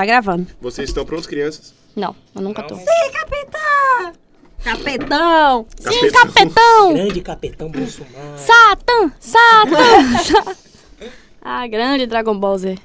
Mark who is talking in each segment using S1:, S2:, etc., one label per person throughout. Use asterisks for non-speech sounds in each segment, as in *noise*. S1: Tá gravando.
S2: Vocês estão prontos, crianças?
S1: Não, eu nunca tô.
S3: Não.
S1: Sim, capitão! Capetão! Sim,
S2: Capetão.
S1: capetão!
S3: Grande capitão Bolsonaro.
S1: Satã! Satã! Sa- *laughs* ah, grande Dragon Ball Z.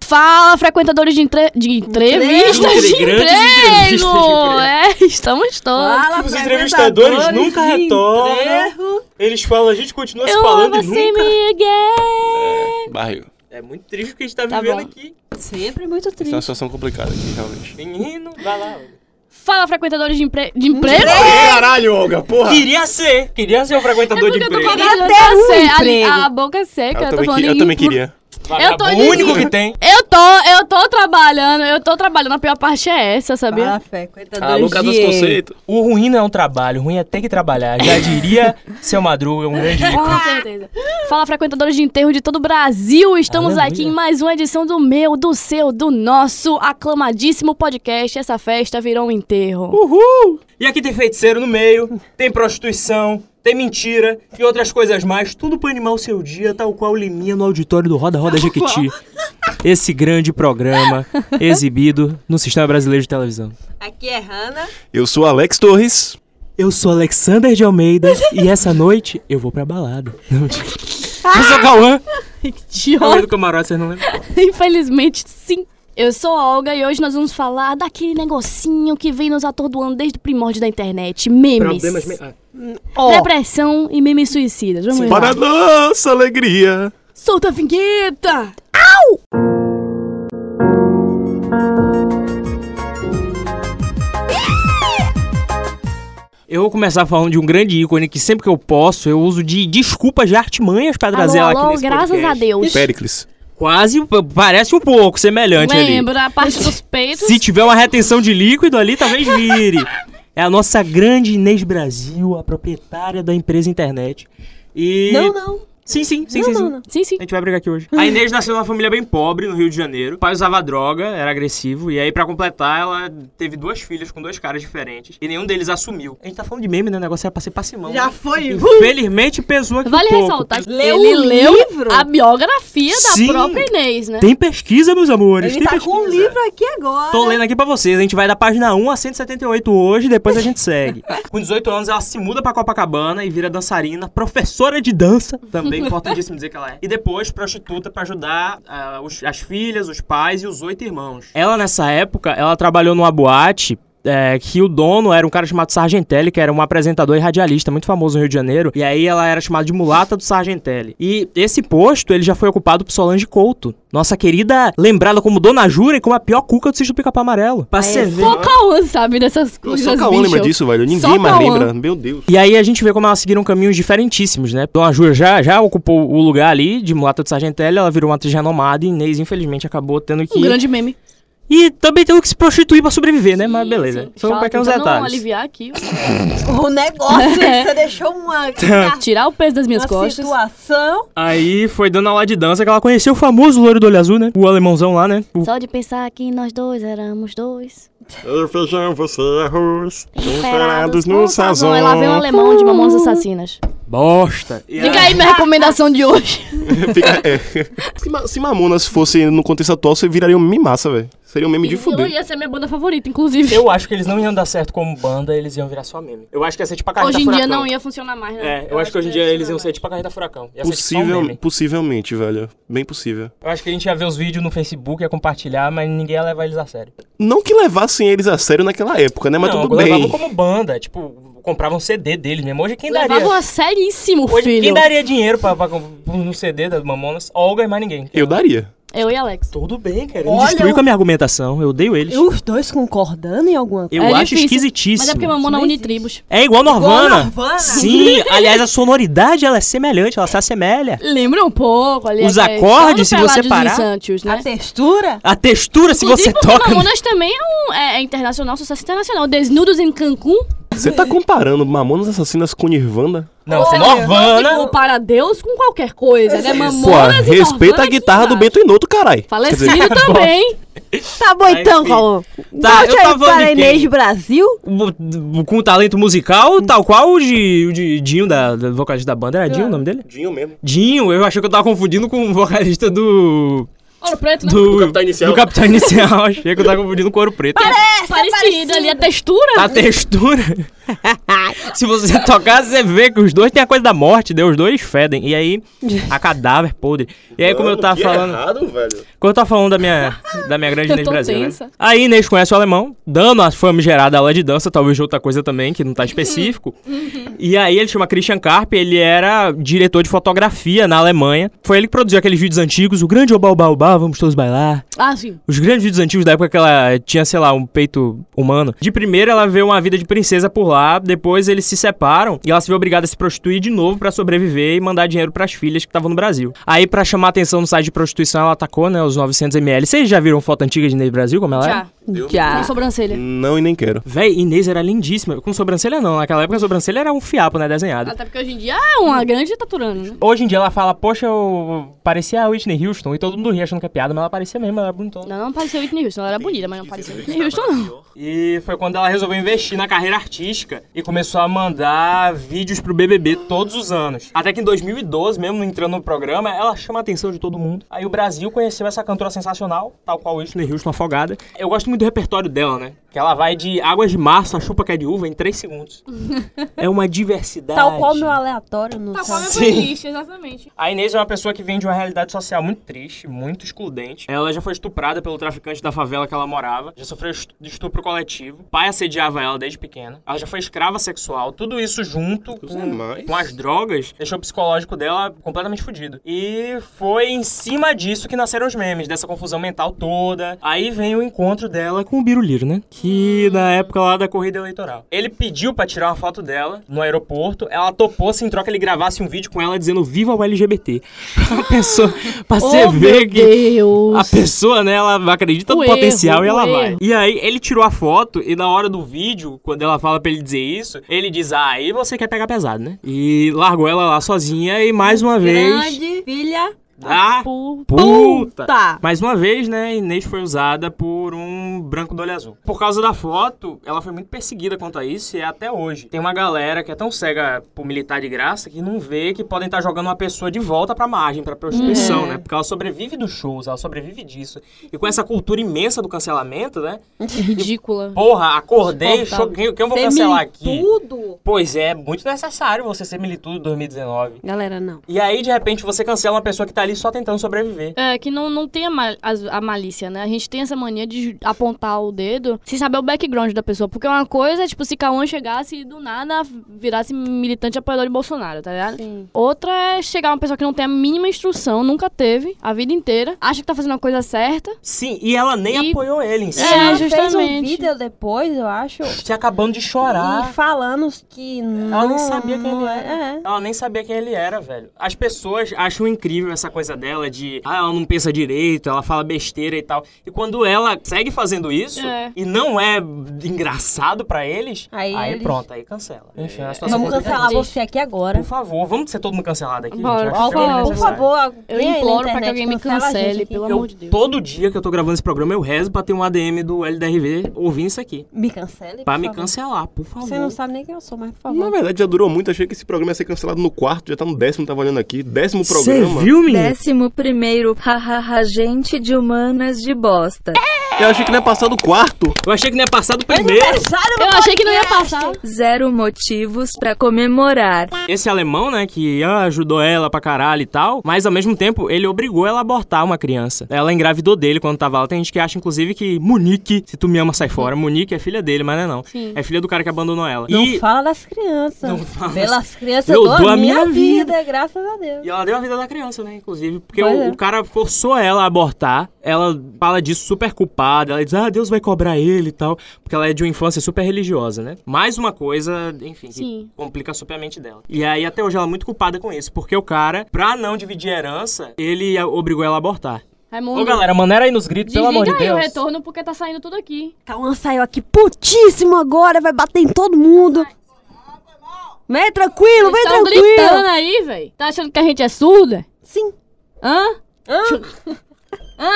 S1: Fala, frequentadores de, entre... de entrevistas de
S3: Entre-
S1: emprego!
S3: grandes entrevistas de emprego.
S1: É, estamos todos.
S3: Os entrevistadores nunca retornam. Eles falam, a gente continua se
S1: Eu
S3: falando
S1: amo
S3: e
S1: você,
S3: nunca.
S1: Miguel!
S2: Barril.
S3: É muito triste o que a gente tá
S1: Tá
S3: vivendo
S1: bom.
S3: aqui.
S4: Sempre muito
S2: Essa é uma
S4: triste.
S2: situação complicada aqui, realmente.
S3: Menino, vai lá. Olga.
S1: Fala, frequentadores de, empre... de emprego!
S2: Caralho, Olga, porra!
S3: Queria ser. Queria ser o frequentador
S1: É
S3: de
S1: Porque eu tô
S3: emprego.
S1: querendo
S4: Até
S1: eu tô
S4: um
S1: se- ali-
S4: emprego.
S1: A boca é seca, eu, tô tá falando
S2: que- eu
S1: em-
S2: também queria.
S1: Eu tô
S3: Vagabundo,
S1: dizendo-
S3: o único que tem.
S1: Eu tô, eu tô trabalhando, eu tô trabalhando, a pior parte é essa, sabia?
S4: Fala, Ah, fé, coitadora
S3: Ah,
S2: A Luca dos
S4: de-
S2: conceitos.
S3: O ruim não é um trabalho, o ruim é ter que trabalhar. Já diria seu Madruga, um grande
S1: *laughs*
S3: rico.
S1: Com certeza. Fala, frequentadores de enterro de todo o Brasil. Estamos
S3: Aleluia.
S1: aqui em mais uma edição do meu, do seu, do nosso aclamadíssimo podcast. Essa festa virou um enterro.
S3: Uh, E aqui tem feiticeiro no meio, tem prostituição, tem mentira e outras coisas mais, tudo pra animar o seu dia, tal qual Liminha no auditório do Roda Roda Jequiti. Esse
S1: *laughs*
S3: grande programa exibido no Sistema Brasileiro de Televisão.
S4: Aqui é Hanna.
S2: Eu sou Alex Torres.
S3: Eu sou Alexander de Almeida e essa noite eu vou pra balada. Não, mentira. Eu sou Cauã. Cauã
S1: *laughs* Idiota.
S3: do camarote, vocês não lembram?
S1: Infelizmente, sim. Eu sou a Olga e hoje nós vamos falar daquele negocinho que vem nos atordoando desde o primórdio da internet. Memes.
S3: Ah.
S1: Depressão e memes suicidas. Vamos lá.
S2: Para nossa alegria.
S1: Solta a vinheta!
S3: Eu vou começar falando de um grande ícone que sempre que eu posso, eu uso de desculpas de artimanhas pra trazer
S1: alô,
S3: ela aqui
S1: alô,
S3: nesse
S1: graças
S3: podcast.
S1: a Deus.
S2: Péricles.
S3: Quase, p- parece um pouco semelhante ali.
S1: Lembra a parte dos peitos.
S3: Se tiver uma retenção de líquido ali, talvez vire. É a nossa grande Inês Brasil, a proprietária da empresa internet. E.
S4: Não, não.
S3: Sim, sim, sim,
S4: não,
S3: sim.
S4: não,
S3: sim.
S4: não.
S1: Sim, sim.
S3: A gente vai brigar aqui hoje. A Inês nasceu numa família bem pobre no Rio de Janeiro. O pai usava droga, era agressivo. E aí, pra completar, ela teve duas filhas com dois caras diferentes. E nenhum deles assumiu. A gente tá falando de meme, né? O negócio era pra ser passimão.
S4: Já foi.
S3: Infelizmente, pesou aqui
S1: Vale
S3: um pouco.
S1: ressaltar que
S4: Leu
S1: ele
S4: o
S1: leu
S4: livro?
S1: a biografia da
S3: Sim.
S1: própria Inês, né?
S3: Tem pesquisa, meus amores.
S4: Ele
S3: tem
S4: tá
S3: pesquisa.
S4: com um livro aqui agora.
S3: né? Tô lendo aqui pra vocês, a gente vai da página 1 a 178 hoje, depois a gente segue. *laughs* Com 18 anos, ela se muda pra Copacabana e vira dançarina, professora de dança, também, importantíssimo dizer que ela é. E depois, prostituta pra ajudar ah, os- as filhas, os pais e os oito irmãos. Ela, nessa época, ela trabalhou numa boate é, que o dono era um cara chamado Sargentelli, que era um apresentador e radialista muito famoso no Rio de Janeiro. E aí ela era chamada de mulata do Sargentelli. E esse posto, ele já foi ocupado por Solange Couto. Nossa querida, lembrada como Dona Jura e como a pior cuca do Sítio do Pica-Pau Amarelo. Pra você ver.
S1: Só Cauã sabe dessas coisas,
S2: Só Cauã lembra
S1: bicho.
S2: disso, velho. Ninguém
S1: Só
S2: mais
S1: Cauã.
S2: lembra. Meu Deus.
S3: E aí a gente vê como elas seguiram caminhos diferentíssimos, né? Dona Jura já, já ocupou o lugar ali de mulata do Sargentelli, ela virou uma atriz renomada e Inês, infelizmente, acabou tendo que...
S1: Um grande meme.
S3: E também teve que se prostituir pra sobreviver, né? Mas beleza.
S1: Sim, sim.
S3: São
S1: Tava
S3: pequenos
S1: tentando um
S3: detalhes.
S1: Então aliviar aqui.
S4: O negócio, é *laughs* você deixou uma, uma
S1: Tirar o peso das minhas costas.
S4: situação.
S3: Aí foi dando aula de dança que ela conheceu o famoso loiro do olho azul, né? O alemãozão lá, né? O-
S1: Só de pensar que nós dois éramos dois.
S2: Eu feijão, você é arroz.
S1: Esperados no sazão. Aí lá vem o
S2: *laughs*
S1: um alemão de Mamonas Assassinas.
S3: Bosta. E
S1: Fica
S3: aí-
S1: aí minha recomendação de
S3: *laughs*
S1: hoje.
S2: Fica- é. se, Ma- se Mamonas fosse no contexto atual, você viraria um meme massa, velho. Seria um meme de
S1: Eu
S2: fuder.
S1: ia ser minha banda favorita, inclusive.
S3: Eu acho que eles não iam dar certo como banda, eles iam virar só meme. Eu acho que ia ser tipo a carreta
S1: Hoje em dia
S3: furacão.
S1: não ia funcionar mais, né?
S3: É, eu, acho que hoje em dia eles iam ser tipo a carreta furacão. Ia ser tipo só um
S2: Possível,
S3: meme.
S2: possivelmente, velho. Bem possível.
S3: Eu acho que a gente ia ver os vídeos no Facebook, ia compartilhar, mas ninguém ia levar eles a sério.
S2: Não que levassem eles a sério naquela época, né? Mas
S3: não,
S2: tudo
S3: levavam
S2: bem.
S3: como banda, tipo, compravam CD deles mesmo. Hoje quem daria...
S1: Levavam a seríssimo,
S3: Hoje quem
S1: filho.
S3: daria dinheiro pra, pra, pra um CD da Mamonas? Olga e mais ninguém.
S2: Eu daria.
S1: Eu e Alex.
S3: Tudo bem, cara.
S4: Olha, eu-
S3: a minha argumentação, eu odeio eles.
S4: E os dois concordando em alguma coisa.
S3: Eu
S1: É
S3: acho
S1: difícil,
S3: esquisitíssimo.
S1: Mas é porque Mamona
S4: Isso não
S1: une
S4: existe.
S1: tribos.
S3: É igual Norvana.
S4: Igual Norvana? *laughs*
S3: Sim, aliás, a sonoridade ela é semelhante, ela se assemelha.
S1: Lembra um pouco ali.
S3: Os
S1: aquele-
S3: acordes,
S1: só
S3: se
S1: no
S3: você
S1: Pelados e
S3: parar.
S1: Santos, né?
S4: A textura?
S3: A textura, se você
S1: Inclusive, o
S3: toca.
S1: Mamonas também é, um, é, é internacional, sucesso internacional. Desnudos em Cancún.
S2: Você tá comparando Mamonas Assassinas com Nirvana?
S3: Não, você é
S1: Não se
S3: Norvana.
S1: compara Deus com qualquer coisa, né?
S2: Pô,
S1: Mamonas e
S2: respeita a
S1: Norvana aqui
S2: guitarra do
S1: embaixo.
S2: Bento Inoto, carai.
S1: Falecido também.
S4: Tá bom
S3: Aí,
S4: então,
S3: filho.
S4: Cauã.
S3: Tá,
S4: Volte
S3: eu
S4: aí
S3: tava falando
S4: para
S3: de
S4: Inês
S3: quem?
S4: Brasil.
S3: O- o- Com talento musical, tal qual o de, o de Dinho, da, do
S4: É.
S3: vocalista da banda. Era Dinho o nome dele?
S2: Dinho mesmo.
S3: Dinho, eu achei que eu tava confundindo com o vocalista do.
S1: *laughs* Ouro preto, né?
S3: Do,
S2: Capital Inicial.
S3: do Capital Inicial. Achei que eu tava confundindo com ouro preto.
S1: Parecido,
S4: parecido.
S1: ali, a textura.
S2: Tá.
S4: *laughs*
S3: A textura. Se você tocar, você vê que os dois tem a coisa da morte, né? Os dois fedem. E aí, a cadáver podre. E aí, É como eu tava falando.
S2: errado, velho.
S3: Quando eu tava falando
S1: *laughs*
S3: da minha, da minha grande
S1: Eu
S3: Inês
S1: tô
S3: Brasil. né?
S1: tensa.
S3: Aí Inês conhece o alemão, dando a famigerada aula de dança, talvez de outra coisa também, que não
S1: Uhum.
S3: tá específico. e aí ele chama Christian Karp, ele era diretor de fotografia na Alemanha. Foi ele que produziu aqueles vídeos antigos, o grande Oba Oba Oba, vamos todos bailar.
S1: Ah, sim.
S3: Os grandes vídeos antigos da época que ela tinha, sei lá, um peito humano. De primeiro ela vê uma vida de princesa por lá, depois eles se separam e ela se vê obrigada a se prostituir de novo pra sobreviver e mandar dinheiro pras filhas que estavam no Brasil. Aí pra chamar atenção no site de prostituição ela atacou, né, os 900 ml. Vocês já viram foto antiga de Inês Brasil como ela era?
S1: Já.
S4: Já.
S1: Com sobrancelha.
S2: Não e nem quero.
S3: Véi, Inês era lindíssima. Com sobrancelha não, naquela época a sobrancelha era um fiapo, né, desenhado.
S1: Até porque hoje em dia é uma grande taturana, né?
S3: Hoje em dia ela fala, poxa, eu parecia a Whitney Houston e todo mundo ria achando que é piada, mas ela parecia mesmo, ela era bonitona.
S1: Não, não parecia Whitney Houston. Ela era bonita, mas não parecia Whitney Houston, não.
S3: E foi quando ela resolveu investir na carreira artística e começou a mandar vídeos pro BBB todos os anos. Até que em 2012, mesmo entrando no programa, ela chama a atenção de todo mundo. Aí o Brasil conheceu essa cantora sensacional, tal qual Whitney Houston afogada. Eu gosto muito do repertório dela, né? Que ela vai de Águas de Março a Chupa que é de Uva em
S4: *laughs*
S3: 3 segundos. é uma diversidade.
S4: Tal qual meu aleatório no
S1: Tá, é
S4: site.
S3: Sim. playlist,
S1: exatamente.
S3: A Inês é uma pessoa que vem de uma realidade social muito triste, muito excludente. Ela já foi estuprada pelo traficante da favela que ela morava, já sofreu estu- de estupro coletivo. O pai assediava ela desde pequena. Ela já foi escrava sexual. Tudo isso é junto com,
S2: demais.
S3: com as drogas deixou o psicológico dela completamente fudido. E foi em cima disso que nasceram os memes, dessa confusão mental toda. Aí vem o encontro dela com o Biruliro, né? Que
S1: Hum.
S3: na época lá da corrida eleitoral. Ele pediu pra tirar uma foto dela no aeroporto. Ela topou se em troca ele gravasse um vídeo com ela dizendo Viva o LGBT. *laughs* A pessoa, pra você
S1: *laughs* oh,
S3: ver
S1: meu
S3: que. A
S1: Deus.
S3: pessoa, né, ela acredita no
S1: O erro,
S3: potencial e ela
S1: o
S3: vai.
S1: erro.
S3: E aí, ele tirou a foto e na hora do vídeo, quando ela fala pra ele dizer isso, ele diz, ah, aí você quer pegar pesado, né? E largou ela lá sozinha e mais uma vez...
S4: Grande filha
S3: Ah,
S1: Pu-
S3: puta!
S4: puta.
S3: Mais uma vez, né, Inês foi usada por um branco do olho azul. Por causa da foto, ela foi muito perseguida quanto a isso e é até hoje. Tem uma galera que é tão cega por militar de graça que não vê que podem estar jogando uma pessoa de volta pra margem, pra prostituição,
S1: Uhum.
S3: né? Porque ela sobrevive dos shows, ela sobrevive disso. E com essa cultura imensa do cancelamento, né?
S1: Ridícula.
S3: Porra, acordei,
S1: Insuportável.
S3: cho- quem, quem eu vou cancelar aqui?
S4: Tudo.
S3: Pois é, muito necessário você ser militudo em 2019.
S4: Galera, não.
S3: E aí, de repente, você cancela uma pessoa que tá ali só tentando sobreviver.
S1: É, que não, não tem a, ma- as- a malícia, né? A gente tem essa mania de ju- apontar o dedo sem saber o background da pessoa. Porque uma coisa é, tipo, se Cauã chegasse e do nada virasse militante apoiador de Bolsonaro, tá ligado?
S4: Sim.
S1: Outra é chegar uma pessoa que não tem a mínima instrução, nunca teve, a vida inteira, acha que tá fazendo a coisa certa.
S3: Sim, e ela nem
S1: E-
S3: apoiou ele em si.
S1: É,
S4: ela fez um
S1: justamente.
S4: vídeo depois, eu acho,
S3: Se acabando de
S4: e
S3: chorar.
S4: falando que não...
S3: Ela nem sabia quem ele
S4: não
S3: era.
S4: é. é.
S3: Ela nem sabia quem ele era, velho. As pessoas acham incrível essa coisa dela de. Ah, ela não pensa direito, ela fala besteira e tal. E quando ela segue fazendo isso
S1: É.
S3: e não é engraçado pra eles, aí,
S4: Aí eles-
S3: pronto, aí cancela. Enfim, é uma situação
S4: Vamos
S3: complicada.
S4: cancelar você aqui agora.
S3: Por favor, vamos ser todo mundo cancelado aqui?
S1: Bora,
S3: gente? Eu acho
S4: Por
S1: Por
S3: que é
S1: favor,
S4: favor,
S1: por
S4: por
S3: necessário.
S4: favor.
S1: Eu imploro pra que alguém me cancele, pelo amor de Deus.
S3: Todo dia que eu tô gravando esse programa, eu rezo pra ter um ADM do LDRV ouvindo isso aqui.
S4: Me cancele,
S3: Pra
S4: por
S3: me
S4: favor.
S3: cancelar, por favor.
S4: Você não sabe nem quem eu sou, mas por favor.
S2: Na verdade, já durou muito. Achei que esse programa ia ser cancelado no quarto. Já tá no décimo, tava olhando aqui. Décimo programa.
S3: Você viu, menino?
S5: Décimo primeiro, hahaha, gente de humanas de bosta.
S2: Eu achei que não ia passar do quarto.
S3: Eu achei que não ia passar do primeiro.
S1: Eu achei que não ia passar.
S5: Zero motivos pra comemorar.
S3: Esse alemão, né, que ah, ajudou ela pra caralho e tal, mas ao mesmo tempo ele obrigou ela a abortar uma criança. Ela engravidou dele quando tava lá. Tem gente que acha, inclusive, que Monique, se tu me ama, sai fora. Monique é filha dele, mas não é não.
S1: Sim.
S3: É filha do cara que abandonou ela.
S4: Não
S3: e...
S4: fala das crianças.
S3: Não fala.
S4: Pelas crianças
S3: Eu
S4: eu dou, a minha
S3: vida.
S4: vida, graças a Deus.
S3: E ela deu a vida da criança, né? Inclusive, porque
S4: Pois
S3: o,
S4: é.
S3: o cara forçou ela a abortar. Ela fala disso super culpada. Ela diz, ah, Deus vai cobrar ele e tal. Porque ela é de uma infância super religiosa, né? Mais uma coisa, enfim, que
S1: Sim.
S3: complica super a mente dela. E aí, até hoje, ela é muito culpada com isso. Porque o cara, pra não dividir a herança, ele a- obrigou ela a abortar.
S1: Raimundo,
S3: Ô, galera, maneira aí nos gritos, pelo amor de
S1: desliga Uhum. aí o
S3: Deus.
S1: retorno porque tá saindo tudo aqui.
S4: Cauã saiu um aqui putíssimo agora, vai bater em todo mundo. Vem tranquilo, vem
S1: Vocês tão
S4: tranquilo.
S1: tá gritando né? aí,
S4: Uhum.
S1: velho. Tá achando que a gente é surda?
S4: Sim.
S1: Hã?
S4: Hã?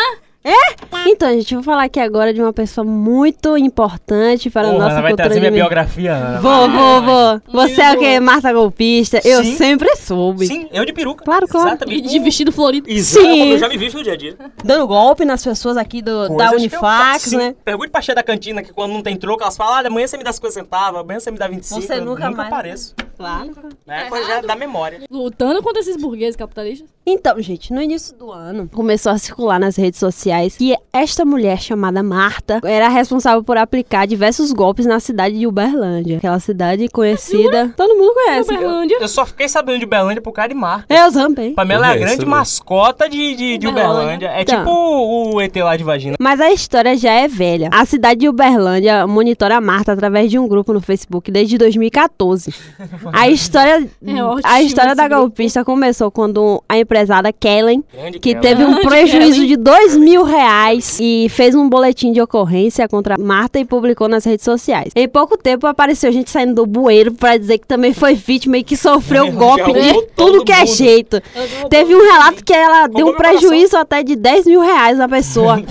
S4: É? Então, gente, vou falar aqui agora de uma pessoa muito importante para
S3: Porra,
S4: a nossa
S3: ela vai
S4: cultura de
S3: trazer minha
S4: mídia.
S3: biografia. Ana.
S4: Vou, vou, vou. Você é o quê? Marta Golpista? Eu
S3: Sim.
S4: sempre soube.
S3: Sim, eu de peruca.
S4: Claro, claro.
S1: E
S3: Exatamente.
S1: de vestido florido.
S3: Exato,
S4: Sim.
S3: como eu já me visto no dia a dia.
S4: Dando golpe nas pessoas aqui do, da
S3: Coisas que eu
S4: Unifax,
S3: faço. Sim.
S4: um né?
S3: Pergunte pra cheia da cantina que quando não tem troco, elas falam, ah, amanhã você me dá 50 centavos, amanhã você me dá 25.
S4: Você
S3: eu
S4: nunca mais. né?"
S3: apareço.
S4: Claro.
S3: Né? Coisa já da memória.
S1: Lutando contra esses burgueses capitalistas.
S4: Então, gente, no início do ano, começou a circular nas redes sociais que esta mulher chamada Marta era responsável por aplicar diversos golpes na cidade de Uberlândia. Aquela cidade conhecida.
S1: é?
S4: Todo mundo conhece.
S1: Uberlândia.
S3: Eu só fiquei sabendo de Uberlândia por causa de marca.
S4: Eu também.
S3: Pamela é a
S2: Porra,
S3: grande
S2: essa,
S3: mascota de, de, de Uberlândia. É
S4: Tá.
S3: tipo o, o ET lá de vagina.
S4: Mas a história já é velha. A cidade de Uberlândia monitora a Marta através de um grupo no Facebook desde 2014.
S1: *laughs*
S4: A história,
S1: É ótimo
S4: a história
S1: esse
S4: da
S1: grupo.
S4: golpista começou quando a empresária Kellen,
S3: Grande
S4: que
S3: Kellen.
S4: teve um
S1: Grande
S4: prejuízo
S1: Kellen.
S4: de dois mil reais e fez um boletim de ocorrência contra Marta e publicou nas redes sociais. Em pouco tempo apareceu gente saindo do bueiro pra dizer que também foi vítima e que sofreu golpe de
S3: arrumou
S4: tudo
S3: todo
S4: que é
S3: mundo.
S4: jeito. Teve um relato que ela deu um
S3: meu coração.
S4: prejuízo até de 10 mil reais na pessoa.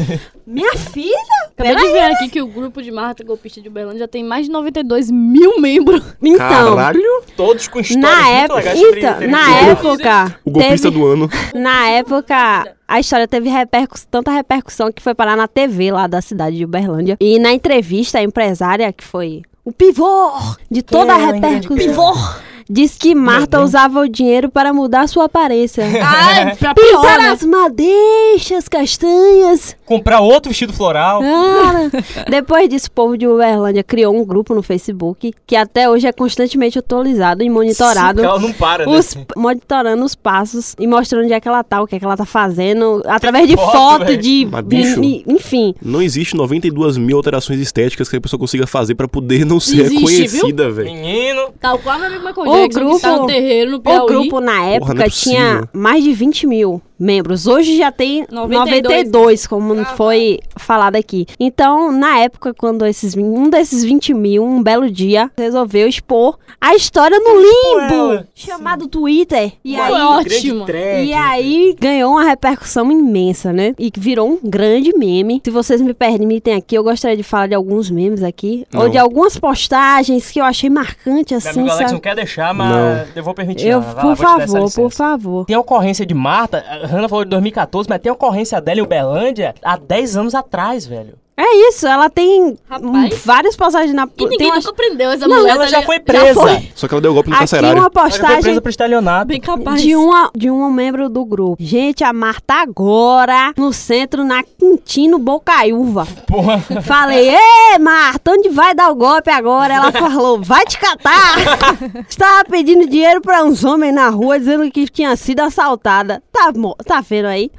S4: Minha filha?
S1: Acabei de ver
S4: é.
S1: aqui que o grupo de Marta Golpista de Uberlândia tem mais de 92 mil membros.
S4: Então,
S2: Caralho!
S3: é. Todos com histórias
S4: na
S3: muito
S4: época,
S3: legais sobre
S4: então,
S3: terem
S4: na
S3: filhos.
S4: época,
S2: O golpista
S4: teve-
S2: do ano.
S4: na época, a história teve repercuss- tanta repercussão que foi parar na TV lá da cidade de Uberlândia. E na entrevista, a empresária, que foi o pivô de toda a
S3: Kellen, grande
S4: repercussão,
S3: pivô.
S4: disse que Marta usava o dinheiro para mudar sua aparência. Ah,
S1: Ai, *laughs* pra
S4: Pintar
S1: piorar, né?
S4: as madeixas castanhas,
S3: Comprar outro vestido floral.
S4: Hum, Cara, depois disso, o povo de Uberlândia criou um grupo no Facebook que até hoje é constantemente atualizado e monitorado.
S3: Sim, Ela não para, né?
S4: os, monitorando os passos e mostrando onde é que ela tá, o que é que ela tá fazendo, através de
S3: foto,
S4: foto,
S3: velho.
S4: de.
S2: Mas, bicho.
S4: de- enfim.
S2: Não existe 92 mil alterações estéticas que a pessoa consiga fazer pra poder não ser
S1: Existe,
S2: reconhecida, velho.
S3: Menino.
S1: Tal Tá qual meu amigo Michael Jackson,
S4: grupo-
S1: que tá no terreiro no Piauí.
S4: O grupo, na época,
S2: não é possível.
S4: tinha mais de 20 mil membros. Hoje já tem 92,
S1: 92.
S4: como
S1: Ah,
S4: foi
S1: tá.
S4: falado aqui. Então, na época, quando esses, vin- um desses 20 mil, um belo dia, resolveu expor a história no limbo,
S3: ela.
S4: chamado Twitter. E
S1: Foi
S4: aí,
S1: ótimo.
S3: Grande
S4: e
S3: thread.
S4: aí ganhou uma repercussão imensa, né? E que virou um grande meme. Se vocês me permitem aqui, eu gostaria de falar de alguns memes aqui. Ou
S2: Não.
S4: de algumas postagens que eu achei marcante,
S3: Meu
S4: assim,
S3: amigo Alex não
S4: sabe?
S3: quer deixar, mas
S2: Não.
S3: eu vou permitir.
S4: Eu,
S3: Ana. Vai
S4: por
S3: lá, vou te dar essa
S4: favor,
S3: licença.
S4: por favor.
S3: Tem a ocorrência de Marta, a Hannah falou de 2014, mas tem a ocorrência dela em Uberlândia há 10 anos atrás, velho.
S4: É isso, ela tem
S1: Rapaz.
S4: hum, várias postagens na...
S1: E
S4: tem
S1: ninguém
S4: uma-
S1: nunca prendeu essa
S4: Não,
S1: mulher.
S3: Ela
S1: tá
S3: já
S1: ligado?
S3: foi presa.
S4: foi.
S3: Ela
S2: Só que ela deu golpe no
S4: Aqui
S2: carcerário.
S4: uma
S3: já foi presa
S4: postagem
S3: por estelionato.
S1: Bem capaz.
S4: de, uma, de um membro do grupo. Gente, a Marta agora no centro, na Quintino Bocaiúva.
S3: Porra. *laughs*
S4: Falei, ê, Marta, onde vai dar o golpe agora? Ela falou, vai te catar.
S1: *laughs*
S4: Estava pedindo dinheiro para uns homens na rua, dizendo que tinha sido assaltada. Tá, mo- tá vendo aí?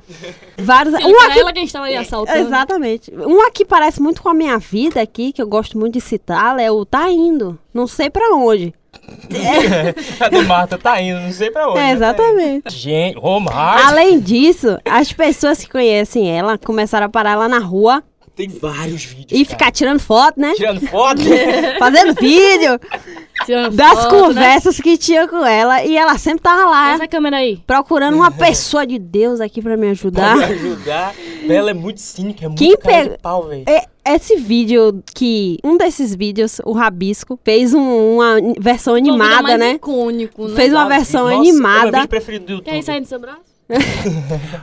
S4: Vários...
S1: Sim,
S4: Um
S1: pra
S4: aqui...
S1: ela é né? quem estava aí tá assaltando.
S4: Exatamente. Um aqui parece muito com a minha vida aqui, que eu gosto muito de citá-la, é o tá indo, não sei pra onde.
S3: Cadê Marta? Tá indo, não sei pra onde.
S4: É,
S3: né?
S4: exatamente.
S3: Gente, ô
S1: tá
S3: Marta.
S4: Além disso, as pessoas que conhecem ela começaram a parar ela na rua
S3: Tem vários vídeos.
S4: e
S3: cara.
S4: ficar tirando foto,
S1: *laughs*
S4: né?
S3: Tirando
S4: *laughs*
S3: foto.
S4: Fazendo vídeo
S1: Tirando
S4: das
S1: foto, Né? é-
S4: conversas que tinha com ela. E ela sempre tava lá,
S1: Essa câmera aí.
S4: procurando
S3: É.
S4: uma pessoa de Deus aqui pra me
S3: pra
S4: ajudar.
S3: me ajudar. Ela é muito cínica, é muito
S4: Quem
S3: cara
S4: pega-
S3: de pau, velho.
S4: É- Esse vídeo que. Um desses vídeos, o Rabisco, fez um- uma versão
S1: Convida
S4: animada,
S1: mais
S4: né?
S1: icônico, né?
S4: Fez uma
S3: Nossa,
S4: versão
S3: nossa, É o meu
S4: animada.
S3: vídeo preferido do YouTube.
S1: Quer sair do seu braço?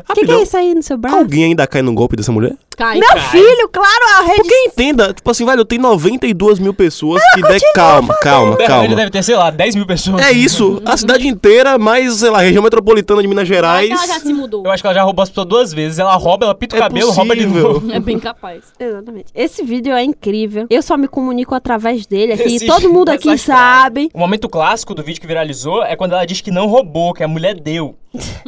S4: O que, que é isso aí no seu braço?
S2: Ah. Alguém ainda cai no golpe dessa mulher?
S1: Cai.
S4: Meu filho, claro, a rede.
S2: Porque entenda, tipo assim, velho, tem 92 mil pessoas que der calma, calma,
S3: Uberlândia
S2: calma.
S3: deve ter, sei lá, 10 mil pessoas.
S2: É isso, a cidade inteira, mas, sei lá, região metropolitana de Minas
S1: Vai
S2: Gerais.
S1: que Ela já se mudou.
S3: Eu acho que ela já roubou as pessoas duas vezes. Ela rouba, ela pinta o
S2: É
S3: cabelo, rouba de
S2: possível.
S3: novo.
S1: É bem capaz.
S4: Exatamente. Esse vídeo é incrível. Eu só me comunico através dele aqui.
S3: Esse-
S4: Todo
S3: *laughs*
S4: mundo
S3: essa
S4: aqui
S3: frase.
S4: sabe.
S3: O momento clássico do vídeo que viralizou é quando ela diz que não roubou, que a mulher deu.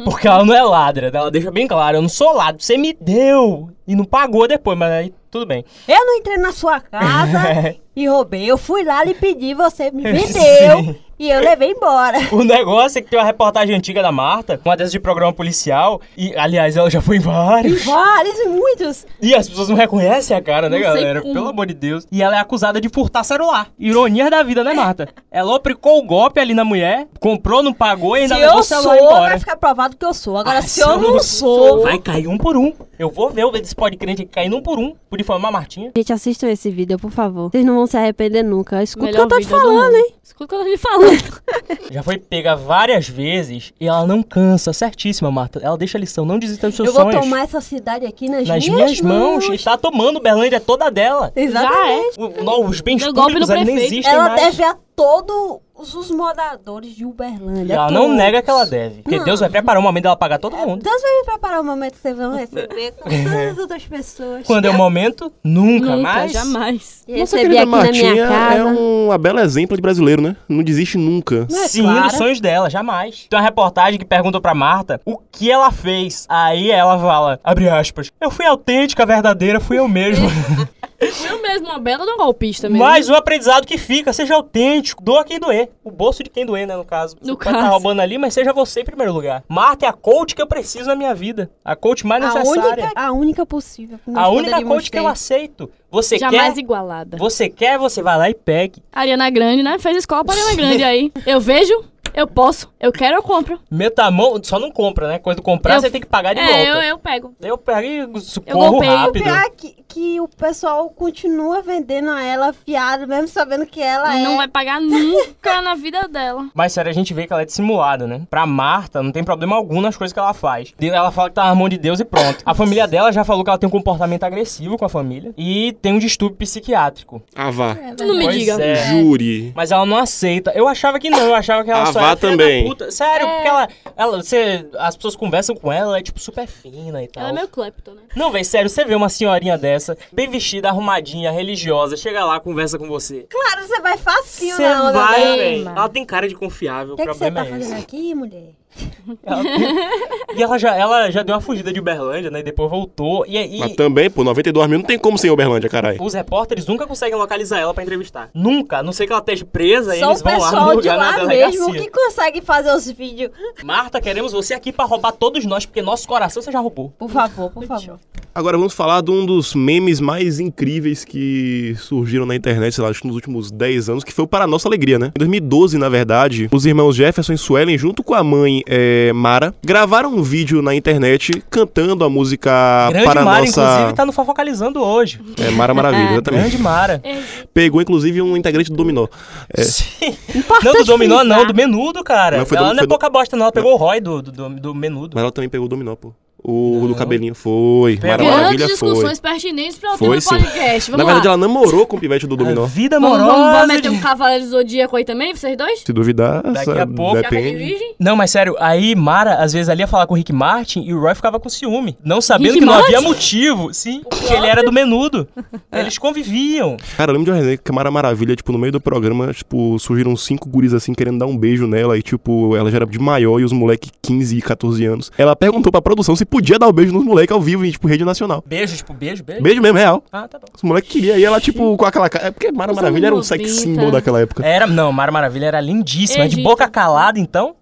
S3: Porque ela não é ladra, ela deixa bem claro, eu não sou ladra, você me deu. E não pagou depois, mas aí tudo bem. *laughs*
S4: Eu não entrei na sua casa e roubei. Eu fui lá lhe pedi, você me
S3: vendeu. *laughs* Sim.
S4: E eu levei embora. *laughs*
S3: O *laughs* negócio é que tem uma reportagem antiga da Marta, uma dessas de programa policial, e aliás, ela já foi em vários.
S4: Vários e muitos.
S3: E as pessoas não reconhecem a cara, né,
S1: Não sei
S3: galera?
S1: como.
S3: Pelo amor de Deus. E ela é acusada de furtar celular. Ironia da vida, né, Marta? Ela aplicou o golpe ali na mulher, comprou, não pagou e ainda
S4: se
S3: levou
S4: eu
S3: o celular
S4: sou,
S3: embora.
S4: vai ficar provado que eu sou. Agora,
S3: Ah,
S4: se, eu não sou...
S3: Vai cair um por um. Eu vou ver esse podcast aqui caindo um por um, por difamar a Martinha.
S4: Gente, assistam esse vídeo, por favor. Vocês não vão se arrepender nunca. Escuta o que
S1: Melhor
S4: eu tô te
S1: vídeo do
S4: falando,
S1: mundo.
S4: hein?
S1: Escuta o que eu tô
S4: *laughs*
S1: te falando.
S3: Já foi pega várias vezes e ela não cansa. Certíssima, Marta. Ela deixa a lição, não desista dos seus
S4: Eu vou
S3: sonhos.
S4: tomar essa cidade aqui nas,
S3: nas
S4: minhas,
S3: minhas mãos. E tá tomando Berlândia toda dela.
S1: Já
S4: Exatamente.
S1: é.
S3: O- no- Os bens
S1: Deu golpe
S3: públicos
S1: no
S3: ali nem
S1: prefeito.
S3: existem
S4: Ela
S3: mais.
S4: deve a todos os moradores de
S3: E
S4: Uberlândia.
S3: ela não
S4: todos.
S3: nega que ela deve. Porque
S4: Não. É
S3: Deus vai preparar o momento dela pagar todo mundo.
S4: Deus vai me preparar o momento que vocês vão receber
S3: *laughs*
S4: com todas as outras pessoas.
S3: Quando é o momento, nunca, mais.
S1: jamais.
S4: Eu
S2: Nossa
S4: Recebi
S2: querida
S4: aqui na
S2: Martinha
S4: minha casa.
S2: é uma bela exemplo de brasileiro, né? Não desiste nunca.
S4: Não é
S3: Sim,
S4: clara.
S3: dos sonhos dela, jamais. Tem uma reportagem que perguntou pra Marta o que ela fez. Aí ela fala, abre aspas, eu fui autêntica, verdadeira, fui eu mesmo.
S1: Eu mesmo, uma bela de um golpista mesmo.
S3: Mais um aprendizado que fica, seja autêntico, doa quem doer. O bolso de quem doer, né, no caso.
S1: No
S3: você pode tá
S1: caso.
S3: roubando ali, mas seja você em primeiro lugar. Marta é a coach que eu preciso na minha vida. A coach mais
S4: A
S3: necessária.
S4: única, a única possível. que nós
S3: A única
S4: poderíamos
S3: coach
S4: ter.
S3: que eu aceito. Você
S1: Jamais
S3: quer,
S1: igualada.
S3: você quer, você vai lá e pegue.
S1: Ariana Grande, né? Fez escola pra Ariana Grande aí. Eu vejo, eu posso, eu quero, eu compro.
S3: Meta a mão, só não compra, né? Quando comprar,
S1: Eu-
S3: você tem que
S2: Tá
S3: pagar de
S1: É, eu,
S3: volta.
S1: eu pego.
S3: Eu, pego e socorro
S1: golpei.
S4: O
S3: rápido.
S4: pior é que, que o pessoal continua vendendo a ela fiado, mesmo sabendo que ela
S1: Não
S4: é.
S1: vai pagar nunca na vida dela.
S3: Mas sério, a gente vê que ela é dissimulada, né? Pra Marta, não tem problema algum nas coisas que ela faz. Ela fala que tá na mão de Deus e pronto. A família dela já falou que ela tem um comportamento agressivo com a família e tem um distúrbio psiquiátrico.
S2: Ah, vá.
S1: Não me
S3: Pois
S1: diga.
S3: é.
S2: Jure.
S3: Mas ela não aceita. Eu achava que não, eu achava que ela
S2: Ah,
S3: só
S2: vá
S3: era filha da
S2: também.
S3: puta. Sério,
S4: É.
S3: porque ela, ela você, as pessoas conversam com ela, ela é tipo super fina e tal.
S1: Ela é meio clepto, né?
S3: Não, velho, sério, você vê uma senhorinha dessa, bem vestida, arrumadinha, religiosa, chega lá, conversa com você.
S4: Claro, você vai facinho
S3: Você
S4: na onda
S3: vai,
S4: dela.
S3: velho.
S1: Ema.
S3: Ela tem cara de confiável,
S4: O que,
S3: o
S4: que você tá
S3: problema é esse.
S4: fazendo aqui, mulher?
S3: Ela tem- e ela já, ela já deu uma fugida de Uberlândia, né? E depois voltou. E aí.
S2: Mas também, pô, 92 mil não tem como sem Uberlândia, caralho.
S3: Os repórteres nunca conseguem localizar ela pra entrevistar. Nunca, a não sei que ela esteja presa e
S4: Só
S3: eles
S4: o
S3: vão lá no
S4: pessoal de
S3: lugar na
S4: lá
S3: delegacia.
S4: mesmo que consegue fazer os vídeos.
S3: Marta, queremos você aqui pra roubar todos nós, porque nosso coração você já roubou.
S4: Por favor, por favor.
S2: Agora vamos falar de um dos memes mais incríveis que surgiram na internet, sei lá, acho que nos últimos 10 anos, que foi o Para Nossa Alegria, né? Em 2012, na verdade, os irmãos Jefferson e Suelen, junto com a mãe eh, Mara, gravaram um vídeo na internet cantando a música
S3: Grande
S2: Ah, Para
S3: Mara,
S2: Nossa.
S3: inclusive, tá no Fofocalizando hoje.
S2: É, Mara
S3: *laughs*
S2: Maravilha, exatamente.
S3: Grande Mara.
S2: Pegou, inclusive, um integrante do Dominó.
S3: Sim. Não, do Dominó, não, do Menudo, cara.
S2: É. Não, foi
S3: ela
S2: do-
S3: não é
S2: foi do-
S3: pouca bosta, não. Ela pegou o Roy do, do, do- do Menudo.
S2: Mas ela também pegou o Dominó, pô. O do cabelinho. Foi. Mara
S3: Grandes
S2: Maravilha
S1: Grandes
S2: foi.
S1: discussões pertinentes pra
S2: Foi
S1: outro
S2: sim.
S1: podcast. Vamos
S2: na verdade,
S1: lá.
S2: ela é namorou com o pivete do
S3: *laughs*
S2: Dominó.
S3: A vida
S1: Vamos,
S3: amorosa.
S1: vamos, vamos meter
S3: de-
S1: um Cavaleiro do Zodíaco aí também, vocês dois?
S2: Se duvidar,
S3: Daqui a
S2: sabe,
S3: pouco-
S1: Já peguei
S2: depende.
S1: virgem?
S3: Não, mas sério, aí Mara às vezes ali ia falar com o Rick Martin e o Roy ficava com ciúme. Não sabendo
S1: Rick
S3: que não
S1: Martin?
S3: havia motivo. Sim, porque ele era do menudo. Eles conviviam.
S2: Cara, eu lembro de uma resenha que a Mara Maravilha, tipo, no meio do programa, tipo, surgiram cinco guris assim querendo dar um beijo nela e, tipo, ela já era de maior e os moleque 15 e 14 anos. Ela perguntou pra produção se podia dar o beijo nos moleque ao vivo em, tipo, rede nacional.
S3: Beijo, tipo, beijo, beijo.
S2: Beijo mesmo, real.
S3: Ah, tá bom.
S2: Os moleque queria. E ela, tipo, com aquela cara. É porque Mara
S1: Os
S2: Maravilha era um
S1: anos
S2: sex
S1: 90.
S2: symbol daquela época.
S3: Era, não, Mara Maravilha era lindíssima.
S1: Ei,
S3: de
S1: gente.
S3: boca calada, então.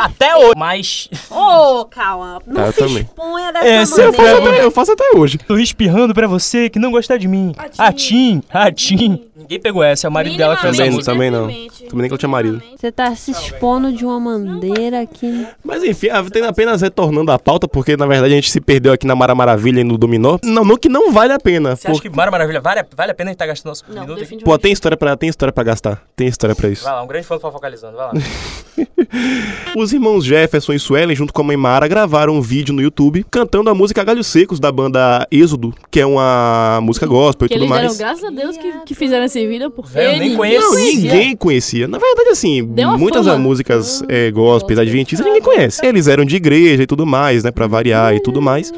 S3: Até hoje. Mas. *laughs*
S4: Ô, calma.
S3: Tá,
S4: Não
S2: Eu
S4: se
S2: também.
S4: exponha dessa
S3: É, se eu
S2: Eu faço,
S4: maneira.
S2: até, eu faço até hoje.
S3: Tô espirrando pra você que não gostar de mim. Atim, atim. Ninguém pegou essa, é o marido dela que fez a
S2: Também,
S1: Minimamente,
S3: música.
S2: também não.
S1: minimamente.
S2: Também nem que ela tinha marido.
S4: Você tá se expondo de uma maneira que.
S2: Mas enfim, ah, tem apenas retornando à pauta, porque na verdade a gente se perdeu aqui na Mara Maravilha e no Dominó. Não, não que não vale a pena.
S3: Você acha que Mara Maravilha vale a, vale a pena a gente tá gastando nosso
S1: Não,
S3: minuto aqui?
S2: Pô,
S1: definitivamente.
S2: tem história pra tem história para gastar. Tem história pra isso.
S3: Vai lá, um grande fã do fofocalizando, vai lá.
S2: Os irmãos Jefferson e Suelen, junto com a mãe Mara, gravaram um vídeo no YouTube cantando a música Galhos Secos da banda Êxodo, que é uma música gospel
S1: Que
S2: e tudo
S1: eles deram
S2: mais.
S1: graças a Deus que, que fizeram esse vídeo, porque
S3: Velho, eu nem
S1: ninguém
S3: conhecia.
S2: Não, ninguém conhecia. Na verdade, assim,
S1: Deu uma
S2: muitas
S1: fama. Ah,
S2: das músicas é, gospels, adventistas, ninguém conhece. Eles eram de igreja e tudo mais, né? Pra variar e tudo mais.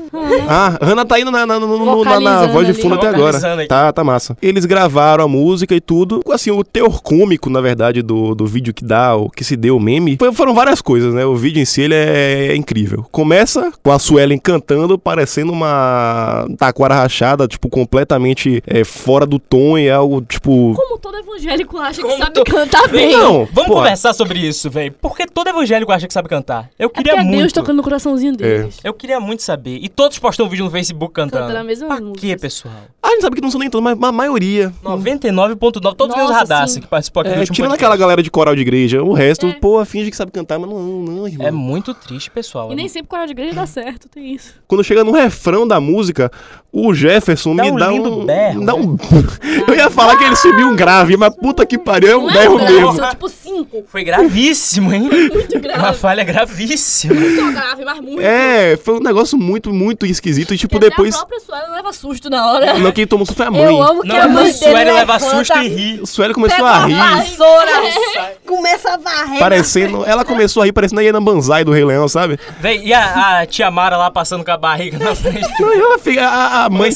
S2: Ah, Ana tá indo na, na, no- no- na- na
S1: Uhum. Vocalizando
S2: voz de
S1: ali.
S2: fundo até agora.
S3: Vocalizando aqui.
S2: Tá, tá massa. Eles gravaram a música e tudo. Assim, o teor cômico, na verdade, do, do vídeo que dá, o que se deu o meme, foi- foram várias coisas, né? O vídeo em si, ele é incrível. Começa com a Suelen cantando, parecendo uma taquara rachada, tipo, completamente é, fora eh, do tom e algo, tipo, tipo.
S1: Como todo evangélico acha que
S3: Como
S1: sabe
S3: to-
S1: cantar bem. É
S2: Não,
S3: Vamos
S2: porra.
S3: conversar sobre isso, velho. Porque todo evangélico acha que sabe cantar. Eu
S1: É porque
S3: queria
S1: é
S3: muito.
S1: Deus tocando no
S2: É.
S1: coraçãozinho deles.
S3: Eu queria muito saber. E todos postam vídeo no Facebook cantando.
S1: Cantando a mesma
S3: pra
S1: música. assim.
S3: quê, pessoal?
S2: A gente sabe que não são nem todos, mas a maioria.
S3: 99.9, todos menos
S1: Nossa,
S3: Radassi
S1: sim.
S3: que participou aqui do
S2: É,
S3: último
S2: tirando
S3: podcast.
S2: aquela galera de coral de igreja, o resto,
S1: É.
S2: pô, finge que sabe cantar, mas não, não, irmão.
S3: É muito triste, pessoal.
S1: assim. E nem sempre coral de igreja dá certo, tem isso.
S2: Quando chega no refrão da música, o Jefferson
S3: Dá
S2: me
S3: um
S2: dá
S3: lindo
S2: um.
S3: berro, né?
S2: dá um... *laughs* Eu ia falar que ele subiu um grave, mas puta que pariu, é um berro
S1: grave,
S2: mesmo.
S1: são tipo cinco.
S3: Foi gravíssimo,
S1: *laughs*
S3: hein?
S1: Muito
S3: Uma
S1: grave.
S3: falha gravíssima.
S1: Só grave, mas muito.
S2: É, foi um negócio muito, muito esquisito. E, tipo,
S1: Até
S2: depois.
S1: A própria Suela leva susto na hora.
S2: Não, quem tomou susto foi a mãe.
S4: Eu amo que a
S3: Não, o
S4: mãe dele
S3: Sueli leva
S4: levanta,
S3: susto e ri.
S2: O Sueli começou
S4: Pega
S2: a
S4: a
S2: rir,
S4: vassoura, começa a varrer.
S2: parecendo. Ela começou a rir, parecendo a Iana Banzai do Rei Leão, sabe?
S3: Véi, e a, a tia Mara lá passando com a barriga
S2: *laughs*
S3: na frente.
S2: Não, e ela fica. A, a mãe.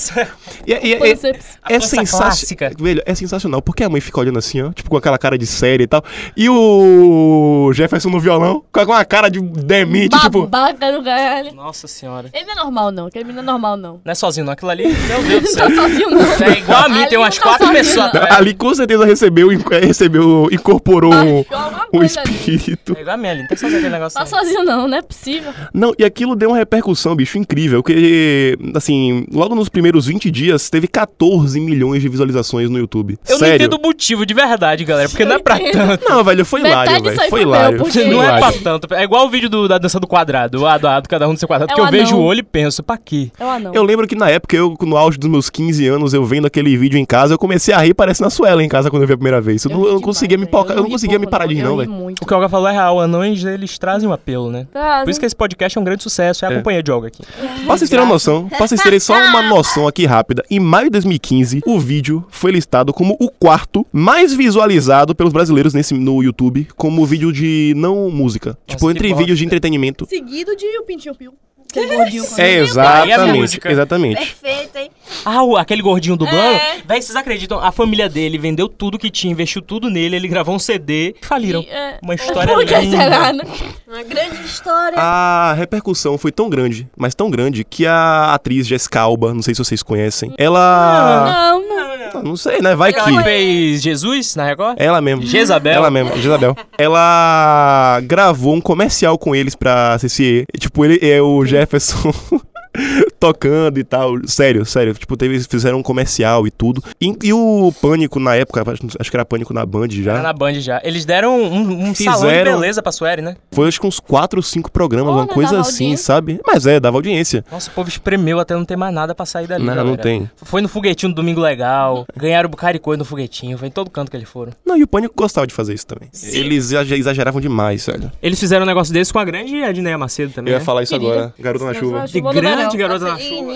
S2: E, e- e-
S1: Quadríceps.
S2: é
S3: força clássica.
S2: sensacional. Velho, é sensacional. Porque a mãe fica olhando assim, ó, tipo, com aquela cara de série e tal. E o Jefferson no violão, com uma cara de demente, tipo.
S1: Babaca do caralho.
S3: Nossa senhora.
S1: Ele não é normal, não. Aquele menino não é normal, não.
S3: Não é sozinho, não. Aquilo ali. Meu Deus do
S2: *laughs*
S1: *laughs*
S3: céu.
S1: Tá sozinho, não.
S3: É igual a mim,
S1: Ali
S3: tem
S1: não
S3: umas
S1: tá
S3: quatro
S1: sozinho,
S3: pessoas. É.
S1: não.
S3: atrás.
S2: Ali com certeza recebeu, recebeu incorporou um,
S1: Achou alguma
S2: um
S1: coisa ali.
S2: espírito.
S3: É igual a minha ali. Não tem que fazer aquele negócio. assim.
S1: Tá
S3: não.
S1: sozinho, não. Não é possível.
S2: Não, e aquilo deu uma repercussão, bicho, incrível. Que, assim, logo nos primeiros 20 dias, teve 14 milhões de visualizações no YouTube.
S3: Eu não
S2: Sério.
S3: entendo o motivo de verdade, galera. Porque não é pra
S1: Eu
S3: tanto.
S1: entendo.
S2: Não, velho, foi
S1: Metade
S2: hilário,
S1: disso
S2: velho.
S1: aí
S2: Foi
S1: foi meu,
S2: hilário.
S1: porque-
S2: Foi
S3: Não é
S2: hilário.
S3: pra tanto. É igual o vídeo do- da dança do quadrado. O A do A do cada um do seu quadrado.
S1: É
S3: Porque
S1: o
S3: eu vejo
S1: anão.
S3: o olho e penso, pra quê?
S1: É o anão.
S2: Eu lembro que na época, eu, no auge dos meus 15 anos, eu vendo aquele vídeo em casa, eu comecei a rir, parece na Suela em casa quando eu vi a primeira vez. Eu,
S1: Eu
S2: não,
S1: ri
S2: eu não
S1: demais,
S2: conseguia me
S1: velho.
S2: paucar, eu não
S1: ri
S2: conseguia me
S1: pouco,
S2: parar de rir, não,
S1: Eu ri
S2: velho.
S1: muito. Tá,
S3: O que o Olga falou é real. Anões, eles trazem um apelo, né? Por isso que esse podcast é um grande sucesso. É a
S2: É.
S3: companhia de Olga aqui.
S2: Pra vocês terem uma noção, pra vocês terem só uma noção aqui rápida, em maio de 2015, o vídeo foi listado como o quarto mais visualizado pelos brasileiros nesse, no YouTube, como vídeo de não música. tipo,
S3: que
S2: entre
S3: bosta.
S2: vídeos de entretenimento.
S1: Seguido de o Pintinho Pio. Aquele gordinho.
S2: É,
S3: Aí a
S2: exatamente,
S3: música.
S2: exatamente.
S4: Perfeito, hein?
S3: Ah, o- aquele gordinho dublando?
S1: É.
S3: Véi, vocês acreditam? A família dele vendeu tudo que tinha, investiu tudo nele, ele gravou um CD e faliram.
S1: É.
S3: Uma história
S1: Por que
S3: linda.
S1: será, né?
S4: Uma grande história.
S2: A repercussão foi tão grande, mas tão grande, que a atriz Jessica Alba, não sei se vocês conhecem, ela...
S1: Não, não.
S2: Não, não sei, né? Vai que...
S3: Ela que fez Jesus na Record?
S2: Ela mesmo.
S3: Jezabel.
S2: Ela mesmo, Jezabel. Ela gravou um comercial com eles pra CCE. Tipo, ele é o Jefferson. *laughs* Tocando e tal, sério, sério. Tipo, teve, eles fizeram um comercial e tudo. E, e o Pânico na época, acho que era Pânico na Band já.
S3: Era Tá na Band já. Eles deram um, um salão de
S2: É. Fizeram-
S3: beleza pra Sueli, né?
S2: Foi acho que uns 4 ou 5 programas,
S1: Olha,
S2: uma coisa
S1: dava
S2: assim,
S1: audiência.
S2: sabe? Mas é, dava audiência.
S3: Nossa, o povo espremeu até não ter mais nada pra sair dali.
S2: Não,
S3: galera.
S2: não tem.
S3: Foi no foguetinho do Domingo Legal, ganharam o Bucaricoi no foguetinho, foi em todo canto que eles foram.
S2: Não, e o Pânico gostava de fazer isso também. Eles exa- exageravam demais, velho.
S3: Eles fizeram um negócio desse com a grande Adneia Macedo também.
S2: Eu ia
S3: né?
S2: falar isso
S1: Querida.
S2: agora. Garota na chuva.
S3: De
S1: Chegou no
S3: grande
S1: verão.
S3: garota na chuva.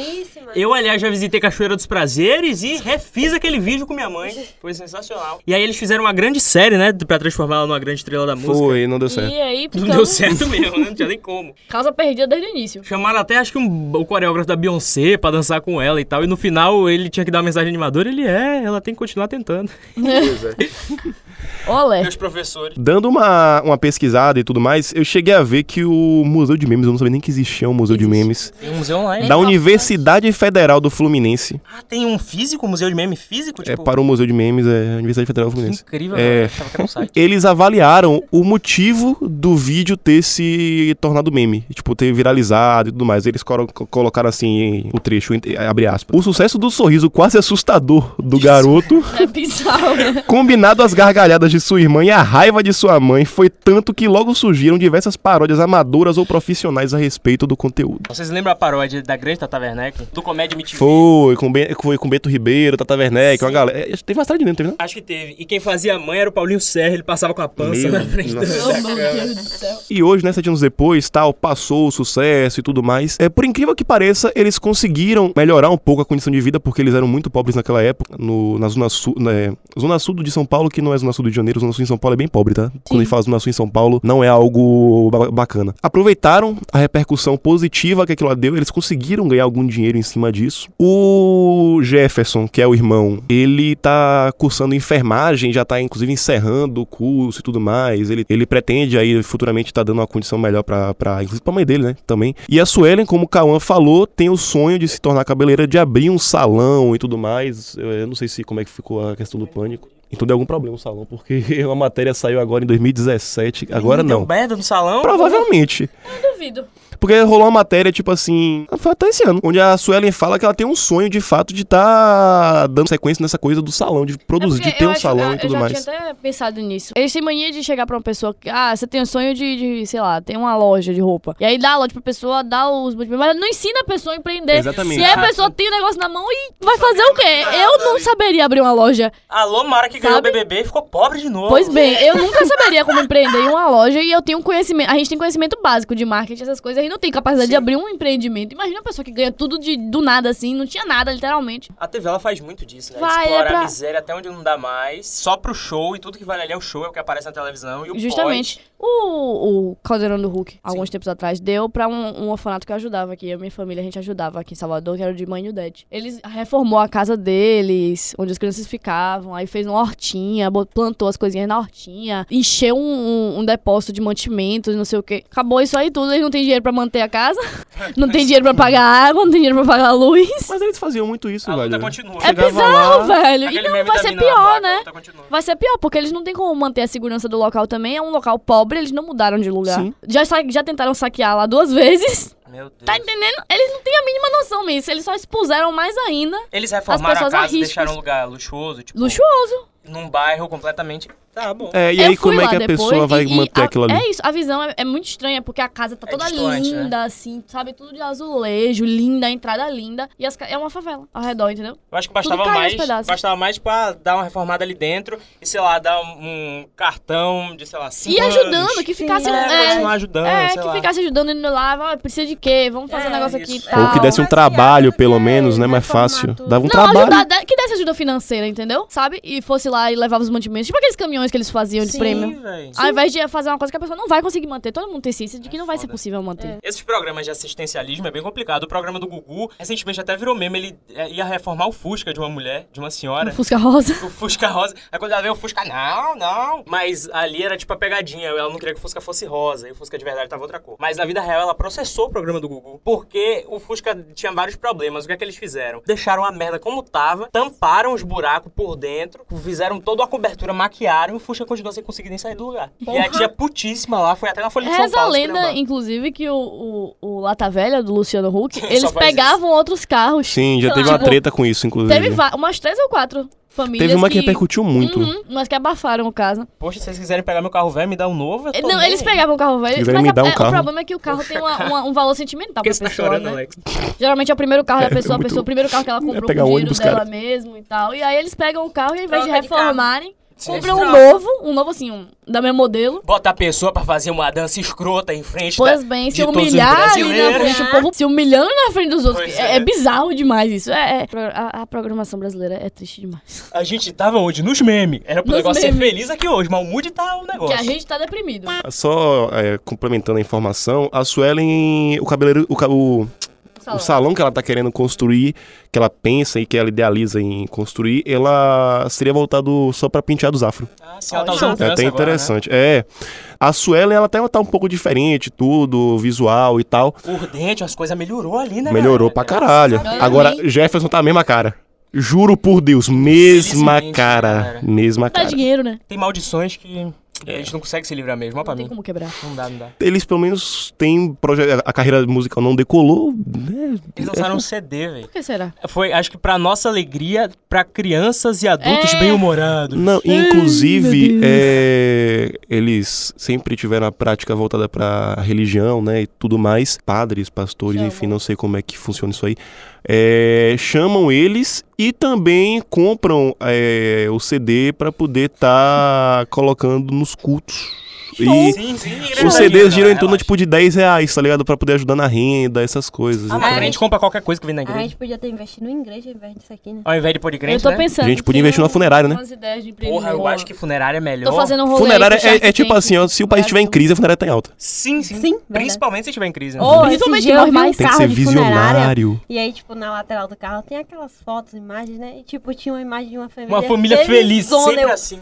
S3: Eu, aliás, já visitei Cachoeira dos Prazeres e refiz aquele vídeo com minha mãe. Foi sensacional. E aí eles fizeram uma grande série, né? Pra transformar ela numa grande estrela da música.
S2: Foi, não deu certo.
S1: E é aí,
S3: Não
S1: ficamos-
S3: deu certo mesmo, né? Não tinha nem como.
S1: Casa perdida desde o início.
S3: Chamaram até, acho que um- o coreógrafo da Beyoncé pra dançar com ela e tal. E no final ele tinha que dar uma mensagem animadora. Ele é, ela tem que continuar tentando.
S1: Olé.
S2: É.
S3: Meus professores.
S2: Dando uma, uma pesquisada e tudo mais, eu cheguei a ver que o Museu de Memes, eu não sabia nem que existia um Museu de Memes,
S3: Tem um museu online.
S2: da Universidade Federal do Fluminense.
S3: Ah, tem um físico, um museu de meme físico?
S2: É
S3: Tipo,
S2: para o Museu de Memes, é a Universidade Federal do Fluminense.
S3: incrível.
S2: É.
S3: Eu achava que era um site.
S2: Eles avaliaram o motivo do vídeo ter se tornado meme, tipo, ter viralizado e tudo mais. Eles colo- colocaram assim o trecho, entre- abre aspas. O sucesso do sorriso quase assustador do garoto
S1: É bizarro. né?
S2: Combinado às gargalhadas de sua irmã e à raiva de sua mãe, foi tanto que logo surgiram diversas paródias amadoras ou profissionais a respeito do conteúdo.
S3: Vocês lembram a paródia da grande Tata Werneck? Do Comédia MTV?
S2: Foi com, Ben- foi com Bento Ribeiro, Tata Werneck, uma galera. é, Teve uma série de não teve, não?
S3: Acho que teve. E quem fazia a mãe era o Paulinho Serra, ele passava com a pança
S2: Meu
S3: na frente da-
S2: Deus.
S1: Oh,
S3: da
S1: meu Deus do céu.
S2: E hoje, né, sete anos depois, tal, passou o sucesso e tudo mais. É, por incrível que pareça, eles conseguiram melhorar um pouco a condição de vida, porque eles eram muito pobres naquela época, no, na Zona Sul, né, Zona Sul de São Paulo, que não é Zona Sul do Rio de Janeiro, Zona Sul em São Paulo é bem pobre, tá? Quando a gente fala Zona Sul em São Paulo, não é algo ba- bacana. Aproveitaram a repercussão positiva que aquilo lá deu, eles conseguiram ganhar algum dinheiro em cima cima disso. O Jefferson, que é o irmão, ele tá cursando enfermagem, já tá inclusive encerrando o curso e tudo mais. Ele, ele pretende aí futuramente tá dando uma condição melhor pra, pra, inclusive pra mãe dele, né? Também. E a Suelen, como o Cauã falou, tem o sonho de se tornar cabeleireira, de abrir um salão e tudo mais. Eu, eu não sei se como é que ficou a questão do pânico. Então deu algum problema no salão, porque *laughs* uma matéria saiu agora em 2017. Agora
S3: Deu
S2: não.
S3: merda no salão?
S2: Provavelmente.
S1: Duvido.
S2: Porque rolou uma matéria, tipo assim, foi até esse ano, onde a Suelen fala que ela tem um sonho de fato de estar dando sequência nessa coisa do salão, de produzir,
S1: É porque
S2: de ter
S1: eu
S2: um
S1: acho-
S2: salão
S1: ah,
S2: e tudo
S1: Eu
S2: mais.
S1: já tinha até pensado nisso. Eles têm mania de chegar pra uma pessoa que, ah, você tem um sonho de, de, sei lá, tem uma loja de roupa. E aí dá tipo, a loja pra pessoa, dá os motivos, mas não ensina a pessoa a empreender.
S2: Exatamente.
S1: E aí a pessoa tem o negócio na mão e vai fazer o quê? Eu não saberia abrir uma loja.
S3: Alô, Mara que ganhou o
S1: Sabe?
S3: BBB e ficou pobre de novo.
S1: Pois bem, eu nunca saberia como empreender em uma loja e eu tenho um conhecimento. A gente tem conhecimento básico de marketing, essas coisas, a gente não tem capacidade de abrir um empreendimento. Imagina uma pessoa que ganha tudo de, do nada, assim, não tinha nada, literalmente.
S3: A TV ela faz muito disso, né?
S1: Vai,
S3: Explora
S1: é pra-
S3: a miséria até onde não dá mais, só pro show e tudo que vale ali é o show, é o que aparece na televisão e o
S1: Justamente. O, o Caldeirão do Hulk, alguns tempos atrás, deu pra um, um orfanato que eu ajudava aqui. Eu e minha família, a gente ajudava aqui em Salvador, que era o de Mãe Nudete. Eles reformou a casa deles, onde as crianças ficavam. Aí fez uma hortinha, bot- plantou as coisinhas na hortinha, encheu um, um- um depósito de mantimentos, não sei o quê. Acabou isso aí tudo, eles não têm dinheiro pra manter a
S3: *laughs*
S1: casa, não tem dinheiro pra pagar água, não tem dinheiro pra pagar luz.
S2: Mas eles faziam muito isso, né?
S3: pós. A
S2: velho.
S3: luta continua.
S1: É
S2: Chegava
S1: bizarro,
S2: lá-
S1: velho. E
S3: Ah, Aquele
S1: não
S3: meme
S1: vai
S3: da
S1: ser
S3: mina na
S1: pior,
S3: placa,
S1: né?
S3: A luta continua.
S1: Vai ser pior, porque eles não têm como manter a segurança do local também. É um local pobre, eles não mudaram de lugar.
S2: Sim.
S1: Já, sa- já tentaram saquear lá duas *laughs* vezes.
S3: Meu Deus.
S1: Tá entendendo? Eles não têm a mínima noção mesmo. Eles só expuseram mais ainda.
S3: Eles reformaram a
S1: pessoas
S3: casa e
S1: arriscam.
S3: deixaram um lugar luxuoso, tipo,
S1: Luxuoso.
S3: num bairro completamente... Tá bom.
S2: É, e
S1: Eu
S2: aí
S1: fui
S2: como é
S1: lá
S2: que a
S1: depois
S2: pessoa vai
S1: e- e
S2: manter
S1: a-
S2: aquilo ali?
S1: É isso, a visão é, é muito estranha, porque a casa tá
S3: É
S1: toda
S3: distante, né?
S1: linda, assim, sabe? Tudo de azulejo, linda, a entrada linda. E as ca- é uma favela ao redor, entendeu?
S3: Eu acho que bastava
S1: caiu aos
S3: mais,
S1: pedaços.
S3: bastava mais pra dar uma reformada ali dentro e, sei lá, dar um, um cartão de, sei lá, cinco
S1: E
S3: anos.
S1: ajudando, que ficasse.
S3: É,
S1: É,
S3: continuar ajudando,
S1: é,
S3: sei
S1: que
S3: lá.
S1: ficasse ajudando indo lá, vai, precisa de quê? Vamos fazer
S3: É,
S1: um negócio aqui e
S3: isso.
S1: tal. é,
S2: Ou que desse um
S6: Mas
S2: trabalho,
S6: viado,
S2: pelo
S6: né?
S2: menos, né? Mais
S6: Reformar
S2: fácil.
S6: tudo.
S2: Dava um
S1: Não,
S2: trabalho.
S1: ajudar, dá- que desse ajuda financeira, entendeu? Sabe? E fosse lá e levava os mantimentos, tipo aqueles caminhões que eles faziam de
S3: Sim,
S1: prêmio.
S3: véi.
S1: Ao invés de fazer uma coisa que a pessoa não vai conseguir manter, todo mundo tem ciência de que não vai ser
S3: foda.
S1: possível manter.
S3: Esses programas de assistencialismo é bem complicado. O programa do Gugu, recentemente até virou meme, ele é, ia reformar o Fusca de uma mulher, de uma
S1: Um
S2: É.
S3: senhora.
S1: Fusca rosa.
S3: O Fusca rosa. Aí quando ela veio o Fusca, não, não. Mas ali era tipo a pegadinha. Ela não queria que o Fusca fosse rosa. E o Fusca de verdade tava outra cor. Mas na vida real ela processou o programa do Gugu. Porque o Fusca tinha vários problemas. O que é que eles fizeram? Deixaram a merda como tava, tamparam os buracos por dentro, fizeram toda a cobertura, maquiaram e o Fusca continuou sem conseguir nem sair do lugar. E a tia putíssima lá foi até na Folha de São
S1: Reza a
S3: Paulo.
S1: lenda,
S3: esculhambar.
S1: inclusive, que o, o, o Lata Velha do Luciano
S2: *laughs*
S1: Huck, eles
S3: Só faz
S1: pegavam outros carros.
S2: Sim, já
S1: Sei
S2: teve
S1: lá,
S2: uma
S1: tipo,
S2: treta com isso, inclusive.
S1: Teve va- umas três ou quatro famílias.
S2: Teve uma que repercutiu muito.
S1: Uhum, mas que abafaram o caso.
S3: Poxa, se vocês quiserem pegar meu carro velho, me dá um novo. eu tô
S1: Não,
S3: nem
S1: eles
S3: aí.
S1: pegavam o carro velho,
S2: quiserem
S1: mas
S2: me
S1: a-
S2: dar um
S1: é, o
S2: carro.
S1: problema é que o carro tem uma- uma- um valor
S2: *laughs*
S1: sentimental
S3: Por que
S1: pra
S3: você tá
S1: pessoa,
S3: chorando,
S1: né?
S3: Alex?
S1: Geralmente é o primeiro carro da
S2: É,
S1: pessoa,
S2: é
S1: a pessoa,
S2: muito-
S1: o primeiro carro que ela comprou
S2: pegar
S1: com o dinheiro
S2: ônibus,
S1: dela
S2: cara.
S1: mesmo e tal. E aí eles pegam o carro e ao invés
S3: Troca
S1: de
S3: de carro.
S1: reformarem,
S3: Sim.
S1: compram um novo, um novo assim, um da mesma modelo.
S3: Bota a pessoa pra fazer uma dança escrota em frente
S1: Pois
S3: da-
S1: bem,
S3: de
S1: se
S3: todos os
S1: humilhar ali na
S3: brasileiros.
S1: frente, o povo se humilhando na frente dos outros.
S3: Pois
S1: É,
S3: é.
S1: é bizarro demais isso. É, é- a, a programação brasileira é triste demais.
S3: A gente tava onde? Nos memes. Era pro
S1: Nos
S3: negócio ser
S1: memes.
S3: feliz aqui hoje, mas o mood tá um
S1: Porque
S3: negócio.
S1: a gente tá deprimido.
S2: Só é, complementando a informação, a Suelen, o cabeleiro, o, ca- o,
S3: Então.
S2: o salão que ela tá querendo construir, que ela pensa e que ela idealiza em construir, ela seria voltado só pra penteados afro.
S3: Ah, sim, ela tá
S1: Olha.
S3: usando
S2: É
S3: trança
S2: até
S3: agora,
S2: interessante. É. A Suelen, ela até tá um pouco diferente, tudo, visual e tal.
S3: né? Por dentro, as coisas melhorou ali, né?
S2: Melhorou
S3: galera?
S2: pra caralho.
S1: Amém.
S2: Agora, Jefferson tá a mesma cara. Juro por Deus, mesma
S3: Felizmente, né,
S2: cara.
S3: cara.
S2: Mesma
S1: Dá
S2: cara.
S1: dinheiro, né?
S3: Tem maldições que a gente não consegue se livrar mesmo, ó pra
S1: Não tem
S3: mim.
S1: como quebrar.
S3: Não dá, não dá.
S2: Eles, pelo menos, têm proje- a- A carreira musical não decolou, né?
S3: Eles lançaram um CD, velho.
S1: Por que será?
S3: Foi, acho que pra nossa alegria, pra crianças e adultos
S1: É.
S3: bem-humorados.
S2: Não, e,
S1: Ai,
S2: inclusive,
S1: meu Deus.
S2: é, eles sempre tiveram a prática voltada pra religião, né, e tudo mais. Padres, pastores,
S1: Chamam.
S2: enfim, não sei como é que funciona isso aí. É, chamam eles e também compram é, o CD pra poder estar colocando tá nos cultos. E
S3: Sim, sim,
S2: os CDs giram em torno tipo de 10 reais, tá ligado? Pra poder ajudar na renda, essas coisas.
S3: Ah,
S2: então.
S3: mas
S1: é.
S3: a gente compra qualquer coisa que vem na
S6: A
S3: igreja.
S6: gente podia ter investido em igreja ao invés disso aqui, né?
S3: Ao invés de pôr de
S1: Eu
S3: crente,
S1: tô
S3: né?
S1: pensando.
S2: A gente podia
S1: tem
S2: investir numa funerária, né?
S1: Umas ideias de empreender.
S3: Porra, eu
S1: Boa.
S3: acho que funerária é melhor.
S1: Tô fazendo um rolê.
S2: Funerária
S1: pro Shark
S2: é, é tipo
S1: Tank.
S2: assim, ó, se o país estiver em crise, a funerária tá em alta.
S3: Sim, sim.
S6: Sim, verdade.
S3: Principalmente se estiver em crise. né?
S6: Ô, esse
S1: Principalmente
S6: dia eu vi
S1: nós,
S6: um
S2: Tem que
S6: carro
S2: ser
S6: de funerária.
S2: visionário.
S6: E aí, tipo, na lateral do carro tem aquelas fotos, imagens, né? E, tipo, tinha uma imagem de uma família
S1: é
S3: Uma família feliz,
S6: felizona,
S3: sempre
S6: eu-
S3: assim.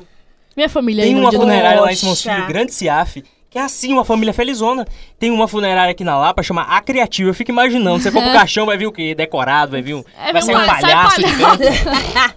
S1: Minha família
S3: Tem
S1: indo
S3: uma
S1: é de-
S3: funerária lá em São
S6: Poxa.
S3: Filho, Grande Ciaf, que é assim, uma família felizona. Tem uma funerária aqui na Lapa, chama A Criativa. Eu fico imaginando,
S1: *laughs*
S3: você compra o caixão, vai vir o quê? Decorado, vai vir um...
S1: É,
S3: vai ser um
S1: vai, sai
S3: palhaço gigante.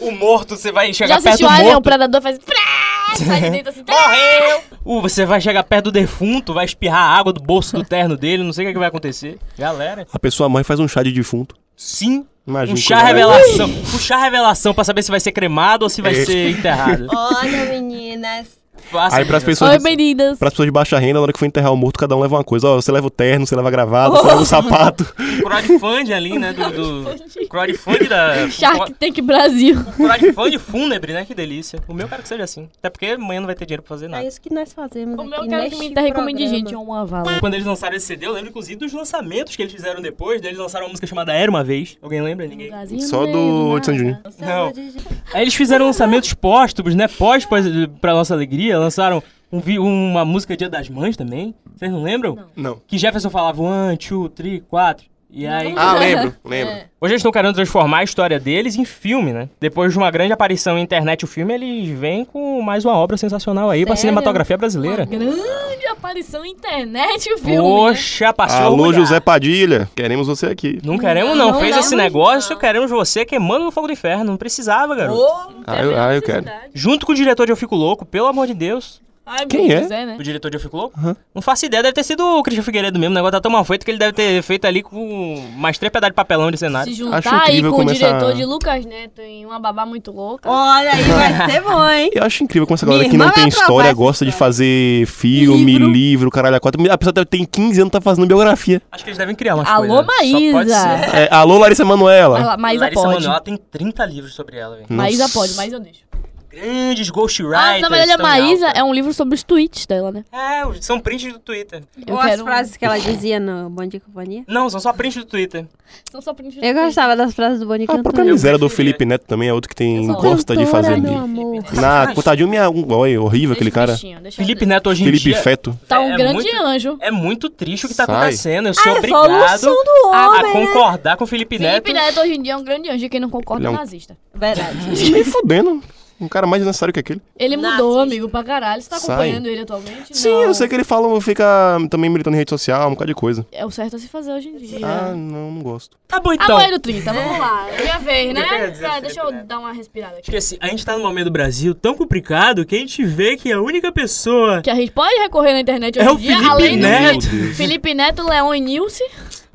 S3: o morto, você vai
S1: Já
S3: chegar perto
S1: assistiu
S3: do
S1: Alien? O
S3: morto.
S1: predador faz... Prá, Sai de
S3: *laughs*
S1: dentro assim...
S3: Morreu! Uh, você vai chegar perto do defunto, vai espirrar a água do bolso do terno dele, não sei o que, é que vai acontecer. Galera.
S2: A pessoa morre e faz um chá de defunto.
S3: Sim.
S2: Imagina.
S3: Um
S2: que
S3: chá
S2: legal.
S3: revelação. Um chá revelação pra saber se vai ser cremado ou se vai ser enterrado.
S6: *laughs* Olha, meninas.
S3: Faça
S2: Aí pras
S3: isso.
S2: pessoas,
S1: Oi, meninas.
S2: pras pessoas de baixa renda, na hora que for enterrar o morto, cada um leva uma coisa. Ó, você leva o terno, você leva a gravata, você leva o sapato.
S3: crowdfunding ali, né? Do, do crowdfunding da.
S1: Shark Tank Brasil.
S3: o Crowdfunding fúnebre, né? Que delícia. O meu quero que seja assim. Até porque amanhã não vai ter dinheiro pra fazer
S6: É
S3: nada.
S6: isso que nós fazemos
S1: O meu
S6: aqui
S1: cara que
S6: neste
S1: me enterre como
S6: programa.
S1: indigente é uma vala.
S3: Quando eles lançaram esse CD, eu lembro inclusive dos lançamentos que eles fizeram depois. né, Eles lançaram uma música chamada Era uma Vez. Alguém lembra? Ninguém.
S1: Brasil
S2: Só
S1: no
S2: do
S1: meio nada.
S2: Edson Júnior.
S6: Você é uma
S3: Não.
S6: indigente.
S3: Aí eles fizeram lançamentos póstumos, né? Pós, pós pra nossa alegria. Lançaram um vi- uma música Dia das Mães também. Vocês não lembram?
S2: *laughs* Não.
S3: Que Jefferson falava one, two, three, quatro. E aí.
S2: Ah, lembro, lembro.
S3: Hoje eles estão querendo transformar a história deles em filme, né? Depois de uma grande aparição em internet, o filme, eles vêm com mais uma obra sensacional aí pra
S6: Sério?
S3: cinematografia brasileira.
S1: É. Grande aparição internet, o filme.
S3: Poxa, passou.
S2: Alô,
S3: olhar.
S2: José Padilha, queremos você aqui.
S3: Não queremos, não.
S6: Não,
S3: Fez
S6: não,
S3: esse
S6: não.
S3: negócio, queremos você queimando no fogo do inferno. Não precisava,
S1: Né?
S3: garoto.
S1: Oh, não tem
S2: Ah, eu-
S1: a menor
S2: ah, eu quero.
S1: necessidade.
S3: Junto com o diretor de Eu Fico Louco, pelo amor de Deus.
S1: Ai,
S2: Quem
S1: meu
S2: é?
S1: Deus, né?
S3: O diretor de Eu Fico Louco?
S2: Aham.
S3: Não faço ideia, deve ter sido o Cristian Figueiredo mesmo. O negócio tá tão mal feito que ele deve ter feito ali com mais três pedaços de papelão de cenário.
S1: Se juntar aí
S2: incrível
S1: com o
S2: começar-
S1: diretor de Lucas Neto em Uma Babá Muito Louca.
S4: Olha aí, vai *laughs* ser bom, hein?
S2: Eu acho incrível como essa
S4: Minha
S2: galera que
S4: irmã
S2: não tem
S4: vai aprovar
S2: história
S4: essa
S2: gosta de fazer filme, livro,
S1: Livro.
S2: caralho, a quatro. A pessoa até tem 15 anos tá fazendo biografia.
S3: Acho que eles devem criar umas
S1: Alô,
S3: coisas. né? Só pode
S1: Maísa.
S3: ser.
S2: É, alô, Larissa
S1: Mas
S2: Manoela.
S1: ela- Maísa
S3: Larissa
S1: pode.
S3: Manoela tem 30 livros sobre ela, velho.
S1: Maísa
S2: Nossa.
S1: pode, Maísa eu deixo.
S3: Grandes ghostwriters.
S1: Ah, na verdade, a
S3: estão em
S1: Maísa
S3: alta.
S1: é um livro sobre os tweets dela, né?
S3: É, os- são prints do Twitter.
S1: Eu
S4: Ou as
S1: quero-
S4: frases que ela dizia no Bom Dia e Companhia.
S3: Não, são só prints do Twitter.
S1: São só prints de
S4: Eu
S1: tweet.
S4: gostava das frases do Bom Dia e
S2: A própria
S4: Companhia.
S2: miséria do
S3: preferia.
S2: Felipe Neto também é outro que tem
S1: Eu sou
S2: gosta de
S4: cantora,
S2: fazer
S4: meu
S2: livro.
S4: amor.
S2: Na, coitadinho, minha. Um, olha, horrível
S1: Deixa
S2: aquele
S1: o
S2: cara.
S1: bichinho, deixa eu
S3: Felipe
S1: ver.
S3: Neto hoje em
S2: Felipe
S3: dia...
S2: Feto.
S1: Tá um
S3: é
S1: grande
S3: muito-
S1: anjo.
S3: É muito triste o que tá
S2: Sai.
S3: acontecendo. Eu sou
S4: A
S3: obrigado
S4: evolução do
S3: a, a
S4: homem, né?
S3: concordar com o Felipe,
S1: Felipe Neto hoje em dia é um grande anjo e quem não concorda
S2: Ele é
S1: é
S2: um-
S1: nazista.
S4: Verdade.
S2: Me *laughs* fudendo. Um cara mais necessário que aquele.
S1: Ele mudou, amigo, pra caralho. Você tá
S2: Sai.
S1: acompanhando ele atualmente?
S2: Sim,
S1: Não.
S2: eu sei que ele fala, fica também militando em rede social, um bocado de coisa.
S1: É o certo a se fazer hoje em dia.
S2: Ah, não, não gosto.
S3: Tá bom, então.
S1: Apoio do 30, vamos lá. É Minha vez, né?
S3: Eu quero dizer,
S1: Tá,
S3: Felipe
S1: deixa eu
S3: Neto.
S1: dar uma respirada aqui.
S3: Esqueci, a gente tá num momento do Brasil tão complicado que a gente vê que a única pessoa...
S1: Que a gente pode recorrer na internet hoje
S3: É
S1: em
S3: o
S1: dia,
S3: Felipe
S1: além
S3: Neto.
S1: do Felipe- Felipe Neto, Leon e Nilce.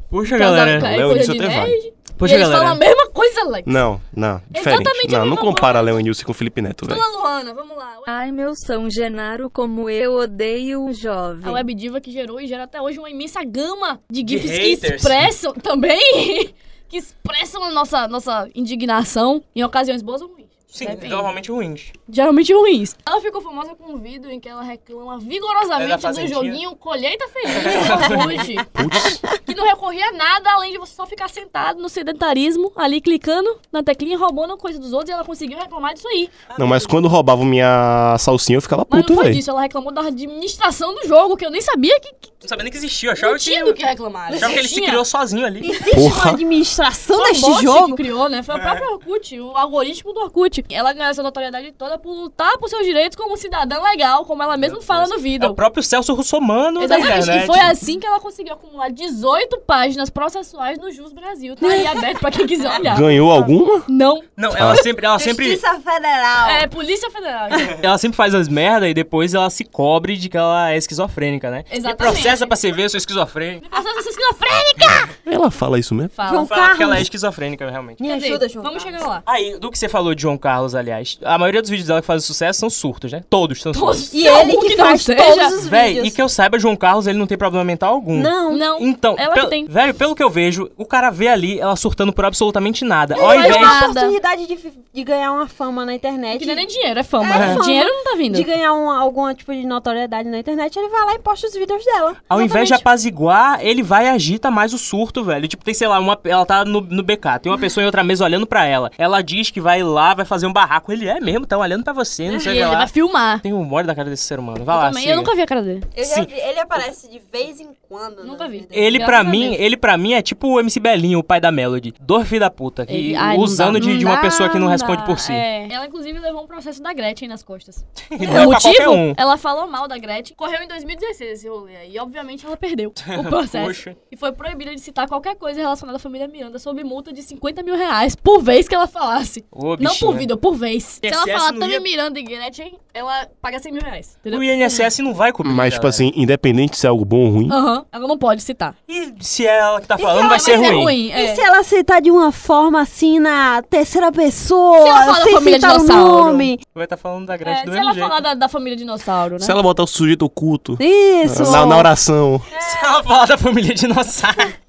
S3: Poxa,
S1: Casado
S3: galera.
S1: com- é
S2: Leon e Nilce
S1: coisa de
S2: até vai.
S1: nerd.
S3: Poxa,
S1: e eles
S3: galera.
S1: falam a mesma coisa, Alex.
S2: Não, não. Diferente.
S1: Exatamente a
S2: não, não
S1: mesma
S2: compara Léo Nilce com Felipe Neto, velho.
S1: Dona Luana, vamos lá.
S5: Ai meu São Genaro, como eu odeio o jovem.
S1: A Web Diva que gerou e gera até hoje uma imensa gama de
S3: De
S1: GIFs que
S3: haters.
S1: expressam também. *laughs* que expressam a nossa, nossa indignação em ocasiões boas ou ruins.
S3: Sim, então
S1: Depende.
S3: normalmente ruins.
S1: Geralmente ruins. Ela ficou famosa com um vídeo em que ela reclama
S3: É da
S1: vigorosamente do
S3: fazendinha.
S1: joguinho Colheita Feliz do Orkut, *laughs*
S2: Putz.
S1: que não recorria a nada além de você só ficar sentado no sedentarismo, ali clicando na teclinha e roubando coisa dos outros e ela conseguiu reclamar disso aí.
S2: Não, mas quando roubavam minha salsinha, eu ficava
S1: Mas
S2: puto,
S1: não foi
S2: velho.
S1: disso, ela reclamou da administração do jogo, que eu nem sabia que, que
S3: Não sabia nem que existia, eu achava
S1: não tinha do que
S3: que...
S1: reclamar.
S3: Achava que ele se
S1: Tinha.
S3: criou sozinho ali.
S4: Uma
S2: Porra.
S4: administração
S1: Foi o
S4: deste
S1: bot
S4: jogo.
S1: que criou, né? Foi o
S3: É.
S1: próprio Orkut, o algoritmo do Orkut. Ela ganhou essa notoriedade toda por lutar por seus direitos como cidadã legal, como ela mesma fala no
S3: É o
S1: vídeo.
S3: próprio Celso Russomano da
S1: Exatamente,
S3: internet.
S1: e foi assim que ela conseguiu acumular 18 páginas processuais no Jus Brasil. Tá aí aberto pra quem quiser
S3: *laughs*
S1: olhar.
S2: Ganhou alguma?
S1: Não.
S3: Não, ela sempre... Ela Tá sempre...
S4: Justiça Federal.
S1: É Polícia Federal. gente.
S3: Ela sempre faz as merda e depois ela se cobre de que ela é esquizofrênica, né? E
S1: Exatamente.
S3: processa pra você ver, eu sou esquizofrênica.
S1: Processo de esquizofrênica!
S2: Ela fala isso mesmo?
S1: Fala.
S3: Fala que ela é esquizofrênica, realmente.
S6: Me
S1: Quer dizer,
S6: ajuda, João
S1: Vamos
S6: Carlos.
S1: chegar lá.
S3: Aí, do que você falou de João Carlos, aliás. A maioria dos vídeos dela que fazem sucesso são surtos, né? Todos são surtos.
S4: E ele que, faz todos os
S3: Véi,
S4: vídeos.
S3: e que eu saiba, João Carlos, ele não tem problema mental algum.
S4: Não,
S1: Não.
S3: Então,
S1: Ela
S3: pel-
S1: que tem.
S3: velho, pelo que eu vejo, o cara vê ali ela surtando por absolutamente nada. Ao
S4: mas é
S3: invés
S4: uma
S1: nada.
S4: oportunidade de, de ganhar uma fama na internet.
S1: Que não é nem dinheiro, é fama.
S4: É fama.
S1: Dinheiro não tá vindo.
S4: de ganhar um, algum tipo de notoriedade na internet, ele vai lá e posta os vídeos dela.
S3: Ao invés de
S1: Exatamente.
S3: apaziguar, ele vai e agita mais o surto, velho. Tipo, tem, sei lá, uma, ela tá no, no BK, tem uma pessoa em outra mesa olhando pra ela. Ela diz que vai lá, vai fazer um barraco. Ele é mesmo, tá olhando pra você, não
S1: E
S3: sei o que
S1: ele
S3: lá.
S1: vai filmar.
S3: Tem humor da cara desse ser humano. Vai
S1: Eu
S3: lá,
S1: também,
S3: siga.
S1: eu nunca vi a cara dele.
S4: Eu
S3: já Sim.
S4: ele aparece de vez em quando.
S1: Nunca vi.
S3: Ele
S1: Graças
S3: pra
S1: a
S3: mim,
S1: Deus.
S3: ele para mim é tipo o MC Belinho, o pai da Melody. Dois filhos da puta, que
S1: Ele- ai, não
S3: usando
S1: dá.
S3: de, de uma
S7: Não
S3: pessoa que não
S7: dá,
S3: responde
S4: Ah,
S3: por si.
S1: É. Ela, inclusive, levou um processo da Gretchen nas costas.
S3: E *laughs* não é
S1: o
S3: pra qualquer
S1: motivo?
S3: um.
S1: Ela falou mal da Gretchen. Correu em 2016 esse rolê aí. E, obviamente, ela
S3: *laughs*
S1: perdeu o processo.
S3: Poxa.
S1: E foi proibida de citar qualquer coisa relacionada à família Miranda sob multa de 50 mil reais por vez que ela falasse.
S3: Ô,
S1: Não
S3: bichinha.
S1: por vídeo, por vez.
S3: TCS
S1: Se ela falar
S3: não
S1: Tami
S3: ia-
S1: Miranda e Gretchen, ela paga 100 mil reais. Entendeu?
S3: O INSS não vai cobrir.
S2: Mas, tipo
S3: galera.
S2: assim, independente se é algo bom ou ruim,
S1: Aham, ela não pode citar.
S3: E se é ela que tá falando,
S4: ela
S3: vai ser
S1: Mas
S3: ruim.
S1: é.
S7: E se ela citar de uma forma assim na terceira pessoa,
S1: Se ela fala
S7: sem
S1: família
S7: citar o
S1: dinossauro.
S7: nome?
S3: Vai estar falando da
S1: É,
S3: grande do
S1: se
S3: mesmo
S1: ela
S3: jeito.
S1: falar da, da família dinossauro, né?
S2: se ela botar o sujeito oculto
S7: Isso.
S2: na, na oração,
S3: *laughs* Se ela falar da família dinossauro.
S1: *laughs*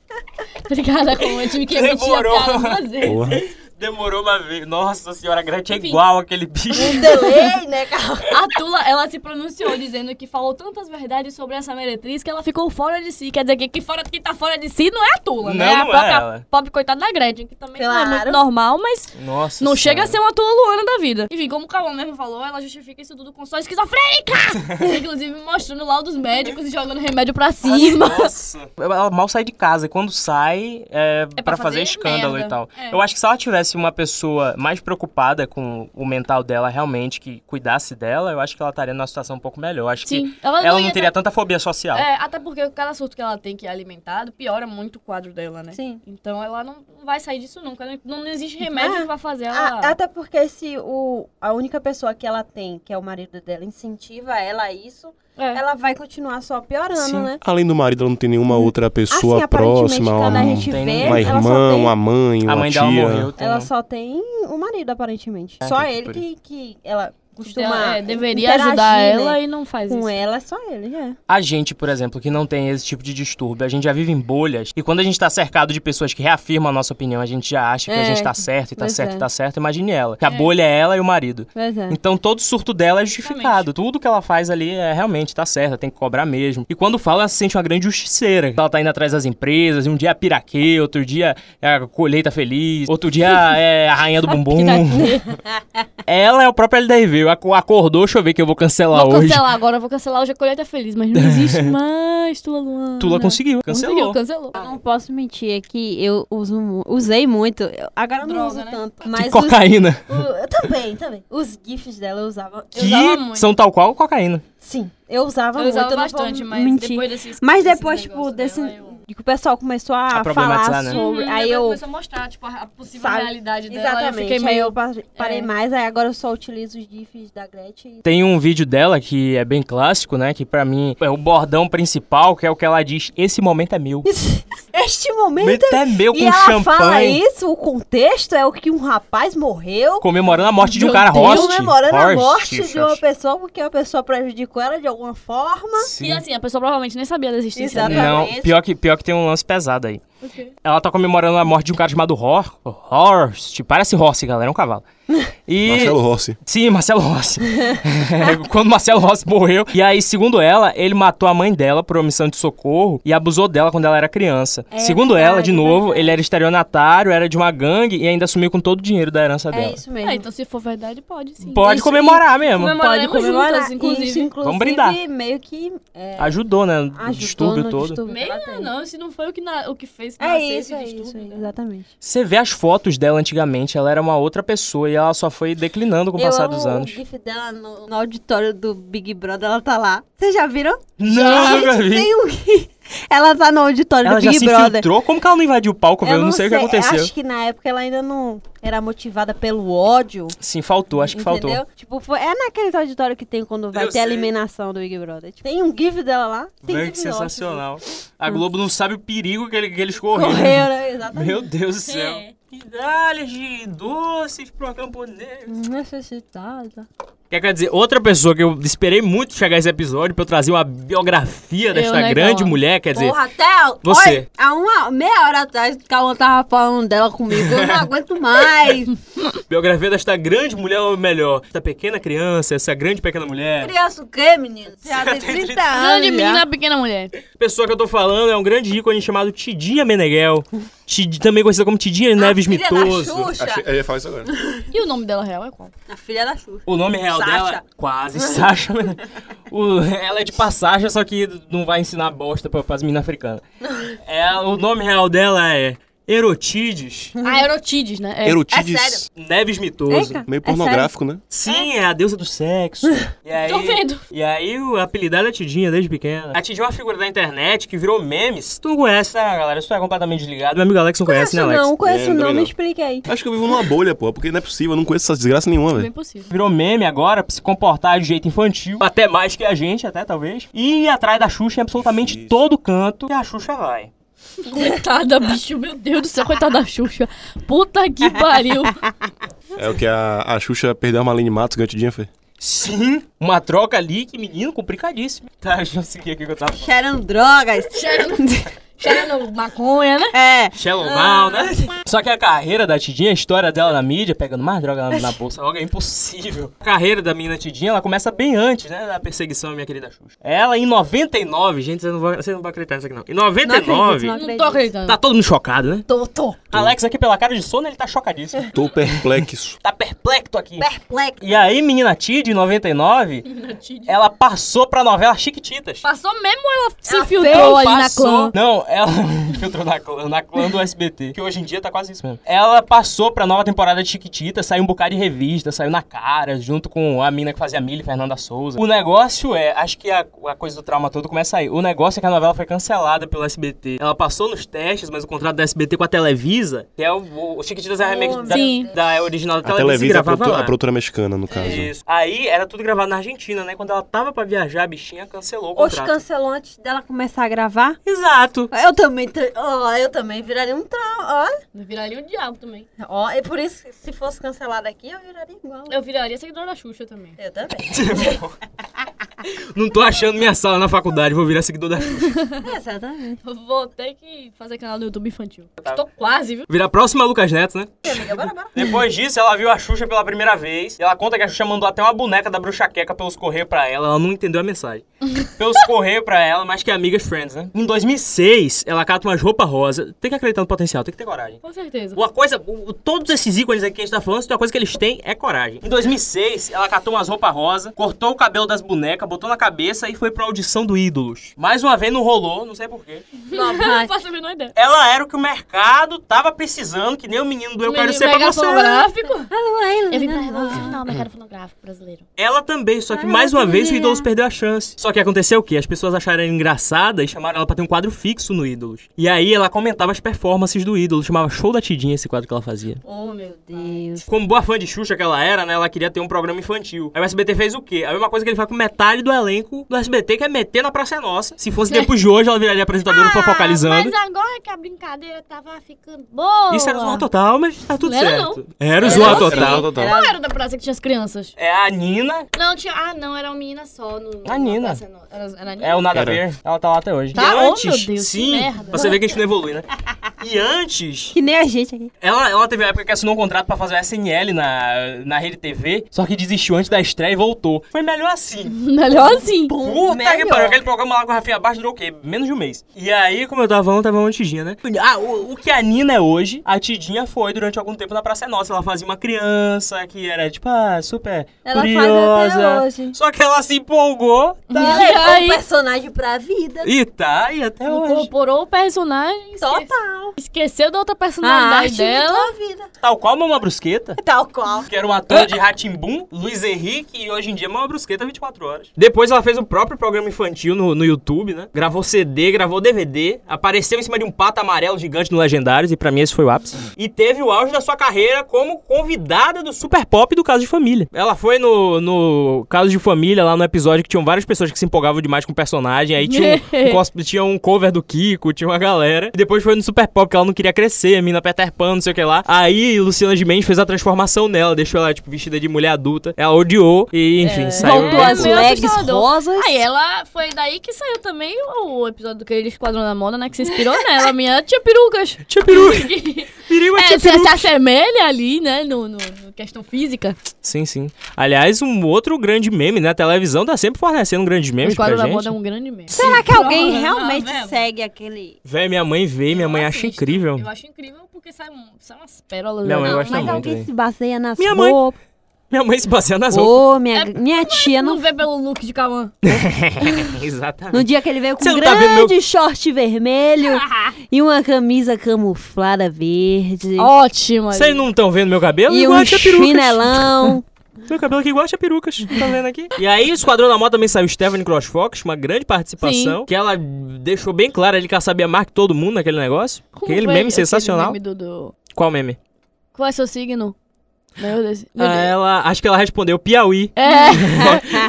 S1: Obrigada, como eu tive que repetir a
S3: *laughs* Demorou.
S1: piada
S3: *laughs*
S1: duas vezes.
S2: porra.
S3: Demorou uma vez. Nossa senhora, a Gretchen
S1: Enfim.
S3: é igual aquele bicho.
S4: delay, né, cara?
S1: A Tula, ela se pronunciou dizendo que falou tantas verdades sobre essa meretriz que ela ficou fora de si. Quer dizer, que quem, fora, quem tá fora de si não é a Tula, né?
S3: Não,
S1: é a
S3: não é
S1: própria
S3: ela.
S1: pobre coitada da Gretchen, que também não é
S4: Claro.
S1: muito normal, mas
S3: Nossa
S1: não
S3: senhora.
S1: chega a ser uma Tula Luana da vida. Enfim, como o Calão mesmo falou, ela justifica isso tudo com só esquizofrênica!
S3: *laughs*
S1: Inclusive mostrando lá dos médicos e jogando remédio pra cima.
S3: Nossa. Ela mal sai de casa. E quando sai, é, pra,
S1: pra
S3: fazer,
S1: fazer
S3: escândalo
S1: merda.
S3: e tal.
S1: É.
S3: Eu acho que se ela tivesse uma pessoa mais preocupada com o mental dela, realmente, que cuidasse dela, eu acho que ela estaria numa situação um pouco melhor. Eu acho que
S1: Sim, ela,
S3: ela não
S1: ia
S3: teria
S1: ter-
S3: tanta fobia social.
S1: É, até porque cada surto que ela tem que é alimentado piora muito o quadro dela, né?
S4: Sim.
S1: Então ela não não vai sair disso nunca. Não, não existe remédio
S4: Ah,
S1: que vai fazer ela.
S4: A- até porque se o, a única pessoa que ela tem, que é o marido dela, incentiva ela a isso,
S1: É.
S4: ela vai continuar só piorando,
S3: Sim.
S4: né?
S2: Além do marido, ela não tem
S1: Hum.
S2: nenhuma
S1: Ah,
S2: outra pessoa
S4: assim, aparentemente,
S2: próxima,
S4: quando
S2: uma,
S4: a gente
S3: tem
S4: vê, ela
S2: uma irmã,
S4: só tem,
S2: uma mãe, uma
S3: a mãe
S2: tia.
S3: dela morreu. tem-
S4: ela só tem o marido, aparentemente.
S1: É,
S4: só
S3: tem que
S4: ele
S3: por
S4: que, que ela
S1: Então,
S4: costuma
S1: é, deveria
S4: interagir,
S1: ajudar
S4: né?
S1: ela e não faz
S4: Com
S1: isso.
S4: ela, é só ele, é.
S3: A gente, por exemplo, que não tem esse tipo de distúrbio, a gente já vive em bolhas. E quando a gente tá cercado de pessoas que reafirmam a nossa opinião, a gente já acha que a
S4: É,
S3: gente tá certo e tá
S4: pois
S3: certo e
S4: é.
S3: tá certo. Imagine ela. Que a bolha é ela e o marido.
S4: Pois é.
S3: Então todo surto dela é justificado. Tudo que ela faz ali é realmente tá certa, tem que cobrar mesmo. E quando fala, ela se sente uma grande justiceira. Ela tá indo atrás das empresas, e um dia é a piraquê, outro dia é a colheita feliz, outro dia é a rainha do bumbum. *laughs* ela é o próprio LDRV. Eu aco- Acordou, deixa eu ver que eu vou cancelar
S1: Vou
S3: hoje.
S1: cancelar agora, vou cancelar hoje a colheita é feliz, mas não
S3: *laughs*
S1: existe mais, Tula Luana.
S3: Tula conseguiu, cancelou.
S1: Conseguiu, cancelou.
S4: Eu não posso mentir aqui, eu uso, mu- usei muito. Eu- agora eu não
S1: Droga,
S4: uso
S1: né?
S4: tanto.
S3: Que
S4: Mas os-
S3: cocaína.
S4: o- eu também, também. Os GIFs dela eu usava. Eu usava-
S1: muito.
S3: que são tal qual cocaína.
S4: sim, eu usava
S1: Eu
S4: muito.
S1: usava
S4: eu não
S1: bastante,
S4: vou
S1: mas
S4: mentir.
S1: depois desses
S4: Mas
S1: desses
S4: depois, tipo,
S1: negócios
S4: desse.
S1: dela, eu-
S4: que O pessoal começou a,
S3: A problematizar,
S4: falar
S3: né?
S4: sobre.
S1: Uhum,
S4: aí
S1: depois
S4: eu.
S1: começou a mostrar, tipo, a a possível
S4: Sabe?
S1: realidade dela.
S4: Exatamente.
S1: Eu fiquei
S4: Aí eu
S1: meio...
S4: pa- parei
S1: é.
S4: mais, aí agora eu só utilizo os GIFs da Gretchen.
S3: Tem um vídeo dela que é bem clássico, né? Que pra mim é o bordão principal, que é o que ela diz: Esse momento é meu.
S4: este momento.
S3: Momento é meu
S4: E
S3: com
S4: ela fala
S3: champanhe.
S4: isso, o contexto é o que um rapaz morreu.
S3: Comemorando a morte de um
S1: Meu
S3: cara
S1: Deus,
S3: host.
S4: comemorando a
S3: host,
S4: morte de uma
S3: host.
S4: pessoa porque a pessoa prejudicou ela de alguma forma.
S1: E assim, a pessoa provavelmente nem sabia da existência
S4: Exatamente.
S1: dela.
S3: Não, pior que, pior que tem um lance pesado aí.
S1: O quê?
S3: Ela tá comemorando a morte de um cara chamado Hor Horst. Parece Horst, galera, é um cavalo. E...
S2: Marcelo Rossi.
S3: Sim, Marcelo Rossi. É, *laughs* Quando Marcelo Rossi morreu. E aí, segundo ela, ele matou a mãe dela por omissão de socorro e abusou dela quando ela era criança.
S4: É
S3: segundo
S4: verdade,
S3: ela, de
S4: é
S3: novo,
S4: verdade.
S3: ele era estelionatário, era de uma gangue e ainda sumiu com todo o dinheiro da herança
S4: É
S3: dela.
S4: isso mesmo.
S1: Ah, então se for verdade, pode sim.
S3: Pode
S1: Isso,
S3: comemorar
S1: e
S3: mesmo.
S1: Comemoraremos juntas,
S4: Isso,
S1: inclusive.
S4: inclusive
S3: Vamos brindar.
S4: meio que é,
S3: Ajudou, né? no
S4: ajudou
S3: distúrbio
S4: no
S3: todo.
S4: distúrbio que
S1: Meio
S4: ela tem.
S1: Ah, não, se não foi o que, na- o que fez
S4: É
S1: nascer
S4: isso, é
S1: esse
S4: isso,
S1: distúrbio. né?
S4: exatamente.
S3: Você vê as fotos dela antigamente, ela era uma outra pessoa e ela só foi declinando com o passar dos
S4: o
S3: anos.
S4: gif dela no, no auditório do Big Brother, ela tá lá. Vocês já viram?
S3: Não, nunca
S4: Gente,
S3: Ah, vi.
S4: tem um gif. Ela tá no auditório
S3: Ela
S4: do
S3: já
S4: Big
S3: se
S4: Brother.
S3: infiltrou? Como que ela não invadiu o palco, velho? Eu não sei o que aconteceu.
S4: É, Acho que na época ela ainda não era motivada pelo ódio.
S3: Sim, faltou, acho que
S4: entendeu?
S3: faltou.
S4: Tipo, foi- é naquele auditório que tem quando vai
S3: Eu
S4: ter
S3: sei.
S4: a eliminação do Big Brother. Tipo, tem um gif dela lá. Tem
S3: Velho,
S4: gif
S3: que
S4: dela, tipo,
S3: sensacional. A Globo não sabe o perigo que, ele- que eles correram.
S4: Correu, né? Exatamente.
S3: Meu Deus do céu.
S1: É.
S3: Migalhas de doces pro camponês.
S6: Necessitada.
S3: Quer quer dizer, outra pessoa que eu esperei muito chegar esse episódio pra eu trazer uma biografia desta
S1: né,
S3: grande
S1: Cauã?
S3: mulher, quer dizer.
S6: Porra, Théo!
S3: Você.
S6: Olha, há uma meia hora atrás que o Cauã tava falando dela comigo, eu não aguento
S3: *laughs*
S6: mais.
S3: Biografia desta grande mulher, ou melhor, esta pequena criança, essa grande pequena mulher.
S6: Criança o quê, menino? Você já tem
S3: tem
S6: 30
S3: 30
S6: anos.
S1: Grande
S6: já.
S1: menina, pequena mulher.
S3: A pessoa que eu tô falando é um grande ícone chamado Tidinha Meneghel. Tid- também conhecida como Tidinha Neves
S6: filha da
S3: Mitoso.
S6: Xuxa.
S2: Achei- eu ia falar isso agora.
S1: E o nome dela real é qual?
S6: A filha da Xuxa.
S3: O nome real
S6: Sasha.
S3: dela é quase Sasha. O- ela é de passagem, só que não vai ensinar bosta pra, pras meninas africanas. É, o nome real dela é Erotides
S4: Uhum.
S1: Ah, Erotides, né? É.
S6: É
S2: Erotides.
S6: sério.
S3: Neves Mitoso.
S6: Eita.
S2: Meio
S6: É sério.
S2: pornográfico, né?
S3: Sim, é a deusa
S6: *laughs*
S3: do sexo. E aí,
S1: Tô vendo.
S3: E aí, o apelidado é Tidinha desde pequena. A Tidinha é uma figura da internet que virou memes. Tu não conhece, né, galera? Isso é completamente desligado. Meu amigo Alex não conhece, né, Alex?
S6: não, conheço
S2: É,
S6: não,
S2: também
S6: me
S2: não.
S6: explica aí.
S2: Acho que eu vivo numa bolha, pô, porque não é possível, eu não conheço essas desgraças nenhuma,
S1: Bem
S2: velho.
S1: possível.
S3: Virou meme agora pra se comportar de jeito infantil, até mais que a gente, até talvez. E ir atrás da Xuxa em absolutamente
S2: Isso.
S3: todo canto. E a Xuxa vai.
S1: Coitada, bicho. Meu Deus do céu, coitada da Xuxa. Puta
S4: *laughs*
S1: que pariu.
S2: É o que a, a Xuxa perdeu a Marlene Matos ganhou Tidinha, foi.
S3: Sim, uma troca ali que, menino, complicadíssima. Tá, deixa eu seguir aqui que eu tava falando.
S6: Cheirando drogas.
S1: Cheirando maconha, né?
S6: É.
S3: Shallow Now, né?
S1: Ah.
S3: Só que a carreira da Tidinha, a história dela na mídia, pegando mais droga
S1: *laughs*
S3: na, na bolsa, logo é impossível. A carreira da menina Tidinha, ela começa bem antes, né, da perseguição à minha querida Xuxa. Ela, em 99, gente, vocês não vão, vocês não vão acreditar nisso aqui, não. Em 99,
S1: Não tô acreditando.
S3: tá todo mundo chocado, né?
S1: Tô, tô.
S3: Alex aqui, pela cara de sono, ele tá
S1: *laughs*
S3: chocadíssimo.
S2: Tô
S3: *laughs*
S2: perplexo.
S3: Tá perplexo aqui.
S6: Perplexo.
S3: E aí, menina Tid, em 99, ela passou pra novela Chiquititas.
S1: Passou mesmo ou ela se infiltrou ali na clã?
S3: Não, ela *laughs* filtrou na clã, na clã do SBT, que hoje em dia tá quase isso mesmo. Ela passou pra nova temporada de Chiquitita, saiu um bocado de revista, saiu na cara, junto com a mina que fazia Milly, Fernanda Souza. O negócio é, acho que a, a coisa do trauma todo começa aí. O negócio é que a novela foi cancelada pelo SBT. Ela passou nos testes, mas o contrato da SBT com a Televisa, que é o, o Chiquititas é a remake da,
S1: Sim.
S3: da original da
S2: A
S3: Televisa, e
S2: Televisa, é a
S3: gravava
S2: produtora,
S3: lá. É
S2: a produtora tá, mexicana, no caso.
S3: Isso. Aí era tudo gravado na Argentina, né? Quando ela tava pra viajar, a bichinha cancelou o
S6: Os
S3: contrato.
S6: cancelou antes dela começar a gravar.
S3: Exato.
S6: Eu também, tra- ó, eu também viraria um trauma.
S1: Viraria o diabo também.
S6: Ó, ó, é por isso que se fosse cancelado aqui, eu viraria igual.
S1: Eu viraria seguidora da Xuxa também.
S6: Eu também.
S3: *laughs* Não tô achando minha sala na faculdade, vou virar seguidor da Xuxa.
S6: Exatamente.
S1: Eu Vou ter que fazer canal do YouTube infantil. Tô quase, viu?
S3: Virar a próxima Lucas Neto, né?
S6: Amiga, bora, bora.
S3: Depois disso, ela viu a Xuxa pela primeira vez. E ela conta que a Xuxa mandou até uma boneca da bruxa queca pelos correios pra ela. Ela não entendeu a mensagem.
S6: *laughs*
S3: Pelos correios pra ela, mais que amigas friends, né? Em 2006, ela cata umas roupas rosa. Tem que acreditar no potencial, tem que ter coragem.
S1: Com certeza.
S3: Uma coisa, o- o- todos esses ícones aqui que a gente tá falando, se tem uma coisa que eles têm é coragem. Em 2006, ela catou umas roupas rosa, cortou o cabelo das bonecas, botou na cabeça e foi pra audição do Ídolos. Mais uma vez não rolou, não sei porquê.
S1: Não faço a menor ideia.
S3: Ela era o que o mercado tava precisando, que nem o menino né? do Eu Quero Ser Pra
S1: Mega
S3: Você.
S1: fonográfico.
S6: Eu
S1: Eu vim pra revolucionar o mercado fonográfico brasileiro.
S3: Ela também, só Ah, que mais uma vez o Ídolos perdeu a chance. Só que aconteceu o quê? As pessoas acharam ela engraçada e chamaram ela pra ter um quadro fixo no Ídolos. E aí ela comentava as performances do Ídolos, chamava Show da Tidinha esse quadro que ela fazia.
S6: Oh, meu Deus.
S3: Como boa fã de Xuxa que ela era, né? Ela queria ter um programa infantil. Aí o SBT fez o quê? A mesma coisa que ele faz com metade do elenco do SBT, que é meter na Praça é Nossa. Se fosse depois de hoje, ela
S1: Ah,
S3: viraria apresentadora do fofocalizando.
S1: agora que a brincadeira tava ficando boa.
S3: Isso era o Zoar Total, mas tá tudo
S1: Não era,
S3: certo.
S1: não.
S3: Era o
S1: Era
S3: Zoar
S1: não,
S3: Total.
S2: total.
S1: Qual era o da praça que tinha as crianças?
S3: É a Nina,
S1: Não, tinha. Ah, não, era uma menina só. No,
S3: A Nina.
S1: na praça, não. Era, era a Nina.
S3: é o Nada a
S2: Era.
S3: Ver. Ela tá lá até hoje.
S1: Tá?
S3: E
S1: Oh,
S3: antes,
S1: meu Deus, que
S3: sim,
S1: merda.
S3: você vê que a gente não evolui, né? E antes,
S6: Que nem a gente aqui.
S3: Ela, ela teve uma época que assinou um contrato pra fazer o SNL na, na Rede TV, só que desistiu antes da estreia e voltou. Foi melhor assim.
S1: Melhor assim.
S3: Puta
S6: melhor.
S3: que pariu, aquele programa lá com a Rafinha Baixo durou o quê? Menos de um mês. E aí, como eu tava falando, tava uma Tidinha, né? Ah, o, o que a Nina é hoje, a Tidinha foi durante algum tempo na Praça é Nossa. Ela fazia uma criança que era, tipo, ah, super
S6: Ela
S3: curiosa.
S6: faz até hoje.
S3: Só que ela se empolgou tá?
S6: Ela *laughs*
S1: E
S6: levou
S1: aí?
S6: o personagem pra vida.
S3: e tá aí até hoje.
S1: Incorporou o personagem. esque-
S6: Total.
S1: Esqueceu da outra
S6: A
S1: personalidade
S6: arte
S1: dela.
S6: mudou a vida.
S3: Tal qual Mama Brusqueta.
S6: Tal qual.
S3: que era um ator de Ratimbum, Luiz Henrique, e hoje em dia é uma brusqueta 24 horas. Depois ela fez o próprio programa infantil no, no YouTube, né? Gravou CD, gravou DVD, apareceu em cima de um pato amarelo gigante no Legendários, e pra mim esse foi o ápice. E teve o auge da sua carreira como convidada do Super Pop do Caso de Família. Ela foi no, no Caso de Família, lá no episódio que tinham várias pessoas que
S1: *laughs*
S3: se empolgavam demais com o personagem, aí tinha um, um cos- tinha um cover do Kiko, tinha uma galera. E depois foi no Super pop, porque ela não queria crescer, a mina Peter Pan, não sei o que lá. Aí Luciana de Mendes fez a transformação nela, deixou ela, tipo, vestida de mulher adulta. Ela odiou e, enfim, saiu.
S1: É. Voltou
S3: bem.
S1: às meio assustador.
S6: rosas.
S1: Aí ela foi daí que saiu também o, o episódio do que ele Esquadrão da Moda, né? Que se inspirou nela, minha tia perucas. *laughs*
S3: Tia peruca, virei uma
S1: é,
S3: tia
S1: se, se
S3: peruca.
S1: assemelha ali, né? No, no, no questão física.
S3: Sim, sim. Aliás, um outro grande meme, né? A televisão tá sempre fornecendo grandes
S1: O
S3: memes pra
S1: Esquadrão da
S3: gente.
S1: Moda é um grande meme.
S4: Será que alguém
S1: Não,
S4: realmente
S1: não, não.
S4: segue aquele.
S3: Véi, minha mãe vê, minha mãe
S1: Eu
S3: acha
S1: assisto.
S3: incrível.
S1: Eu acho incrível porque sai, um- sai umas pérolas.
S3: Minha
S1: né?
S3: mãe
S1: Não,
S3: gosta
S1: mas
S4: Mas
S3: muito.
S4: alguém
S3: hein?
S4: se baseia nas
S3: Minha mãe- É
S4: roupas.
S3: Minha mãe se baseia nas outras.
S4: Ô, minha, minha tia
S1: Não
S4: não.
S1: vê pelo look de Cauã.
S3: *laughs* Exatamente.
S4: No dia que ele veio com
S3: Você
S4: um
S3: não tá vendo meu-
S4: grande short
S3: *laughs*
S4: vermelho e uma camisa camuflada verde.
S1: Ótimo. ali.
S3: Vocês não estão vendo meu cabelo?
S4: E
S3: Igual
S4: um
S3: a tia perucas.
S4: chinelão.
S3: Meu cabelo aqui igual a tia perucas. Tá vendo aqui? E aí, o Esquadrão da Moda também saiu Stephanie Crossfox, uma grande participação. Que ela deixou bem claro ali que ela sabia mais que todo mundo naquele negócio.
S1: Como
S3: aquele
S1: foi
S3: meme sensacional.
S1: meme do- do-
S3: Qual meme?
S1: Qual é seu signo? Meu Deus. Meu
S3: Ah,
S1: Deus.
S3: ela, acho que ela respondeu Piauí.
S1: É.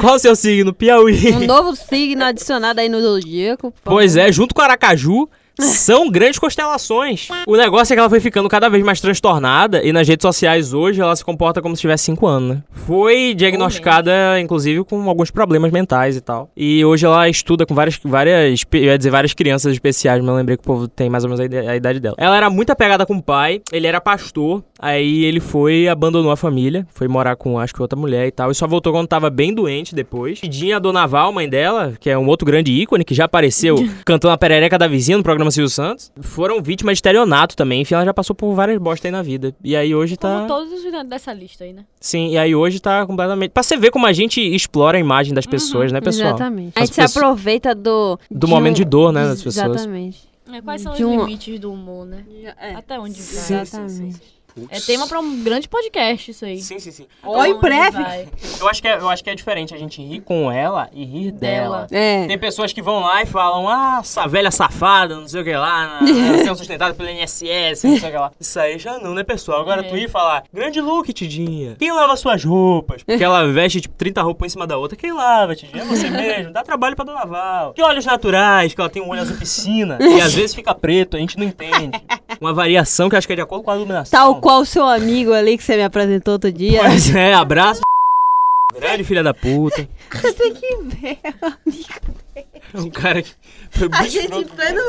S3: *laughs* Qual o seu signo? Piauí.
S4: Um novo signo adicionado aí no zodíaco. por
S3: Pois é, junto com Aracaju, são grandes constelações. O negócio é que ela foi ficando cada vez mais transtornada e nas redes sociais hoje ela se comporta como se tivesse 5 anos, né? Foi diagnosticada, inclusive, com alguns problemas mentais e tal. E hoje ela estuda com várias, várias, eu ia dizer várias crianças especiais, mas eu lembrei que o povo tem mais ou menos a ide- a idade dela. Ela era muito apegada com o pai, ele era pastor, aí ele foi, abandonou a família, foi morar com, acho que outra mulher e tal, e só voltou quando tava bem doente depois. Cidinha, a Dona Val, mãe dela, que é um outro grande ícone, que já apareceu cantando a perereca da vizinha no programa Silvio Santos, foram vítimas de estelionato também, enfim, ela já passou por várias bostas aí na vida. E aí hoje tá...
S1: Como todos os da- dessa lista aí, né?
S3: Sim, e aí hoje tá completamente... Pra você ver como a gente explora a imagem das pessoas, né, pessoal?
S4: Exatamente.
S3: As
S4: a gente
S3: pessoas-
S4: se aproveita do. um-
S3: Do momento de dor, né, das pessoas.
S4: Exatamente.
S1: É, Quais são
S4: De
S1: os
S4: um-
S1: limites do humor, né? Até onde vai?
S4: Exatamente.
S1: É tema pra um grande podcast isso aí.
S3: Sim, sim, sim.
S1: Até
S4: Ou em
S1: onde
S4: breve.
S1: vai?
S3: Eu acho, que é, eu acho que é diferente a gente rir com ela e rir
S1: Dela.
S3: dela.
S4: É.
S3: Tem pessoas que vão lá e falam, ah, essa velha safada, não sei o que lá,
S4: *laughs*
S3: sendo sustentada pelo INSS, não sei o que lá. Isso aí já não, né, pessoal? Agora
S4: É.
S3: tu ir e falar, grande look, Tidinha. Quem lava suas roupas? Porque ela veste, tipo, 30 roupas em cima da outra. Quem lava, Tidinha? É você mesmo. Dá trabalho pra Dona Val. Que olhos naturais, que ela tem um olho azul piscina. e às vezes fica preto, a gente não entende. Uma variação que acho que é de acordo com a iluminação.
S4: Tal qual o seu amigo ali que você me apresentou outro dia.
S3: Pois é, abraço. *laughs* Grande filha da puta.
S4: *laughs* Você tem que ver.
S3: É um cara que foi
S4: A
S3: muito
S4: gente em *laughs*
S3: escroto.
S4: pleno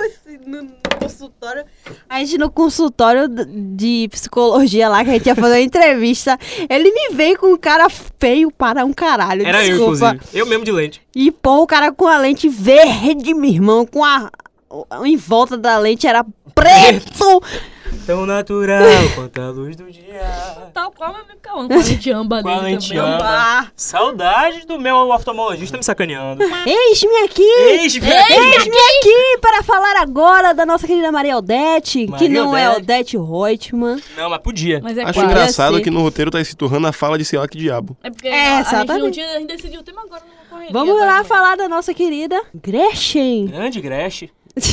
S4: no, no consultório. A gente no consultório d- de psicologia lá, que a gente ia fazer uma entrevista. Ele me veio com um cara feio para um caralho.
S3: Era eu,
S4: desculpa.
S3: inclusive. Eu mesmo de lente.
S4: E pô, o cara com a lente verde, meu irmão, com a. o- Em volta da lente era preto!
S3: Tão natural quanto a luz do dia.
S1: Tal qual meu amigo Cauã, com a gente amba
S3: Qual a
S1: dele
S3: gente
S1: também.
S3: amba?
S4: Ah,
S3: Saudades do meu oftalmologista me sacaneando.
S4: Eis-me aqui!
S3: Eis, velho.
S4: Eis-me aqui para falar agora da nossa querida Maria Odete,
S3: Maria
S4: que não é Odete
S3: Odete.
S4: Reutemann.
S3: Não, mas podia.
S1: Mas é
S2: Acho
S1: quase.
S2: engraçado
S4: Parece.
S2: que no roteiro tá escrito Hannah fala de sei lá que diabo.
S1: É porque
S4: É,
S1: a, gente não
S4: exatamente.
S1: tinha, a gente decidiu o tema agora numa correria.
S4: Vamos
S1: tá,
S4: lá
S1: gente?
S4: falar da nossa querida Gretchen.
S3: Grande Gretchen. Não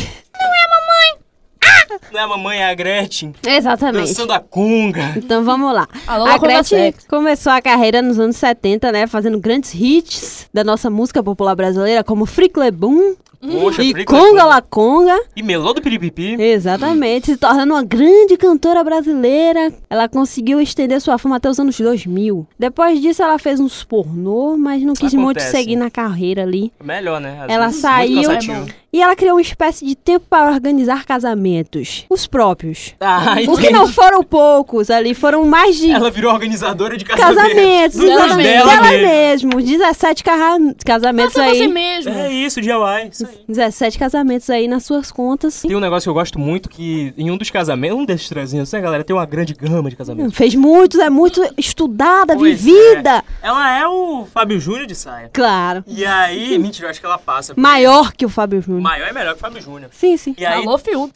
S3: é a mamãe, é a Gretchen.
S4: Ah! Exatamente.
S3: Dançando a conga.
S4: Então vamos lá.
S1: Alô,
S4: a
S1: Lacuna
S4: Gretchen
S1: Sex.
S4: começou a carreira nos anos 70, né? Fazendo grandes hits da nossa música popular brasileira, como Frickle Boom
S3: Poxa,
S4: Hum. e
S3: Frico-
S4: Conga La Conga.
S3: E melô do piripipi.
S4: Exatamente, se tornando uma grande cantora brasileira. Ela conseguiu estender sua fama até os anos 2000. Depois disso, ela fez uns pornô, mas não quis muito
S3: Acontece.
S4: seguir na carreira ali.
S3: Melhor, né? Às
S4: Ela
S3: vezes,
S4: saiu-
S3: Muito cansativo.
S4: E ela criou uma espécie de tempo para organizar casamentos. Os próprios.
S3: Ah,
S4: O que
S3: entendi.
S4: não foram poucos ali, foram mais de
S3: Ela virou organizadora de casamento.
S4: casamentos.
S1: Dela
S4: Dela,
S3: mesma.
S4: dela
S3: Dela
S4: mesmo. 17 carra- casamentos
S1: Faça você
S4: aí.
S1: mesmo.
S3: É isso, DIY. Isso aí.
S4: 17 casamentos aí nas suas contas.
S3: Tem um negócio que eu gosto muito que em um dos casamentos, um desses transinhos, né, galera? Tem uma grande gama de casamentos.
S4: Fez muitos, é muito estudada,
S3: Pois é.
S4: vivida.
S3: Ela é o Fábio Júnior de saia.
S4: Claro.
S3: E aí, mentira, eu acho que ela passa.
S4: Maior que o Fábio Júnior.
S3: Maior é melhor que o Fábio Júnior.
S4: Sim, sim.
S3: E aí,
S1: Alô, Fiuk.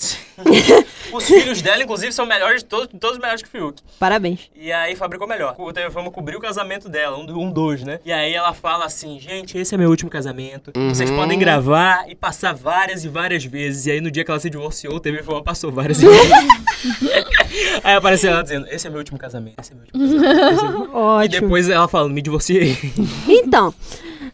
S3: os filhos dela, inclusive, são melhores, todos, todos melhores que o Fiuk.
S4: Parabéns.
S3: E aí, fabricou melhor. O TV Fama cobriu o casamento dela, um, do- um dos, né? E aí ela fala assim, gente, esse é meu último casamento. Vocês podem gravar e passar várias e várias vezes. E aí, no dia que ela se divorciou, o TV Fama passou várias e várias vezes. aí apareceu ela dizendo, esse é meu último casamento, esse é meu último casamento.
S4: *laughs* Ótimo.
S3: E depois ela fala, me divorciei.
S4: Então,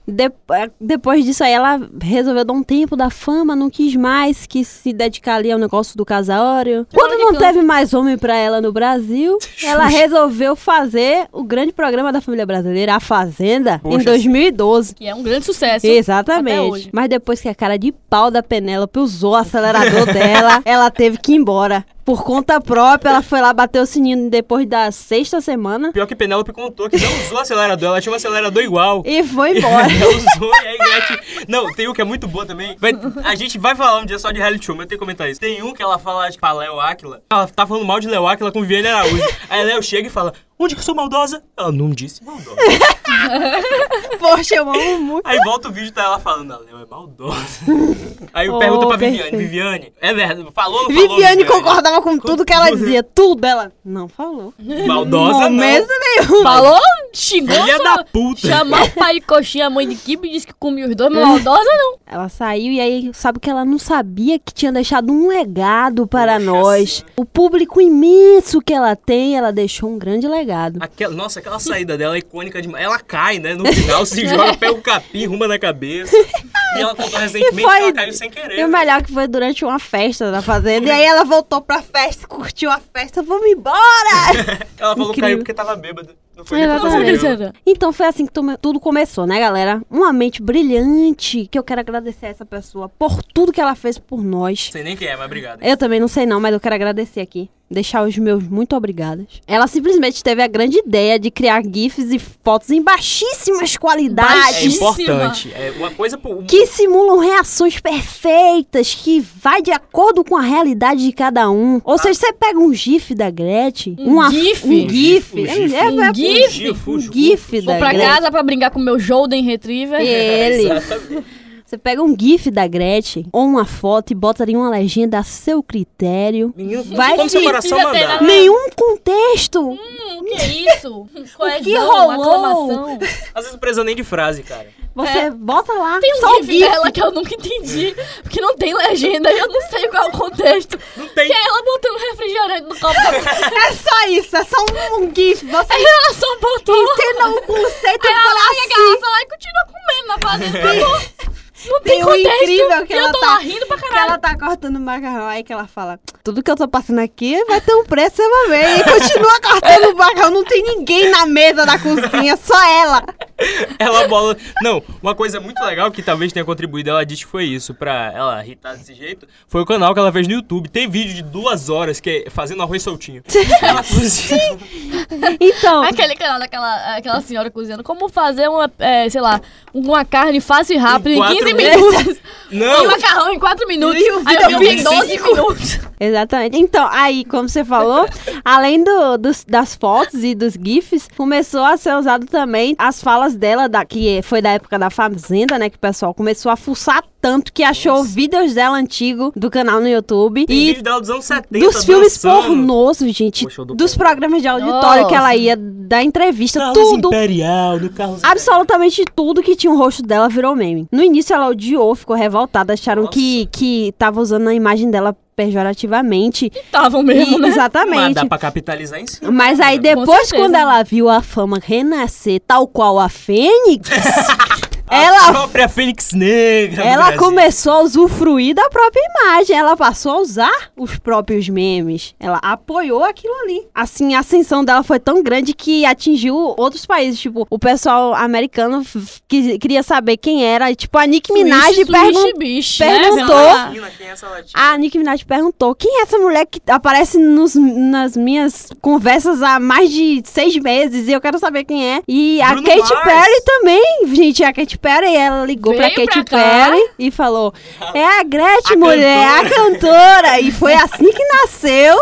S4: De- eh, depois disso aí, ela resolveu dar um tempo da fama, não quis mais que se dedicar ali ao negócio do casório. Quando não teve mais homem pra ela no Brasil, ela resolveu fazer o grande programa da família brasileira, A Fazenda,
S3: Poxa,
S4: em 2012.
S1: Que é um grande sucesso. até hoje.
S4: Exatamente. Mas depois que a cara de pau da Penélope usou o acelerador *laughs* dela, ela teve que ir embora. Por conta própria, ela foi lá bater o sininho depois da sexta semana
S3: Pior que Penélope contou que não usou acelerador, ela tinha um acelerador igual. *laughs*
S4: e foi embora.
S3: Ela usou e aí Gretchen... Não, tem um que é muito bom também. Vai- a gente vai falar um dia só de reality show, mas eu tenho que comentar isso. Tem um que ela fala de pra Léo Áquila. Ela tá falando mal de Léo Áquila com Viana Araújo. Aí Léo chega e fala, onde que eu sou maldosa? Ela, não disse maldosa.
S4: *laughs* Poxa, eu amo muito.
S3: Aí volta o vídeo tá ela falando, a Léo é maldosa. Aí eu pergunta
S4: Oh,
S3: pra
S4: perfeito.
S3: Viviane, Viviane, é verdade, falou ou não falou?
S4: Viviane concordava com tudo que ela dizia. Tudo ela não falou.
S3: Maldosa
S4: não,
S3: não.
S4: mesmo nenhum.
S1: Falou, xingou,
S3: Filha
S1: só-
S3: da puta.
S1: chamou o pai de coxinha, a mãe de kibe, disse que comia os dois, mas maldosa não.
S4: Ela saiu e aí sabe que ela não sabia que tinha deixado um legado para
S3: Poxa
S4: nós.
S3: senhora.
S4: O público imenso que ela tem, ela deixou um grande legado.
S3: Aquela, nossa, aquela saída dela é icônica demais. Ela cai, né? No final se
S4: *laughs*
S3: joga, pega o capim, ruma na cabeça. E ela contou recentemente
S4: foi-
S3: que ela caiu sem querer. né.
S4: E o melhor que foi durante uma festa na fazenda. e aí ela voltou pra festa, curtiu a festa, vamos embora!
S3: Ela falou que
S4: Incrível.
S3: caiu porque tava bêbada. Não foi nem
S1: Ela
S3: pra
S1: não
S3: fazer
S1: sabia
S3: grana.
S1: se era.
S4: então foi assim que tome- tudo começou, né, galera? Uma mente brilhante, que eu quero agradecer a essa pessoa por tudo que ela fez por nós.
S3: Não sei nem quem é, mas obrigado.
S4: Eu também não sei não, mas eu quero agradecer aqui. Deixar os meus muito obrigadas. Ela simplesmente teve a grande ideia de criar GIFs e fotos em baixíssimas
S3: É
S4: qualidades.
S1: Baixíssima.
S3: importante. É uma coisa por um.
S4: que simulam reações perfeitas, que vai de acordo com a realidade de cada um. Ou seja, você pega um GIF da Gretchen,
S1: Um
S4: uma-
S1: gif?
S4: um GIF,
S3: Um
S4: é-
S3: gif.
S4: é- é-
S1: Um
S4: é-
S1: gif.
S4: um GIF da
S1: Vou pra
S4: Gretchen. É,
S1: casa pra brincar com meu
S4: *laughs*
S1: Golden Retriever.
S4: Ele. Você pega um GIF da Gretchen ou uma foto e bota ali uma legenda a seu critério.
S3: Menino,
S4: Vai
S3: como seu
S4: que
S3: coração
S1: precisa ter
S3: mandar.
S1: nada.
S4: Nenhum contexto.
S1: Hum, o que é isso? Coesão,
S4: que rolou?
S1: aclamação.
S3: Às vezes não precisa nem de frase, cara.
S4: Você bota lá.
S1: Tem um
S4: só o
S1: gif, dela que eu nunca entendi, porque não tem legenda e eu não sei qual é o contexto.
S3: Não tem.
S1: Que é ela botando refrigerante no copo. da-
S4: É só isso, é só um, um GIF.
S1: *laughs*
S4: Você
S1: Aí ela só botou.
S4: entenda o conceito e
S1: Ela
S4: fala
S1: larga É a
S4: assim.
S1: garrafa lá e continua comendo tá na fazenda. acabou. Não tem,
S4: Tem
S1: um
S4: o
S1: contexto.
S4: incrível que
S1: e
S4: ela
S1: eu tô
S4: tá-
S1: lá rindo pra
S4: Que
S1: caralho.
S4: ela tá cortando macarrão, aí que ela fala, tudo que eu tô passando aqui vai ter um preço, você vai ver. E continua cortando macarrão, não tem ninguém na mesa da cozinha, só ela.
S3: Ela bola. Não, uma coisa muito legal que talvez tenha contribuído, ela disse que foi isso, pra ela irritar desse jeito, foi o canal que ela fez no YouTube. Tem vídeo de duas horas que é fazendo
S4: *laughs*
S3: arroz soltinho. Ela cozinha.
S4: Então,
S1: Aquele canal daquela aquela senhora cozinhando. Como fazer uma, é, sei lá, uma carne fácil e rápida em,
S3: quatro
S1: 15
S3: minutos.
S1: minutos.
S3: Não!
S1: E macarrão em 4 minutos.
S4: E o
S1: Aí eu vi em
S3: vídeo
S1: 12 minutos.
S4: exatamente. Então, aí, como você falou, além do, dos- das fotos e dos GIFs, começou a ser usado também as falas dela, da, que foi da época da Fazenda, né? Que o pessoal começou a fuçar tanto que achou vídeos dela antigo do canal no YouTube.
S3: Tem
S4: e
S3: vídeo dela dos anos 70.
S4: Dos filmes
S3: dançando.
S4: pornôs, gente.
S3: Poxa, eu dou
S4: dos
S3: conta.
S4: programas de auditório que ela ia dar entrevista,
S3: Carlos
S1: assim,
S4: tudo.
S3: Imperial, do Carlos
S4: Absolutamente tudo que tinha o rosto dela virou meme. No início ela odiou, ficou revoltada, acharam que, que tava usando a imagem dela pejorativamente.
S1: Estavam mesmo,
S4: E-
S1: né?
S3: Mas
S4: Exatamente.
S3: dá pra capitalizar em cima.
S4: Mas aí depois,
S1: certeza.
S4: quando ela viu a fama renascer tal qual a
S1: *laughs*
S4: Fênix, ela
S3: A própria Fênix Negra. do
S4: Ela
S3: Brasil.
S4: começou a usufruir da própria imagem, ela passou a usar os próprios memes. Ela apoiou aquilo ali. Assim, a ascensão dela foi tão grande que atingiu outros países. Tipo, o pessoal americano f- que- queria saber quem era. E, tipo, a Nick Minaj
S1: Swish,
S4: perguntou.
S1: swish, bicho,
S4: perguntou.
S1: né?
S3: Quem é essa latina? Quem é essa latina?
S4: A Nick Minaj perguntou: quem é essa mulher que aparece nos- nas minhas conversas há mais de seis meses? E eu quero saber quem é. E a
S3: Bruno
S4: Katy
S3: Mars.
S4: Perry também, gente. A Katy Perry, ela ligou pra
S1: Veio
S4: Katy
S1: pra cá.
S4: Perry e falou: é a Gretchen,
S3: A
S4: mulher, é a cantora. E foi assim que
S3: *laughs*
S4: nasceu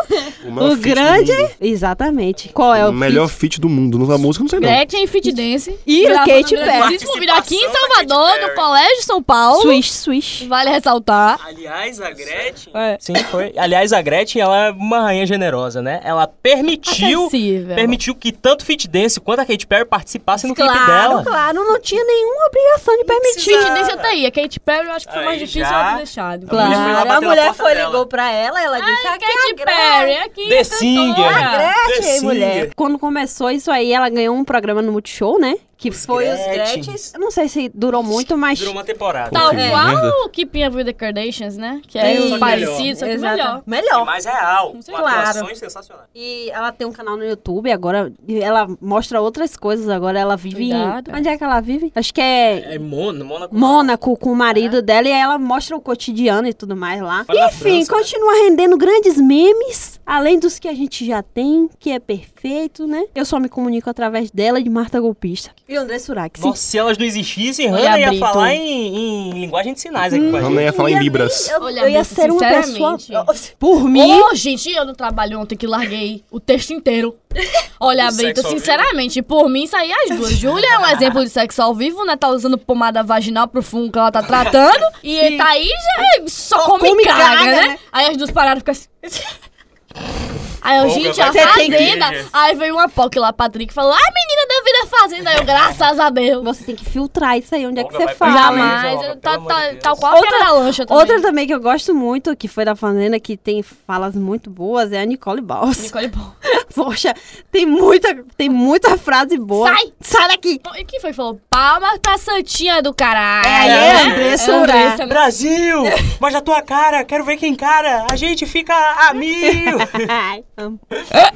S2: maior
S4: o
S2: feat do
S4: grande.
S2: mundo.
S4: Exatamente. Qual é o
S2: O melhor feat do mundo. Não, a música eu não sei não.
S1: Gretchen Fit Dance.
S4: E o
S1: Gravando
S4: Katy
S1: um
S4: Perry.
S1: grandíssimo vídeo aqui em
S3: Participação da Katy
S1: Salvador,
S3: Perry.
S1: no Colégio São Paulo.
S4: Swish, swish.
S1: Vale ressaltar.
S3: Aliás, a Gretchen.
S1: É.
S3: Sim, foi. Aliás, a Gretchen, ela é uma rainha generosa, né? Ela permitiu.
S1: Acessível.
S3: Permitiu que tanto Fit Dance quanto a Katy Perry participassem no clipe
S4: Claro,
S3: dela.
S4: claro, não tinha nenhuma obrigação de permitir.
S1: Fit Dance até aí. A Katy Perry eu acho que foi
S3: Aí
S1: mais difícil
S3: já-
S1: ela ter deixado.
S3: Claro. mulher foi lá bater na porta dela.
S4: pra ela, ela disse:
S1: A
S4: "Aqui é
S1: Katy
S4: Gretchen."
S1: Perry aqui.
S3: The Singer.
S1: cantora.
S3: The
S4: Gretchen,
S3: Singer.
S4: mulher. Quando começou isso aí, ela ganhou um programa no Multishow, né?
S6: Que
S3: Os
S6: foi os
S3: Gretchens.
S6: Gretchens.
S4: Eu não sei se durou muito, mas.
S3: Durou uma temporada.
S2: Tá,
S1: Tal
S2: que merda.
S1: qual o Keeping Up With The Kardashians, né? Que é
S4: um
S6: Isso,
S1: parecido, só que
S6: Exato.
S1: melhor.
S3: E
S6: Melhor.
S3: mais real. Com
S6: Claro.
S3: atuações sensacionais.
S4: E ela tem um canal no YouTube agora. e Ela mostra outras coisas agora. Ela vive
S1: Cuidado.
S4: em. Onde é que ela vive? Acho que é
S3: É Mono, Mônaco.
S4: Mônaco com o marido dela e aí ela mostra o cotidiano e tudo mais lá.
S3: Olha a
S4: Enfim,
S3: França, né?
S4: continua rendendo grandes memes, além dos que a gente já tem, que é perfeito, né? Eu só me comunico através dela e de Marta Golpista. E André Surak.
S3: Nossa, se elas não existissem,
S1: Olha
S3: Hannah
S1: a
S3: ia
S1: Brito.
S3: falar em, em linguagem de sinais aqui com a
S2: Hannah
S3: gente.
S2: ia falar em Libras.
S4: Eu,
S1: Olha,
S4: eu ia
S1: amigo,
S4: ser uma pessoa.
S1: sinceramente.
S4: Por mim.
S1: Ô, gente, eu no trabalho ontem que larguei o texto inteiro. Olha,
S3: O
S1: Brita,
S3: sexo ao
S1: sinceramente, por mim saí as duas. Júlia é um exemplo de sexo ao vivo, né? Tá usando pomada vaginal pro fungo que ela tá tratando. E, Thaís é, só,
S4: Só
S1: come,
S4: come
S1: carga,
S4: carga,
S1: né?
S4: né?
S1: Aí as duas pararam e ficam assim. Aí, eu,
S3: Olga,
S1: gente,
S3: vai
S1: a
S3: pra
S1: fazenda.
S3: igreja.
S1: Aí veio uma POC lá, Patrick, falou: Ai, menina, da vida é fazenda. Aí eu, graças a Deus.
S4: Você tem que filtrar isso aí, onde é que
S3: Olga
S4: você
S3: vai pra
S4: fala.
S3: igreja.
S4: né?
S1: Jamais.
S3: Olga,
S1: tá,
S3: pelo
S1: tá-
S3: amor de
S1: tal
S3: Deus.
S1: qual a
S4: Outra-
S1: outra, da lancha também.
S4: Outra também que eu gosto muito, que foi da Fazenda, que tem falas muito boas, é a Nicole Balls.
S1: Nicole Ball.
S4: *laughs* Poxa, tem muita, tem muita frase boa.
S1: Sai!
S4: Sai daqui!
S1: E quem foi que falou? Palmas pra Santinha do caralho.
S4: É,
S3: é
S1: né?
S4: Andressa
S1: É
S4: Urá.
S1: né?
S3: Brasil,
S1: *laughs*
S3: mostra a tua cara, quero ver quem cara, a gente fica
S1: *laughs*
S3: a mil.
S4: Ai, amo.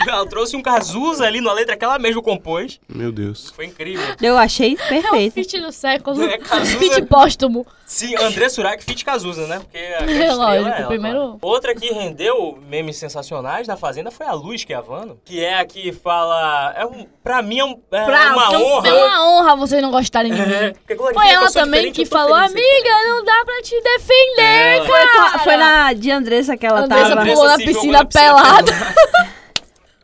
S3: Ela trouxe um Cazuza ali na letra que ela mesma compôs.
S2: Meu Deus.
S3: Foi incrível.
S4: Eu achei
S1: É o
S4: perfeito.
S1: fit do século.
S3: É, Cazuza.
S1: fit póstumo.
S3: Sim, André Surak feat Cazuza, né? Porque a grande
S1: É
S3: estrela
S1: lógico,
S3: ela,
S1: primeiro-
S3: claro. Outra que rendeu memes sensacionais na Fazenda foi a Luz que é Havano, que é a que fala... É um, pra mim é, um- é
S4: Pra-
S3: uma
S1: Então,
S3: honra.
S1: É uma honra vocês não gostarem de
S3: É,
S1: mim.
S3: *laughs* porque quando
S1: Foi
S3: eu
S1: ela
S3: sou
S1: também
S3: diferente,
S1: que
S3: eu tô
S1: falou,
S3: feliz, né? cara.
S1: amiga, não dá pra te defender,
S3: Ela-
S1: cara.
S4: Foi, foi na de Andressa que ela
S1: Andressa
S4: tava.
S1: pulou na
S3: se
S1: piscina
S3: jogou na
S1: pelada.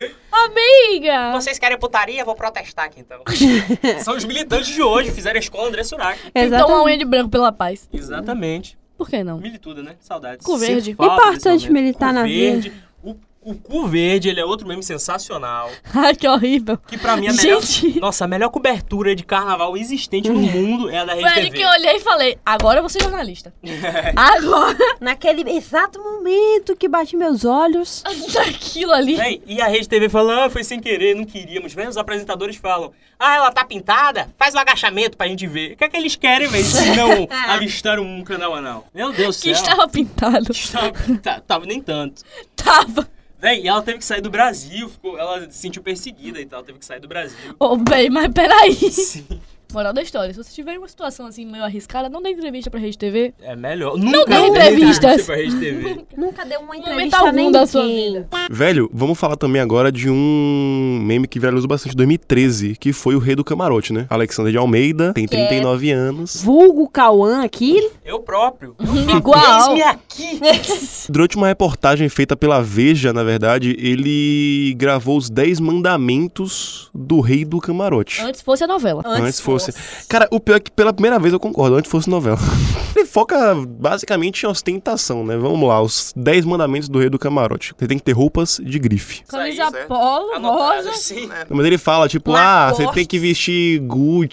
S3: É.
S1: Amiga.
S3: *laughs* Vocês querem putaria? Vou protestar aqui então. *laughs* São os militantes de hoje, fizeram a escola André Surak.
S1: Então uma
S4: Exatamente.
S1: unha de branco pela paz.
S3: Exatamente.
S1: Por que não? *laughs*
S3: Milituda, né? Saudades.
S1: Cu verde.
S3: Sinto falta desse
S4: Importante
S3: momento.
S4: militar
S3: Cu
S4: na
S3: verde. O, o cu verde, ele é outro meme sensacional.
S1: Ai, Ah, que horrível.
S3: Que pra mim é a melhor.
S1: Gente.
S3: Nossa, a melhor cobertura de carnaval existente no mundo é a da Rede
S1: Foi ali que
S3: TV.
S1: eu olhei e falei, agora eu vou ser jornalista.
S3: É.
S1: agora. *laughs*
S4: Naquele exato momento que bati meus olhos.
S1: Daquilo ali.
S3: Véi, e a Rede TV fala, ah, foi sem querer, não queríamos. Vem, os apresentadores falam, ah, ela tá pintada? Faz um agachamento pra gente ver. O que é que eles querem, velho, se
S1: *laughs*
S3: não avistar um canal anal? Meu Deus do
S1: Que
S3: céu.
S1: estava pintado.
S3: Estava- tá- Tava nem tanto.
S1: Tava.
S3: Véi, e ela teve que sair do Brasil, ficou, ela se sentiu perseguida e tal, teve que sair do Brasil.
S1: Ô, Oh, bem, mas peraí.
S3: Sim.
S1: Moral da história, se você tiver uma situação assim meio arriscada, não dê entrevista pra Rede TV.
S3: É melhor. Nunca
S1: dê
S3: dê
S1: entrevistas.
S3: entrevista pra Rede
S1: *laughs*
S3: TV.
S4: Nunca deu uma
S1: Momento algum da sua vida.
S2: Velho, vamos falar também agora de um meme que viralizou bastante em 2013, que foi o Rei do Camarote, né? Alexander de Almeida, tem 39 *laughs* anos.
S4: Vulgo Cauã aqui.
S3: Eu próprio.
S1: Igual.
S3: Eis-me aqui.
S2: Durante uma reportagem feita pela Veja, na verdade, ele gravou os 10 mandamentos do Rei do Camarote.
S1: Antes fosse a novela.
S2: Antes fosse. Cara, o pior é que pela primeira vez eu concordo, antes fosse novela. *laughs* Ele foca basicamente em ostentação, né? Vamos lá, os 10 mandamentos do rei do camarote. Você tem que ter roupas de grife.
S1: Camisa
S3: Isso aí,
S1: polo,
S3: Anotado, assim.
S1: rosa.
S3: sim.
S1: Tá
S2: Mas ele fala, tipo, ah, você tem que vestir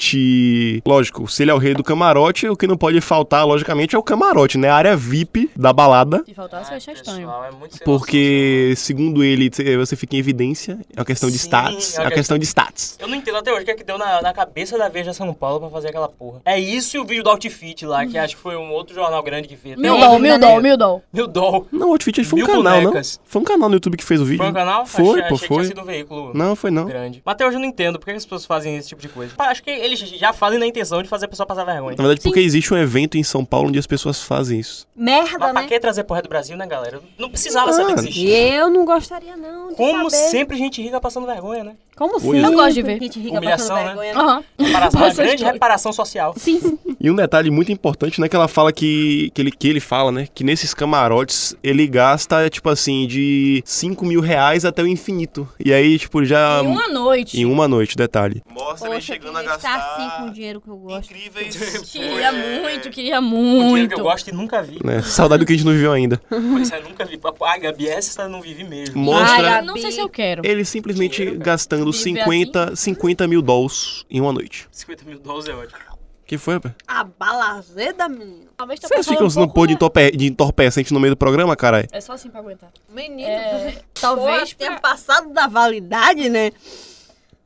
S2: Gucci. Lógico, se ele é o rei do camarote, o que não pode faltar, logicamente, é o camarote, né? A área VIP da balada.
S1: Se faltasse, eu ia achar estranho.
S3: Pessoal, é muito sem
S2: Porque, segundo ele, cê- você fica em evidência. É uma questão de
S3: Sim,
S2: status.
S3: é
S2: É
S3: uma
S2: uma questão de status.
S3: noção. Eu não entendo até hoje o que é que deu na, na cabeça da Veja São Paulo pra fazer aquela porra. É isso e o vídeo do Outfit lá, que acho que foi um outro jornal grande que fez.
S1: Mil
S3: Tem
S1: dó,
S3: um-
S1: mil dó, mil dó.
S3: Meu dó.
S2: Não, o Outfit foi um
S3: Mil
S2: canal,
S3: bonecas.
S2: não? Foi um canal no YouTube que fez o vídeo.
S3: Foi um canal?
S2: Foi,
S3: achei,
S2: pô,
S3: achei que
S2: foi.
S3: tinha sido um veículo
S2: Não, foi não.
S3: grande. Mas até hoje eu não entendo por que as pessoas fazem esse tipo de coisa. Acho que eles já fazem na intenção de fazer a pessoa passar vergonha.
S2: Na verdade, porque existe um evento em São Paulo onde as pessoas fazem isso.
S4: Merda,
S3: Mas pra
S4: né?
S3: que trazer porra do Brasil, né, galera? Não precisava
S2: Ah,
S3: saber que
S4: E
S3: existia.
S4: eu não gostaria, não. De
S3: Como
S4: saber.
S3: sempre, gente rica passando vergonha, né?
S4: Como
S2: Pois é.
S4: sempre.
S1: Eu gosto de ver.
S4: Gente rica
S3: Humilhação,
S4: passando
S3: né?
S4: vergonha.
S1: Aham.
S3: Reparação, uma
S1: Bastante
S3: grande
S1: coisa.
S3: reparação social.
S4: Sim, sim.
S2: E um detalhe muito importante, né, que ela fala que. Que ele, que ele fala, né? Que nesses camarotes ele gasta, tipo assim, de 5 mil reais até o infinito. E aí, tipo, já.
S1: Em uma noite.
S2: Em um- uma noite, detalhe. Mostra né,
S4: Poxa, queria estar assim com o dinheiro que eu gosto.
S2: incríveis.
S1: Queria muito, queria
S3: Um dinheiro que
S1: muito.
S3: eu gosto e nunca vi.
S2: Né? Saudade do que a gente não viu ainda.
S3: Pois é, nunca vi. Ah, Gabi, essa eu não vivi mesmo.
S2: Mostra.
S1: Ai,
S4: Gabi.
S1: não sei se eu quero.
S2: ele simplesmente
S3: Dinheiro, cara.
S2: gastando
S1: Viver
S2: 50, 50 mil dólares em uma noite.
S3: 50 mil dólares é ótimo.
S2: Que foi, rapaz?
S4: A balazeda, menino.
S1: Talvez tá
S2: Vocês
S1: falando
S2: ficam
S1: um
S2: usando
S1: pouco,
S2: pôr de,
S1: né?
S2: entorpe- de entorpecente no meio do programa, caralho?
S1: É só assim pra aguentar.
S4: Menino.
S1: É,
S4: Talvez
S1: talvez
S4: tenha
S1: pra...
S4: passado da validade, né?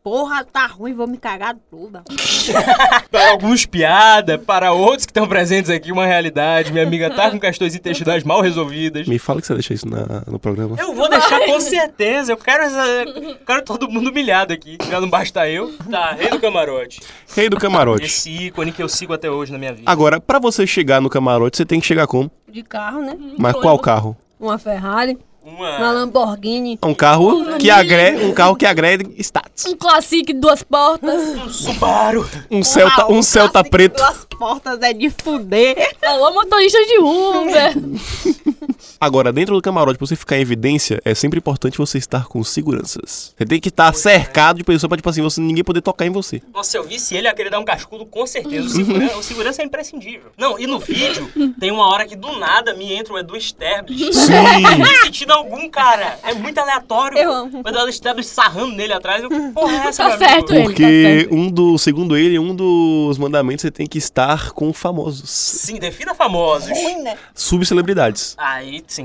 S6: porra, tá ruim, vou me cagar tudo.
S3: Para alguns, piada. Para outros que estão presentes aqui, uma realidade. Minha amiga tá com questões intestinais mal resolvidas.
S2: Me fala que você deixa isso na- no programa.
S3: Eu vou deixar com certeza. Eu quero, essa... eu quero todo mundo humilhado aqui. Já não basta eu. Tá, rei do camarote.
S2: Rei do camarote.
S3: Esse ícone que eu sigo até hoje na minha vida.
S2: Agora, pra você chegar no camarote, você tem que chegar como?
S6: De carro, né?
S2: Mas qual carro?
S6: Uma Ferrari, uma
S3: Uma...
S6: Lamborghini.
S2: Um carro que agrega, um carro que agrega status.
S1: Um classic, duas *laughs* portas.
S3: Um Subaru.
S2: Um Celta, um
S1: tá
S2: Celta
S6: Clássico,
S2: preto.
S6: Duas portas é de fuder.
S1: Alô, motorista de
S2: *laughs*
S1: Uber.
S2: Agora, dentro do camarote, pra você ficar em evidência, é sempre importante você estar com seguranças. Você tem que estar cercado de pessoas pra, tipo assim, você, ninguém poder tocar
S6: *laughs*
S2: em você.
S3: Nossa, se eu visse ele, eu ia querer dar um cascudo com certeza. O segurança, o segurança é imprescindível. Não, e no vídeo, tem uma hora que do nada me entra o Edu Sterblich.
S6: tá
S2: Sim!
S3: Sem sentido algum, cara. É muito aleatório.
S6: Eu amo.
S3: O Edu Sterblich sarrando nele atrás. Eu, que porra, é
S1: Tá
S3: essa, meu amigo?
S1: certo ele.
S2: Porque um do, segundo ele, um dos mandamentos você tem que estar com famosos,
S3: Sim, defina famosos.
S6: Ruim, né?
S2: subcelebridades.
S3: Aí, sim.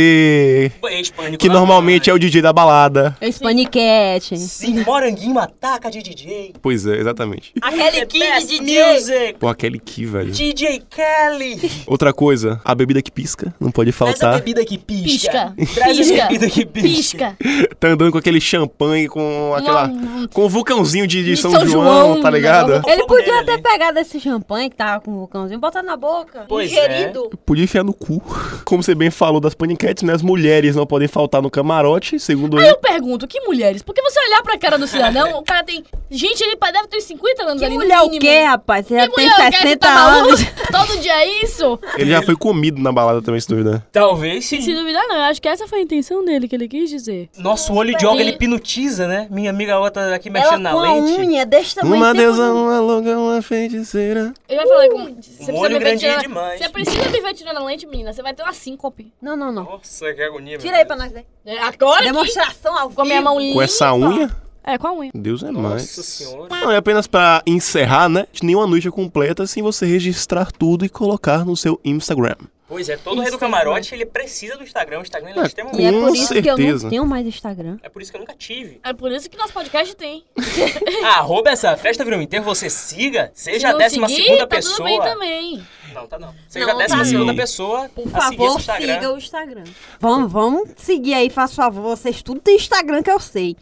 S2: Ex-BBB,
S3: Ex-pânico né?
S2: que
S3: lá
S2: normalmente é
S3: fora.
S2: o DJ da balada.
S6: Eu espaniquete.
S3: Sim, moranguinho ataca de DJ.
S2: Pois é, exatamente.
S6: Aquele
S3: Best
S6: Kid DJ.
S3: Music.
S2: Pô, aquele que, velho.
S3: DJ Kelly.
S2: Outra coisa, a bebida que pisca, não pode
S3: Traz a
S2: faltar.
S3: bebida que pisca.
S1: Pisca.
S3: Traz
S1: Pisca.
S3: a bebida que pisca.
S1: Pisca.
S2: Tá andando com aquele champanhe, com aquela.
S1: Uma-
S2: Com o vulcãozinho de, de
S1: De
S2: São,
S1: São
S2: João,
S1: João,
S2: tá ligado?
S1: negócio-
S6: Ele
S3: fogo
S6: podia
S3: dele
S6: até
S3: ali.
S6: pegar desse champanhe que tava com o vulcãozinho, botar na boca.
S3: Pois é.
S6: ingerido.
S2: Podia enfiar no cu. *laughs* Como você bem falou das paniquetes, né? As mulheres não podem faltar no camarote, segundo
S1: Aí
S2: ele.
S1: eu pergunto, que mulheres? Porque você olhar pra cara do cidadão, o cara tem. Gente, ele deve ter uns 50 anos
S6: Que
S1: ali
S6: mulher
S1: no
S6: o
S1: mínimo.
S6: quê, rapaz? Você já
S1: Que
S6: tem
S1: mulher o quê? Você
S6: 60
S1: tá maluco?
S6: anos.
S1: *laughs* Todo dia é isso?
S2: Ele já foi comido na balada também, né? se duvidar.
S3: Talvez
S1: Se
S3: sim.
S1: duvidar, não. Eu acho que essa foi a intenção dele, que ele quis dizer.
S3: Nosso olho de
S1: Sim.
S3: yoga, ele hipnotiza, né? Minha amiga outra aqui
S6: Ela
S3: mexendo
S6: com
S3: na
S6: a
S3: lente.
S6: unha desse tamanho.
S2: Uma
S6: sempre-
S2: deusa, uma louca, uma feiticeira.
S1: Eu já falei com. Você
S3: Uh, um olho grandinho
S1: tirando-
S3: demais.
S6: é
S1: Você precisa me ver tirando a lente, menina. Você vai ter uma síncope.
S6: Não, não, não.
S3: Nossa, que agonia.
S6: Tira aí pra nós ver.
S1: É, Agora que...
S6: Demonstração ao vivo.
S1: Com a minha mão limpa.
S2: Com essa unha?
S1: É, com a unha.
S2: Deus é mais.
S3: Nossa senhora.
S2: Não, é apenas pra encerrar, né? Nenhuma noite é completa sem você registrar tudo e colocar no seu Instagram.
S3: Pois é, todo rei do camarote, ele precisa do Instagram. O Instagram ele é
S2: É,
S6: E é
S3: extremamente...
S2: com-
S6: por isso que eu
S2: certeza.
S6: não tenho mais Instagram.
S3: É por isso que eu nunca tive. *laughs*
S1: É por isso que nosso podcast tem.
S3: Arroba essa festa virou inteiro, você siga, seja
S1: Se
S3: a
S1: não
S3: décima
S1: seguir,
S3: segunda
S1: tá
S3: pessoa.
S1: tudo bem também.
S3: Não, tá não. Seja
S6: Não,
S3: a décima
S6: tá
S3: segunda
S2: não.
S3: pessoa.
S6: Por
S3: a seguir
S6: favor,
S3: esse Instagram.
S6: siga o Instagram.
S4: Vamos, vamos seguir aí, faz favor. Vocês tudo tem Instagram que eu sei.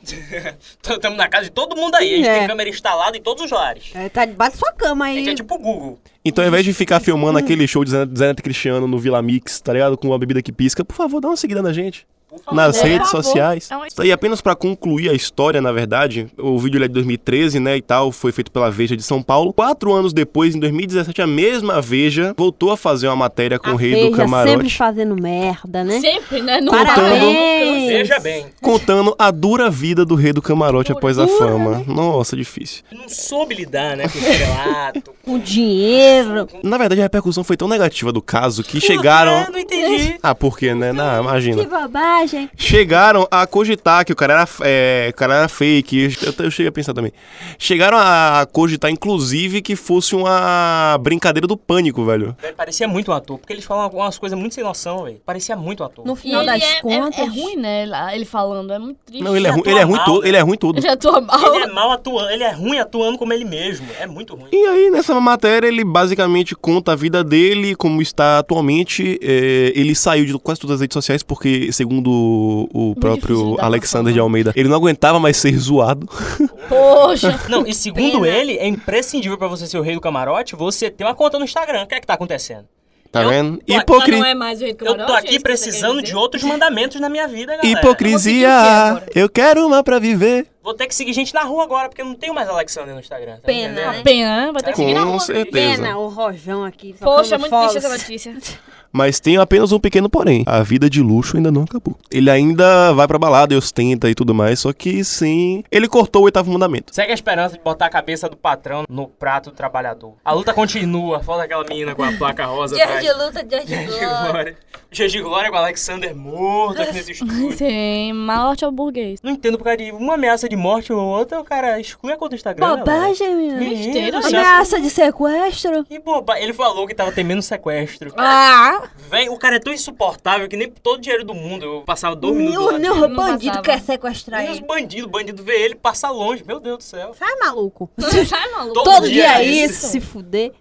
S3: Estamos na casa de todo mundo aí. A gente
S4: É.
S3: tem câmera instalada em todos os lares.
S4: É, tá debaixo da sua cama
S3: A
S4: aí.
S3: gente é tipo o Google.
S2: Então, ao invés de ficar filmando aquele show de Zé- Zé Cristiano no Vila Mix, tá ligado? Com uma bebida que pisca, por favor, dá uma seguida na gente.
S3: Por favor.
S2: nas
S1: É.
S2: redes
S1: Por favor.
S2: sociais.
S1: É um-
S2: E apenas pra concluir a história, na verdade, o vídeo ele é de 2013, né, e tal, foi feito pela Veja de São Paulo. Quatro anos depois, em 2017, a mesma Veja voltou a fazer uma matéria com
S4: A
S2: o Rei do
S4: Veja sempre
S2: Camarote,
S4: fazendo merda, né?
S1: Sempre, né? No
S4: Parabéns.
S3: Veja bem,
S2: contando a dura vida do Rei do Camarote após a
S4: Dura,
S2: fama. Nossa, difícil.
S3: não soube lidar, né, com o relato.
S4: Com dinheiro.
S2: Na verdade, a repercussão foi tão negativa do caso que chegaram...
S3: Ah, não entendi.
S2: Ah, por quê, né? Não, imagina.
S4: Que bobagem.
S2: Chegaram a cogitar que o cara era, é, o cara era fake. Eu, eu cheguei a pensar também. Chegaram a cogitar, inclusive, que fosse uma brincadeira do pânico, velho.
S3: Velho, Parecia muito um ator, porque eles falam umas coisas muito sem noção, velho. Parecia muito um ator.
S4: No
S1: E
S4: final
S1: ele
S4: das
S1: é,
S4: contas.
S1: é, é ruim, né? ele- Ele falando, é muito triste.
S2: Não, ele é,
S3: Ele
S2: ruim,
S3: atua
S2: ele é ruim
S3: mal,
S2: todo.
S3: né?
S2: Ele é ruim todo.
S1: Eu já tô mal.
S3: Ele é mal atuando, ele é ruim atuando como ele mesmo. É muito ruim.
S2: E aí, nessa matéria, ele basicamente conta a vida dele, como está atualmente. É, ele saiu de quase todas as redes sociais, porque, segundo o, o
S1: difícil
S2: próprio
S1: lidar com
S2: Alexander
S1: a fama.
S2: de Almeida, ele não aguentava mais ser zoado. *laughs*
S1: Poxa.
S3: Não, e segundo
S1: Pena.
S3: ele, é imprescindível pra você ser o rei do camarote você ter uma conta no Instagram. O que é que tá acontecendo?
S2: Tá
S3: Eu-
S2: vendo?
S3: Ué,
S2: Hipocri-
S1: Não é mais o rei do
S3: Eu tô
S1: camarote, é isso
S3: aqui
S1: que você
S3: precisando
S1: quer
S3: de
S1: dizer?
S3: outros mandamentos na minha vida, galera.
S2: Hipocrisia! Eu quero uma pra viver.
S3: Vou ter que seguir gente na rua agora, porque eu não tenho mais Alexander no Instagram. Tá
S6: Pena,
S3: entendendo?
S6: né?
S1: Pena, né? Vai ter que seguir na
S2: Com
S1: rua.
S2: certeza.
S4: Pena, o rojão aqui. só
S1: Poxa, é
S4: come
S1: muito triste
S4: folhas.
S1: essa notícia.
S2: Mas tem apenas um pequeno porém. A vida de luxo ainda não acabou. Ele ainda vai pra balada e ostenta e tudo mais, só que sim. Ele cortou o oitavo mandamento.
S3: Segue a esperança de botar a cabeça do patrão no prato do trabalhador. A luta continua. Foda aquela menina com a placa rosa
S6: Dias
S3: atrás.
S6: de luta, dias de
S3: Dias de
S6: glória.
S3: glória. Dias de glória com o Alexander morto
S1: *laughs*
S3: aqui nesse estúdio.
S1: Sim, malote ao burguês.
S3: Não entendo por causa de uma ameaça de morte ou outra, o cara exclui a conta do Instagram. né, velho?
S4: Bobagem, menino.
S3: Menino,
S1: Besteira, né?
S3: você acha
S4: Ameaça de sequestro.
S3: que boba. Ele falou que tava temendo sequestro.
S1: Ah,
S3: Vem, o cara é tão insuportável que nem todo o dinheiro do mundo eu passava dois minutos.
S6: Meu,
S3: lá dentro.
S6: meu
S8: Não
S6: bandido
S8: passava.
S6: quer sequestrar
S3: E os
S6: ele.
S3: bandidos, bandido vê ele, passa longe. Meu Deus do céu.
S6: Sai, maluco.
S8: Sai, maluco.
S3: Todo
S6: Todo
S3: dia
S6: dia é
S3: é isso.
S6: isso. Se fuder.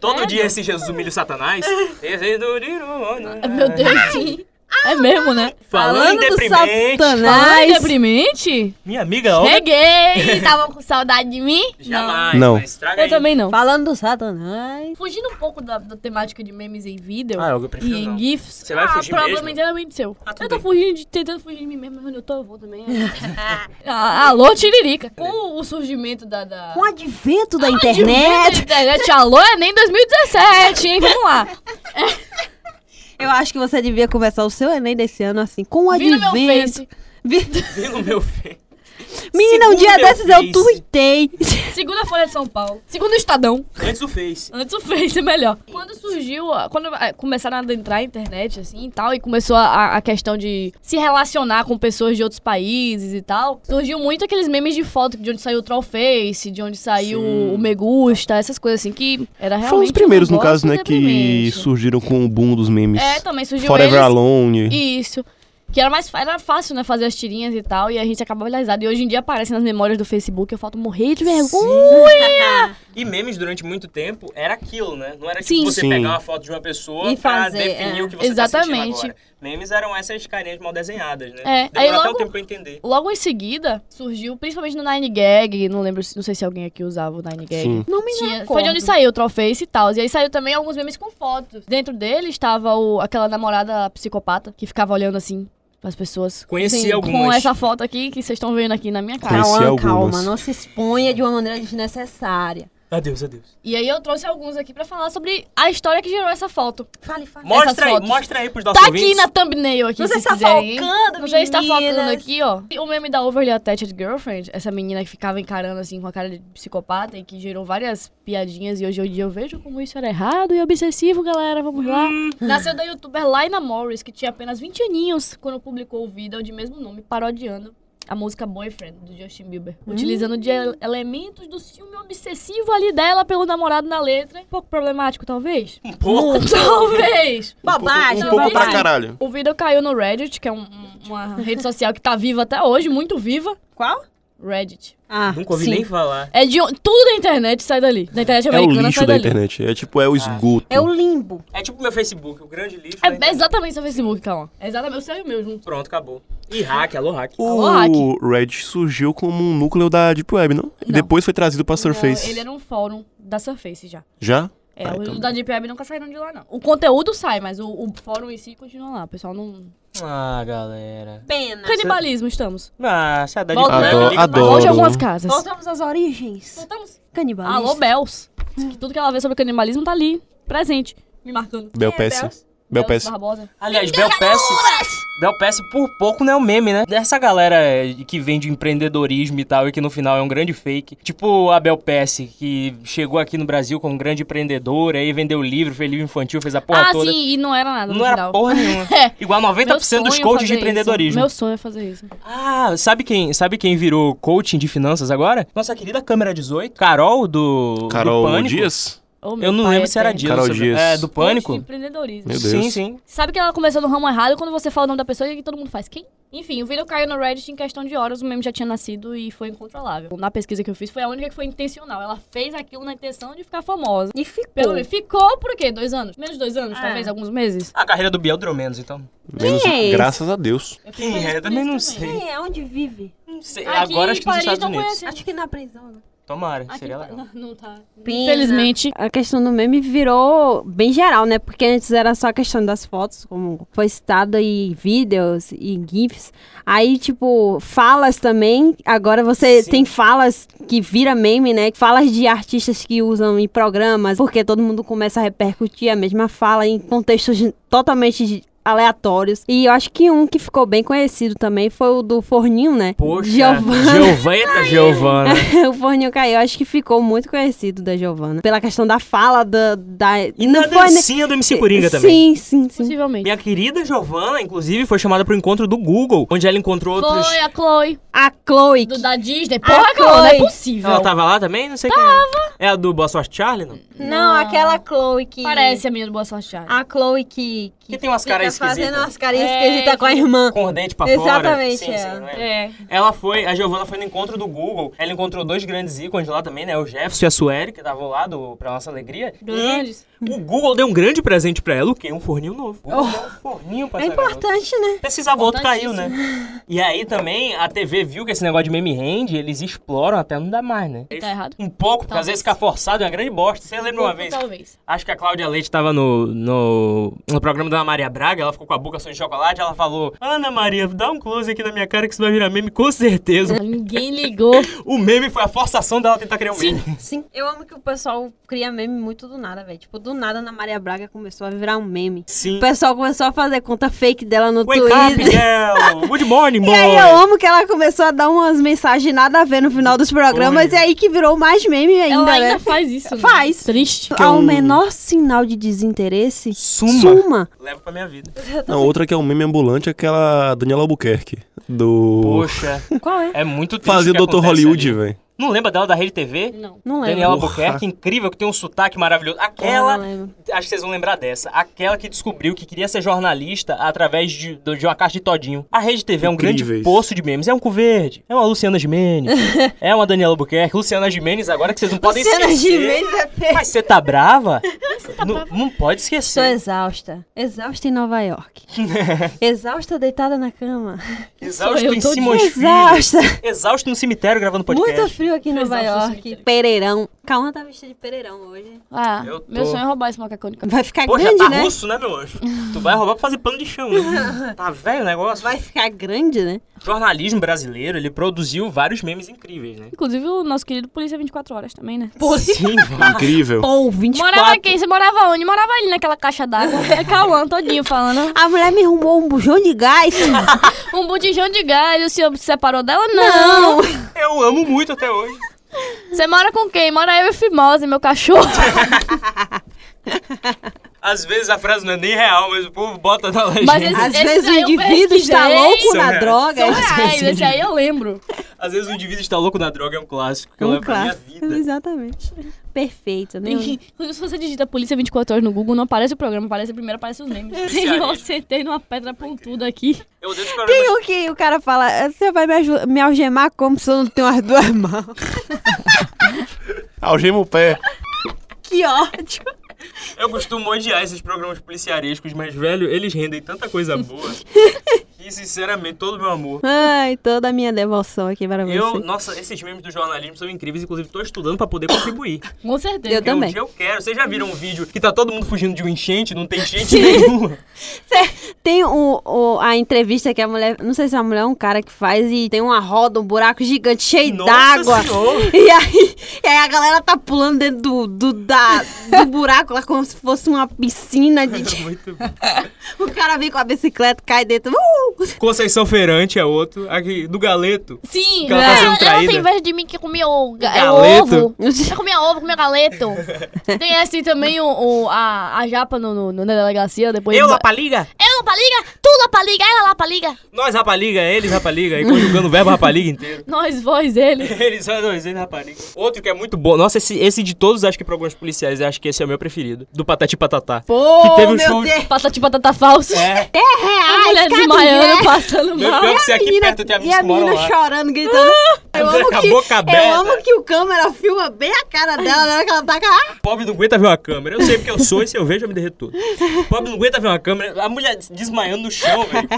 S3: Todo dia esse Jesus humilha o Satanás. Esse do-
S1: Ah, Meu Deus, sim.
S8: É mesmo, né?
S3: Falando em
S4: Falando do
S3: deprimente.
S1: Ai,
S4: Satanás.
S1: deprimente.
S3: Minha amiga, ó. *laughs*
S1: Cheguei. Tava com saudade de mim?
S3: Jamais.
S2: Não.
S3: mas Estraga
S1: Eu
S3: aí.
S1: também não.
S4: Falando do Satanás.
S1: Fugindo um pouco da, da temática de memes em vídeo
S3: Ah, eu prefiro
S1: e
S3: não.
S1: em GIFs,
S3: Você vai
S1: ah,
S3: fugir
S1: problema
S3: mesmo?
S1: inteiramente seu.
S3: Ah, tudo
S1: eu tô
S3: bem.
S1: fugindo, de- tentando fugir de mim mesmo, mas onde eu tô, eu vou também. *laughs* Ah, alô, Tiririca. Com o surgimento da... da...
S4: Com o advento da
S1: Advento
S4: internet.
S1: da internet, alô, é nem 2017, hein? Vamos lá.
S4: Eu acho que você devia começar o seu Enem desse ano assim. Com o
S1: Vi no
S4: advento.
S1: meu Face.
S4: Vi-
S3: Vem no meu filho.
S4: Menina, um
S3: Segundo
S4: dia
S3: meu
S4: desses eu
S3: Face.
S4: tuitei.
S1: Segunda Folha de São Paulo. Segundo Estadão.
S3: Antes do Face.
S1: Antes o Face é melhor. Quando surgiu, ó, quando é, começaram a adentrar a internet, assim, e tal, e começou a, a questão de se relacionar com pessoas de outros países e tal, surgiu muito aqueles memes de foto de onde saiu o Trollface, de onde saiu
S3: Sim.
S1: o Me Gusta, essas coisas assim, que era realmente
S2: Foram os primeiros,
S1: um
S2: no caso, né,
S1: negócio
S2: que
S1: deprimente.
S2: surgiram com o boom dos memes.
S1: É, também surgiu
S2: Forever
S1: eles.
S2: Alone.
S1: Isso. Que era mais fa- era fácil, né, fazer as tirinhas e tal, e a gente acabava realizado. E hoje em dia aparece nas memórias do Facebook, eu falto morrer de vergonha.
S3: E memes durante muito tempo era aquilo, né? Não era tipo
S1: Sim.
S3: você
S2: Sim.
S3: pegar uma foto de uma pessoa
S6: E fazer,
S3: pra definir
S6: é.
S3: o que você tá
S1: Exatamente.
S3: sentindo agora. Memes eram essas carinhas mal desenhadas, né?
S1: É, aí
S3: Demorou até um
S1: logo-
S3: tempo pra eu entender.
S1: Logo em seguida, surgiu, principalmente no Nine Gag, não lembro, não sei se alguém aqui usava o Nine Gag.
S2: Sim.
S4: Não me
S1: Tinha-
S4: lembro.
S1: foi de onde saiu o Trollface e tal. E aí saiu também alguns memes com fotos. Dentro dele estava o, aquela namorada psicopata que ficava olhando assim as pessoas.
S3: Conheci
S1: assim, Com
S3: algumas.
S1: essa foto aqui que vocês estão vendo aqui na minha cara.
S2: Conheci
S6: Calma,
S2: algumas.
S6: calma. Não se exponha de uma maneira desnecessária.
S3: Adeus, adeus.
S1: E aí eu trouxe alguns aqui pra falar sobre a história que gerou essa foto.
S6: Fale, fale.
S1: Essas
S3: Mostra aí,
S1: fotos.
S3: mostra aí pros nossos
S1: Tá aqui
S3: ouvintes.
S1: na thumbnail aqui,
S6: Você
S1: se
S4: tá
S6: está
S1: quiserem.
S6: focando,
S1: Você está focando
S6: meninas.
S1: tá aqui, ó. E O meme da Overly Attached Girlfriend, essa menina que ficava encarando assim com a cara de psicopata e que gerou várias piadinhas e hoje em dia eu vejo como isso era errado e obsessivo, galera, vamos lá. Nasceu da youtuber Lina Morris, que tinha apenas 20 aninhos quando publicou o vídeo de mesmo nome, parodiando a música Boyfriend, do Justin Bieber. Utilizando de ele- elementos do ciúme obsessivo ali dela pelo namorado na letra. Um pouco problemático, talvez?
S3: Um pouco.
S1: talvez!
S6: Bobagem.
S2: Um pouco pra
S1: Bobagem.
S2: caralho.
S1: O vídeo caiu no Reddit, que é um- um- uma rede social que tá viva até hoje, muito viva.
S6: Qual?
S1: Reddit.
S4: Ah,
S3: Nunca ouvi
S4: sim.
S3: nem falar.
S1: É de on- tudo da internet sai dali. Da internet
S2: É o
S1: americana
S2: lixo
S1: sai
S2: da
S1: dali.
S2: internet. É tipo, é o esgoto.
S6: É o limbo.
S3: É tipo meu Facebook, o grande lixo. da
S1: É
S3: internet.
S1: exatamente seu Facebook, calma. É exatamente o seu e o meu junto.
S3: Pronto, acabou. E hack, alô hack.
S1: Alô, hack.
S2: O Reddit surgiu como um núcleo da Deep Web, não? E
S1: Não.
S2: depois foi trazido pra Surface.
S1: Não, ele era um fórum da Surface já.
S2: Já?
S1: É,
S2: Ah,
S1: o
S2: então.
S1: da Deep Web nunca saíram de lá, não. O conteúdo sai, mas o, o fórum em si continua lá. O pessoal não.
S3: Ah, galera.
S6: Pena.
S1: Canibalismo, estamos.
S3: Ah, saudade de
S6: Voltando.
S3: Pernambuco,
S2: Adoro,
S3: mas-
S2: adoro.
S1: Volte algumas casas.
S6: Voltamos às origens.
S1: Voltamos.
S6: Canibalismo.
S1: Alô, Bells. Diz que Tudo que ela vê sobre canibalismo tá ali, presente. Me marcando.
S2: Bel Pesce. Bel
S1: Bells
S2: Pesce.
S1: Barbosa.
S3: Aliás, Bel Pesce, Bel Pesce por pouco não é um meme, né? Dessa galera é, que vende empreendedorismo e tal e que no final é um grande fake. Tipo a Bel Pesce, que chegou aqui no Brasil como grande empreendedora, aí vendeu livro, fez livro infantil, fez a porra
S1: ah,
S3: toda.
S1: sim, e não era nada. no
S3: Não era
S1: final. *laughs*
S3: porra nenhuma.
S1: É.
S3: Igual
S1: Meu
S3: 90% dos
S1: sonho é
S3: coaches de
S1: fazer isso.
S3: empreendedorismo.
S1: Meu sonho é fazer isso.
S3: Ah, sabe quem, sabe quem virou coaching de finanças agora? Nossa querida Câmera 18, Carol do do
S2: Carol
S3: Pânico.
S2: Dias?
S1: Ô, meu
S3: Eu não
S1: pai
S3: lembro se era
S1: eterno.
S3: Dias.
S2: Carol
S3: ou se-
S2: Dias.
S3: É, do
S1: Coach de
S3: Pânico.
S1: empreendedorismo.
S2: Meu
S3: Sim,
S2: Deus.
S3: sim.
S1: Sabe que ela começou no ramo errado quando você fala o nome da pessoa e todo mundo faz quem? Enfim, o vídeo caiu no Reddit em questão de horas, o meme já tinha nascido e foi incontrolável. Na pesquisa que eu fiz, foi a única que foi intencional. Ela fez aquilo na intenção de ficar famosa.
S6: E ficou.
S1: Pelo menos, ficou por quê? Dois anos? Menos de dois anos,
S6: Ah.
S1: talvez, alguns meses?
S3: A carreira do Biel durou menos, então.
S2: Menos-
S6: é esse?
S2: graças a Deus.
S1: Eu fico
S3: Quem
S1: feliz
S3: é?
S1: por
S3: Também
S1: isso
S3: não sei.
S6: Quem é? Onde vive?
S3: Não sei.
S1: Aqui
S3: Agora acho
S1: em
S3: que nos
S1: Paris
S3: Estados
S1: não
S3: Unidos.
S1: conhece.
S6: Acho que na prisão. né?
S3: Tomara,
S1: Aqui
S3: seria
S1: tá-
S3: legal.
S1: Não, não tá.
S6: Pena.
S1: Infelizmente.
S4: A questão do meme virou bem geral, né? Porque antes era só a questão das fotos, como foi citado aí, vídeos e GIFs. Aí, tipo, falas também. Agora você
S3: Sim.
S4: tem falas que vira meme, né? Falas de artistas que usam em programas, porque todo mundo começa a repercutir a mesma fala em contextos totalmente aleatórios. E eu acho que um que ficou bem conhecido também foi o do Forninho, né?
S3: Poxa,
S4: Giovana.
S3: Giovana, Giovana.
S4: *laughs* o Forninho caiu. Acho que ficou muito conhecido da Giovana. Pela questão da fala, da. da...
S3: E na dancinha do MC Coringa
S4: Sim,
S3: também.
S4: sim, sim.
S9: Possivelmente.
S3: Minha querida Giovana, inclusive, foi chamada pro encontro do Google, onde ela encontrou outros.
S1: Foi a Chloe,
S4: A Chloe.
S1: do, da Disney. Porra,
S4: Chloe.
S1: Chloe, não é possível.
S3: Ela tá tava lá também? Não sei tava. quem é. É a do Boa Sorte Charlie, não?
S1: Não.
S10: Não, aquela Chloe que.
S1: Ah, Parece a minha do Boa Sorte Charlie.
S4: Ah,
S10: A Chloe que.
S3: Que tem umas
S10: fica
S3: caras
S10: fazendo
S3: esquisitas.
S10: umas carinhas
S1: É,
S10: esquisitas com a irmã.
S3: Com o dente pra
S10: Exatamente,
S3: fora.
S10: é.
S3: Sim, sim, não é?
S1: É.
S3: Ela foi, a Giovana foi no encontro do Google. Ela encontrou dois grandes ícones lá também, né? O Jefferson e a Sueli, que estavam lá do, pra nossa alegria. E
S1: Grandes.
S3: o Google deu um grande presente pra ela, o quê? Um forninho novo. O Google deu um forninho pra
S10: É
S3: essa garota.
S10: importante,
S3: *laughs*
S10: né?
S3: Precisava outro caiu, né? E aí também a TV viu que esse negócio de meme rende, eles exploram até não dar mais, né?
S1: Tá errado?
S3: Um pouco, porque às
S1: Talvez.
S3: vezes ficar forçado é uma grande bosta. Você lembra uma vez?
S1: Talvez.
S3: Acho que a Cláudia Leite tava no, no, no programa da Ana Maria Braga, ela ficou com a boca só de chocolate, ela falou: Ana Maria, dá um close aqui na minha cara que isso vai virar meme, com
S1: É.
S3: certeza.
S1: Ninguém ligou.
S3: O meme foi a forçação dela tentar criar um meme.
S10: Sim. Eu amo que o pessoal cria meme muito do nada, velho. Tipo, do nada Ana Maria Braga começou a virar um meme.
S3: Sim.
S4: O pessoal começou a fazer conta fake dela no
S3: Wake up,
S4: Twitter.
S3: girl! Good morning, boy!
S4: E aí eu amo que ela começou a dar umas mensagens nada a ver no final dos programas
S3: Foi.
S4: e aí que virou mais meme ainda,
S1: Ela
S4: né?
S1: ainda faz isso. né?
S4: Faz.
S1: Triste.
S2: Que é
S4: Ao
S2: um-
S4: menor sinal de desinteresse, *laughs*
S3: Suma.
S4: suma.
S3: Leva pra minha vida.
S2: Não, outra que é um meme ambulante é aquela Daniela Albuquerque. Do.
S3: Poxa,
S4: Qual é?
S3: é muito triste.
S2: Fazia o
S3: o que
S2: Dr.
S3: acontece
S2: Hollywood,
S3: ali.
S2: velho.
S3: Não lembra dela da Rede TV?
S1: Não.
S4: Não lembro.
S3: Daniela
S2: Porra.
S3: Albuquerque, incrível, que tem um sotaque maravilhoso.
S4: Não
S3: Aquela,
S4: lembro.
S3: acho que vocês vão lembrar dessa. Aquela que descobriu que queria ser jornalista através de, de uma caixa de todinho. A Rede TV é um grande
S2: Incríveis.
S3: poço de memes. É um cu verde, é uma Luciana Gimenez, é uma Daniela Albuquerque. Luciana Gimenez, agora que vocês não podem
S4: Luciana
S3: esquecer.
S4: Gimenez é feia.
S3: Mas você tá brava? não, não pode
S10: Estou
S4: é-
S3: esquecer.
S10: exausta. Exausta em Nova York.
S4: *laughs*
S10: exausta deitada na cama.
S3: Exausto
S1: eu
S3: em
S1: todo
S3: *laughs* Simões Filho.
S4: Exausta.
S3: Exausto no cemitério gravando podcast.
S10: Muito frio aqui em Nova
S1: Exausta,
S10: York.
S4: Pereirão. Calma tá vestida de pereirão hoje.
S1: Ah,
S3: Eu tô-
S1: meu sonho é roubar esse macacão de cabelo.
S4: Vai ficar
S3: Poxa,
S4: grande,
S3: tá
S4: né?
S3: russo, né, meu anjo? tu vai roubar pra fazer pano de chão.
S4: *laughs*
S3: Né? tá velho o negócio.
S4: Vai ficar grande, né?
S3: O jornalismo brasileiro, ele produziu vários memes incríveis, né?
S1: Inclusive o nosso querido Polícia 24 Horas também, né?
S3: Sim, velho.
S2: Incrível.
S4: Ou 24.
S1: Morava quem? Você morava onde? Morava ali naquela caixa d'água. É Cauã todinho falando.
S4: A mulher me arrumou um bujão de gás.
S1: Um botijão de gás, o senhor se separou dela? Não.
S4: Não.
S3: Eu amo muito até hoje.
S1: Você mora com quem? Mora eu e Fimose, meu cachorro.
S3: Às vezes a frase não é nem real, mas o povo bota na legenda.
S1: Mas esse-
S4: Às
S1: Esse
S4: vezes o
S1: aí eu
S4: indivíduo está
S1: pesquisei.
S4: louco
S3: São
S4: na
S3: reais.
S4: droga. é
S1: São reais, É, esse aí eu lembro.
S3: Às vezes o indivíduo está louco na droga, é um clássico que eu
S4: Um
S3: levo pra minha
S4: clássico.
S3: vida.
S4: Exatamente. Perfeito, né?
S1: Inclusive, se você digita Polícia 24 Horas no Google, não aparece o programa, aparece primeiro, aparece os memes. Senhor, eu sentei numa pedra pontuda aqui.
S3: Eu odeio os
S4: Tem um-
S3: programas.
S4: o que o cara fala, "Ah, você vai me, aju- me algemar como se eu não tenho as duas mãos?
S2: *laughs*
S1: *laughs*
S2: Algema o pé.
S4: Que ótimo.
S3: Eu costumo odiar esses programas policiarescos, mas, velho, eles rendem tanta
S4: *laughs*
S3: coisa boa. que, sinceramente, todo o meu amor.
S4: Ai, toda a minha devoção aqui para É você.
S3: Eu, nossa, esses memes do jornalismo são incríveis, inclusive tô estudando pra poder contribuir.
S1: Com certeza.
S4: Eu
S3: Porque
S4: também.
S3: um dia eu quero. Vocês já viram um vídeo que tá todo mundo fugindo de um enchente, não tem enchente
S4: *laughs*
S3: nenhuma.
S4: Tem o, o- a entrevista que a mulher, não sei se é uma mulher ou um cara que faz e tem uma roda, um buraco gigante cheio
S3: Nossa
S4: d'água.
S3: Senhora.
S4: *laughs* E aí, e aí a galera tá pulando dentro do, do, da- do buraco lá como se fosse uma piscina.
S3: *laughs*
S4: De, tipo,
S3: Muito bom.
S4: o cara vem com a bicicleta, cai dentro. Uh!
S3: Conceição Feirante é outro. Aqui, do Galeto.
S1: Sim, né?
S3: Que ela tá sendo
S1: ela, ela
S3: traída.
S1: tem inveja de mim que comia o, ga- é o
S3: Galeto.
S1: ovo. Eu comia ovo, comia galeto. Tem assim também o, o- a, a japa no, no- no- na delegacia, depois...
S3: Eu, Lapaliga?
S1: Eu, Lapaliga, tu, Lapaliga, ela, Lapaliga.
S3: Nós, Rapaliga, eles, Rapaliga. E conjugando o verbo Rapaliga inteiro. *laughs*
S1: Nós, voz, ele.
S3: Eles são dois, eles, Rapaliga. Outro que é muito bom. Nossa, esse, esse de todos, acho que para alguns policiais, eu acho que esse é o meu preferido. Do Patati Patatá.
S4: Pô,
S3: Que teve um
S4: Uh, meu
S3: show-
S4: Deus.
S1: Patati patata falso.
S3: É.
S1: A mulher
S4: cada
S1: desmaiando,
S4: mulher.
S1: passando
S3: Meu
S1: mal.
S3: pior que você aqui
S4: Menina-
S3: perto tem
S4: É e
S3: amigos
S4: a
S3: que moram
S4: menina
S3: lá.
S4: chorando,
S3: *laughs*
S4: gritando. Eu amo,
S3: Com a
S4: que,
S3: boca aberta.
S4: eu amo que o câmera filma bem a cara dela, na hora que ela tá com a...
S3: Pobre não aguenta ver uma câmera. Eu sei porque eu sou e se eu vejo eu me derreto todo. Pobre não aguenta ver uma câmera. A mulher desmaiando no chão, velho.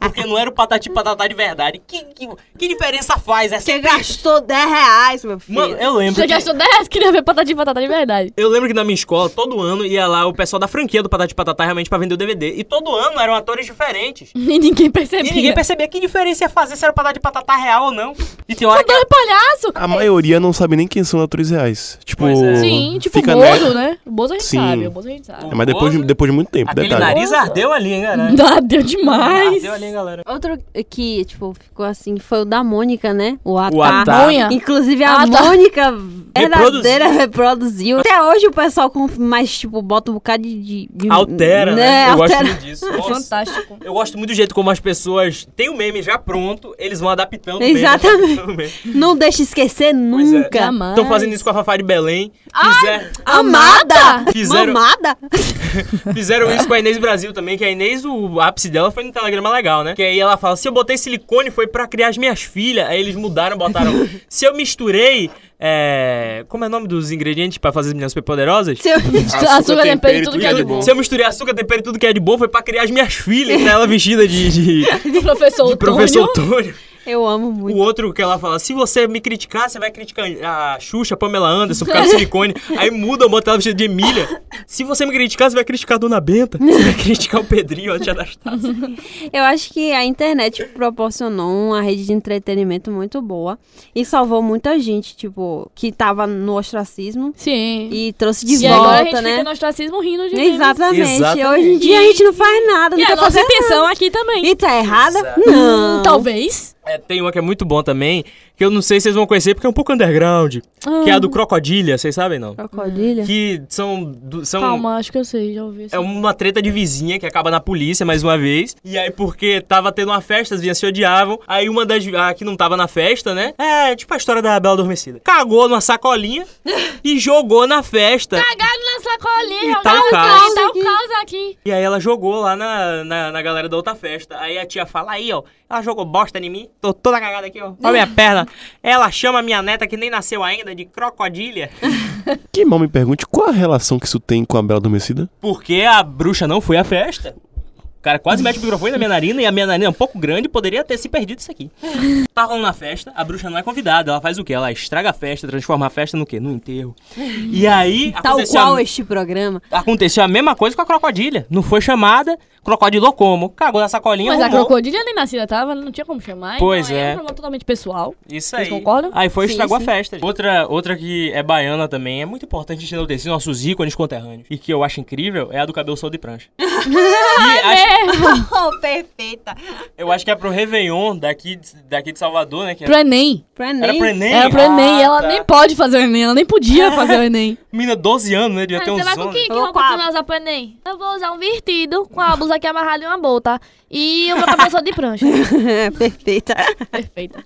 S3: Porque não era o patati patatá de verdade. Que, que, que diferença faz essa?
S4: Você gastou 10 reais, meu filho.
S3: Mano, eu lembro.
S1: Você
S3: que-
S1: gastou 10 reais, queria ver patati patata de verdade.
S3: Eu lembro que na minha escola, todo ano ia lá o pessoal da franquia do Patati Patatá realmente pra vender o DVD. E todo ano eram atores diferentes.
S1: E ninguém percebia.
S3: E ninguém percebia que diferença ia fazer se era o Patati Patatá real ou não. E tem hora
S1: dois palhaços.
S2: A maioria não sabe nem quem são os atores reais. Tipo,
S3: Pois é.
S1: Sim, tipo o
S2: fica
S1: Bozo, né? O Bozo a gente
S2: Sim.
S1: sabe, o Bozo a gente sabe. *laughs*
S2: É, mas depois de, depois de muito tempo,
S3: Aquele
S2: detalhe.
S3: nariz ardeu ali, hein, galera?
S1: Ah, deu demais.
S3: Ardeu ali, um hein, galera?
S4: Outro que, tipo, ficou assim, foi o da Mônica, né? O Atar.
S3: Atar.
S1: Maconha.
S4: Inclusive, a
S1: Ah, tá.
S4: Mônica verdadeira reproduziu. Até hoje o pessoal com mais, tipo, bota um bocado de... de- de-
S3: Altera, né? Eu
S4: altera.
S3: gosto muito disso.
S1: É
S3: Nossa.
S1: fantástico.
S3: Eu gosto muito do jeito como as pessoas têm o meme já pronto, eles vão adaptando o meme,
S4: Exatamente.
S3: adaptando o meme.
S4: Não deixa esquecer
S3: Pois é.
S4: nunca.
S1: Jamais.
S3: Estão fazendo isso com a Fafá de Belém. Fizer-
S4: Amada!
S3: Fizeram-
S4: Mamada? *laughs*
S3: fizeram isso com a Inês Brasil também, que a Inês, o ápice dela foi no Telegrama Legal, né? Que aí ela fala, se eu botei silicone foi pra criar as minhas filhas. Aí eles mudaram, botaram, se eu misturei, é... como é o nome dos ingredientes pra fazer as meninas superpoderosas?
S4: Seu-
S1: Açúcar, tempero e tudo que é de bom.
S3: Se eu misturei açúcar, tempero e tudo que é de bom, foi pra criar as minhas filhas, né? Ela vestida de, de, de
S1: Professor Otônio.
S3: professor Tônio.
S4: Eu amo
S3: O
S4: muito.
S3: outro que ela fala, se você me criticar, você vai criticar a Xuxa, Pamela Anderson, por causa do silicone. Aí muda, bota ela vestida de Emília. Se você me criticar, você vai criticar a Dona Benta. Você vai criticar o Pedrinho, a tia das taças.
S4: Eu acho que a internet proporcionou uma rede de entretenimento muito boa e salvou muita gente, tipo, que tava no ostracismo
S1: Sim.
S4: e trouxe de
S1: e
S4: volta,
S1: agora a gente
S4: né?
S1: fica no ostracismo rindo de memes.
S4: Exatamente.
S3: Exatamente.
S4: Hoje em dia a gente não faz nada,
S1: E
S4: não
S1: a
S4: quer
S1: nossa
S4: fazer.
S1: intenção aqui também.
S4: E tá errada?
S3: Exato.
S4: Não.
S1: Talvez.
S3: É, tem uma que é muito bom também, que eu não sei se vocês vão conhecer, porque é um pouco underground. Que é a do Crocodilha, vocês sabem não?
S4: Crocodilha?
S3: Que são... do- são
S1: Calma, acho que eu sei, já ouvi. isso.
S3: É uma treta de vizinha que acaba na polícia mais uma vez. E aí, porque tava tendo uma festa, as vizinhas se odiavam. Aí uma das a que não tava na festa, né? É, tipo a história da Bela Adormecida. Cagou numa sacolinha e jogou na festa.
S1: Cagado na sacolinha,
S3: E tá o
S1: jogado
S3: caos.
S1: aqui, tá o caos aqui.
S3: E aí ela jogou lá na, na, na galera da outra festa. Aí a tia fala, aí, ó, ela jogou bosta em mim, tô toda cagada aqui, ó. Olha minha perna. Ela chama minha neta, que nem nasceu ainda, de crocodilha.
S2: Quem mal me pergunte qual a relação que isso tem com a Bela Adormecida?
S3: Porque a bruxa não foi à festa. O cara quase mete o microfone na minha narina e a minha narina é um pouco grande, poderia ter se perdido isso aqui. Tá rolando na festa, a bruxa não é convidada. Ela faz o quê? Ela estraga a festa, transforma a festa no quê? No enterro. E aí.
S4: Tal
S3: aconteceu
S4: qual
S3: a...
S4: este *laughs* programa.
S3: Aconteceu a mesma coisa com a crocodilha. Não foi chamada, crocodilo como? Cagou na sacolinha,
S1: Mas a
S3: arrumou.
S1: crocodilha nem nascida tava, não tinha como chamar.
S3: Pois
S1: então
S3: é.
S1: um problema totalmente pessoal.
S3: Isso aí.
S1: Vocês concordam?
S3: Aí foi e
S4: Sim,
S3: estragou
S4: sim.
S3: a festa. Outra, outra que é baiana também, é muito importante a gente enaltecer nossos ícones conterrâneos. E que eu acho incrível é a do cabelo sol de prancha. e acho-
S4: Oh, perfeita.
S3: eu acho que é pro Réveillon daqui, de- daqui de Salvador, né? Que
S1: Pro Enem.
S4: Pra
S3: Era
S4: nem.
S3: pro Enem?
S1: Era pro Enem.
S3: Ah,
S1: ela
S3: tá.
S1: nem pode fazer o Enem, ela nem podia fazer o Enem.
S3: Menina, 12 anos, né? Devia ter
S1: Mas
S3: uns
S1: Ah, você
S3: 11.
S1: vai com que, que
S4: Eu vou
S1: roupa
S4: com a-
S1: você vai usar pro Enem? Eu vou usar um vestido com a blusa aqui amarrada e uma bota. E o meu cabelo só de prancha.
S4: *laughs* É, perfeita.
S1: *laughs* Perfeito.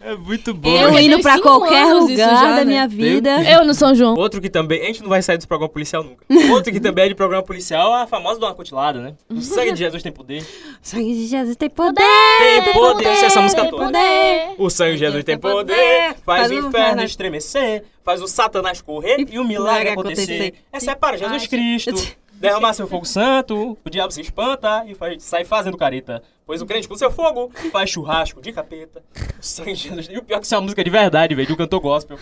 S3: É muito bom.
S1: Eu
S4: Eu
S1: já
S4: indo
S1: tenho
S4: pra
S1: cinco
S4: qualquer
S1: anos isso
S4: lugar
S1: já,
S4: da
S1: né?
S4: minha vida.
S1: Eu no São João.
S3: Outro que também. A gente não vai sair desse programa
S1: *laughs*
S3: policial nunca. Outro que também é de programa policial é a famosa Dona Cutilada, né? O sangue de Jesus tem poder.
S4: Sangue de Jesus tem poder.
S3: Tem poder. Essa é a música toda.
S1: poder.
S3: O sangue de Jesus tem poder, faz o inferno estremecer, faz o Satanás correr e o milagre acontecer. Essa é para Jesus Cristo. *laughs* Derramar seu fogo santo, o diabo se espanta e faz- sai fazendo careta. Pois o crente com seu fogo faz churrasco de capeta. O sangue de Jesus. E o pior é que isso é uma música de verdade, velho, de um cantor gospel.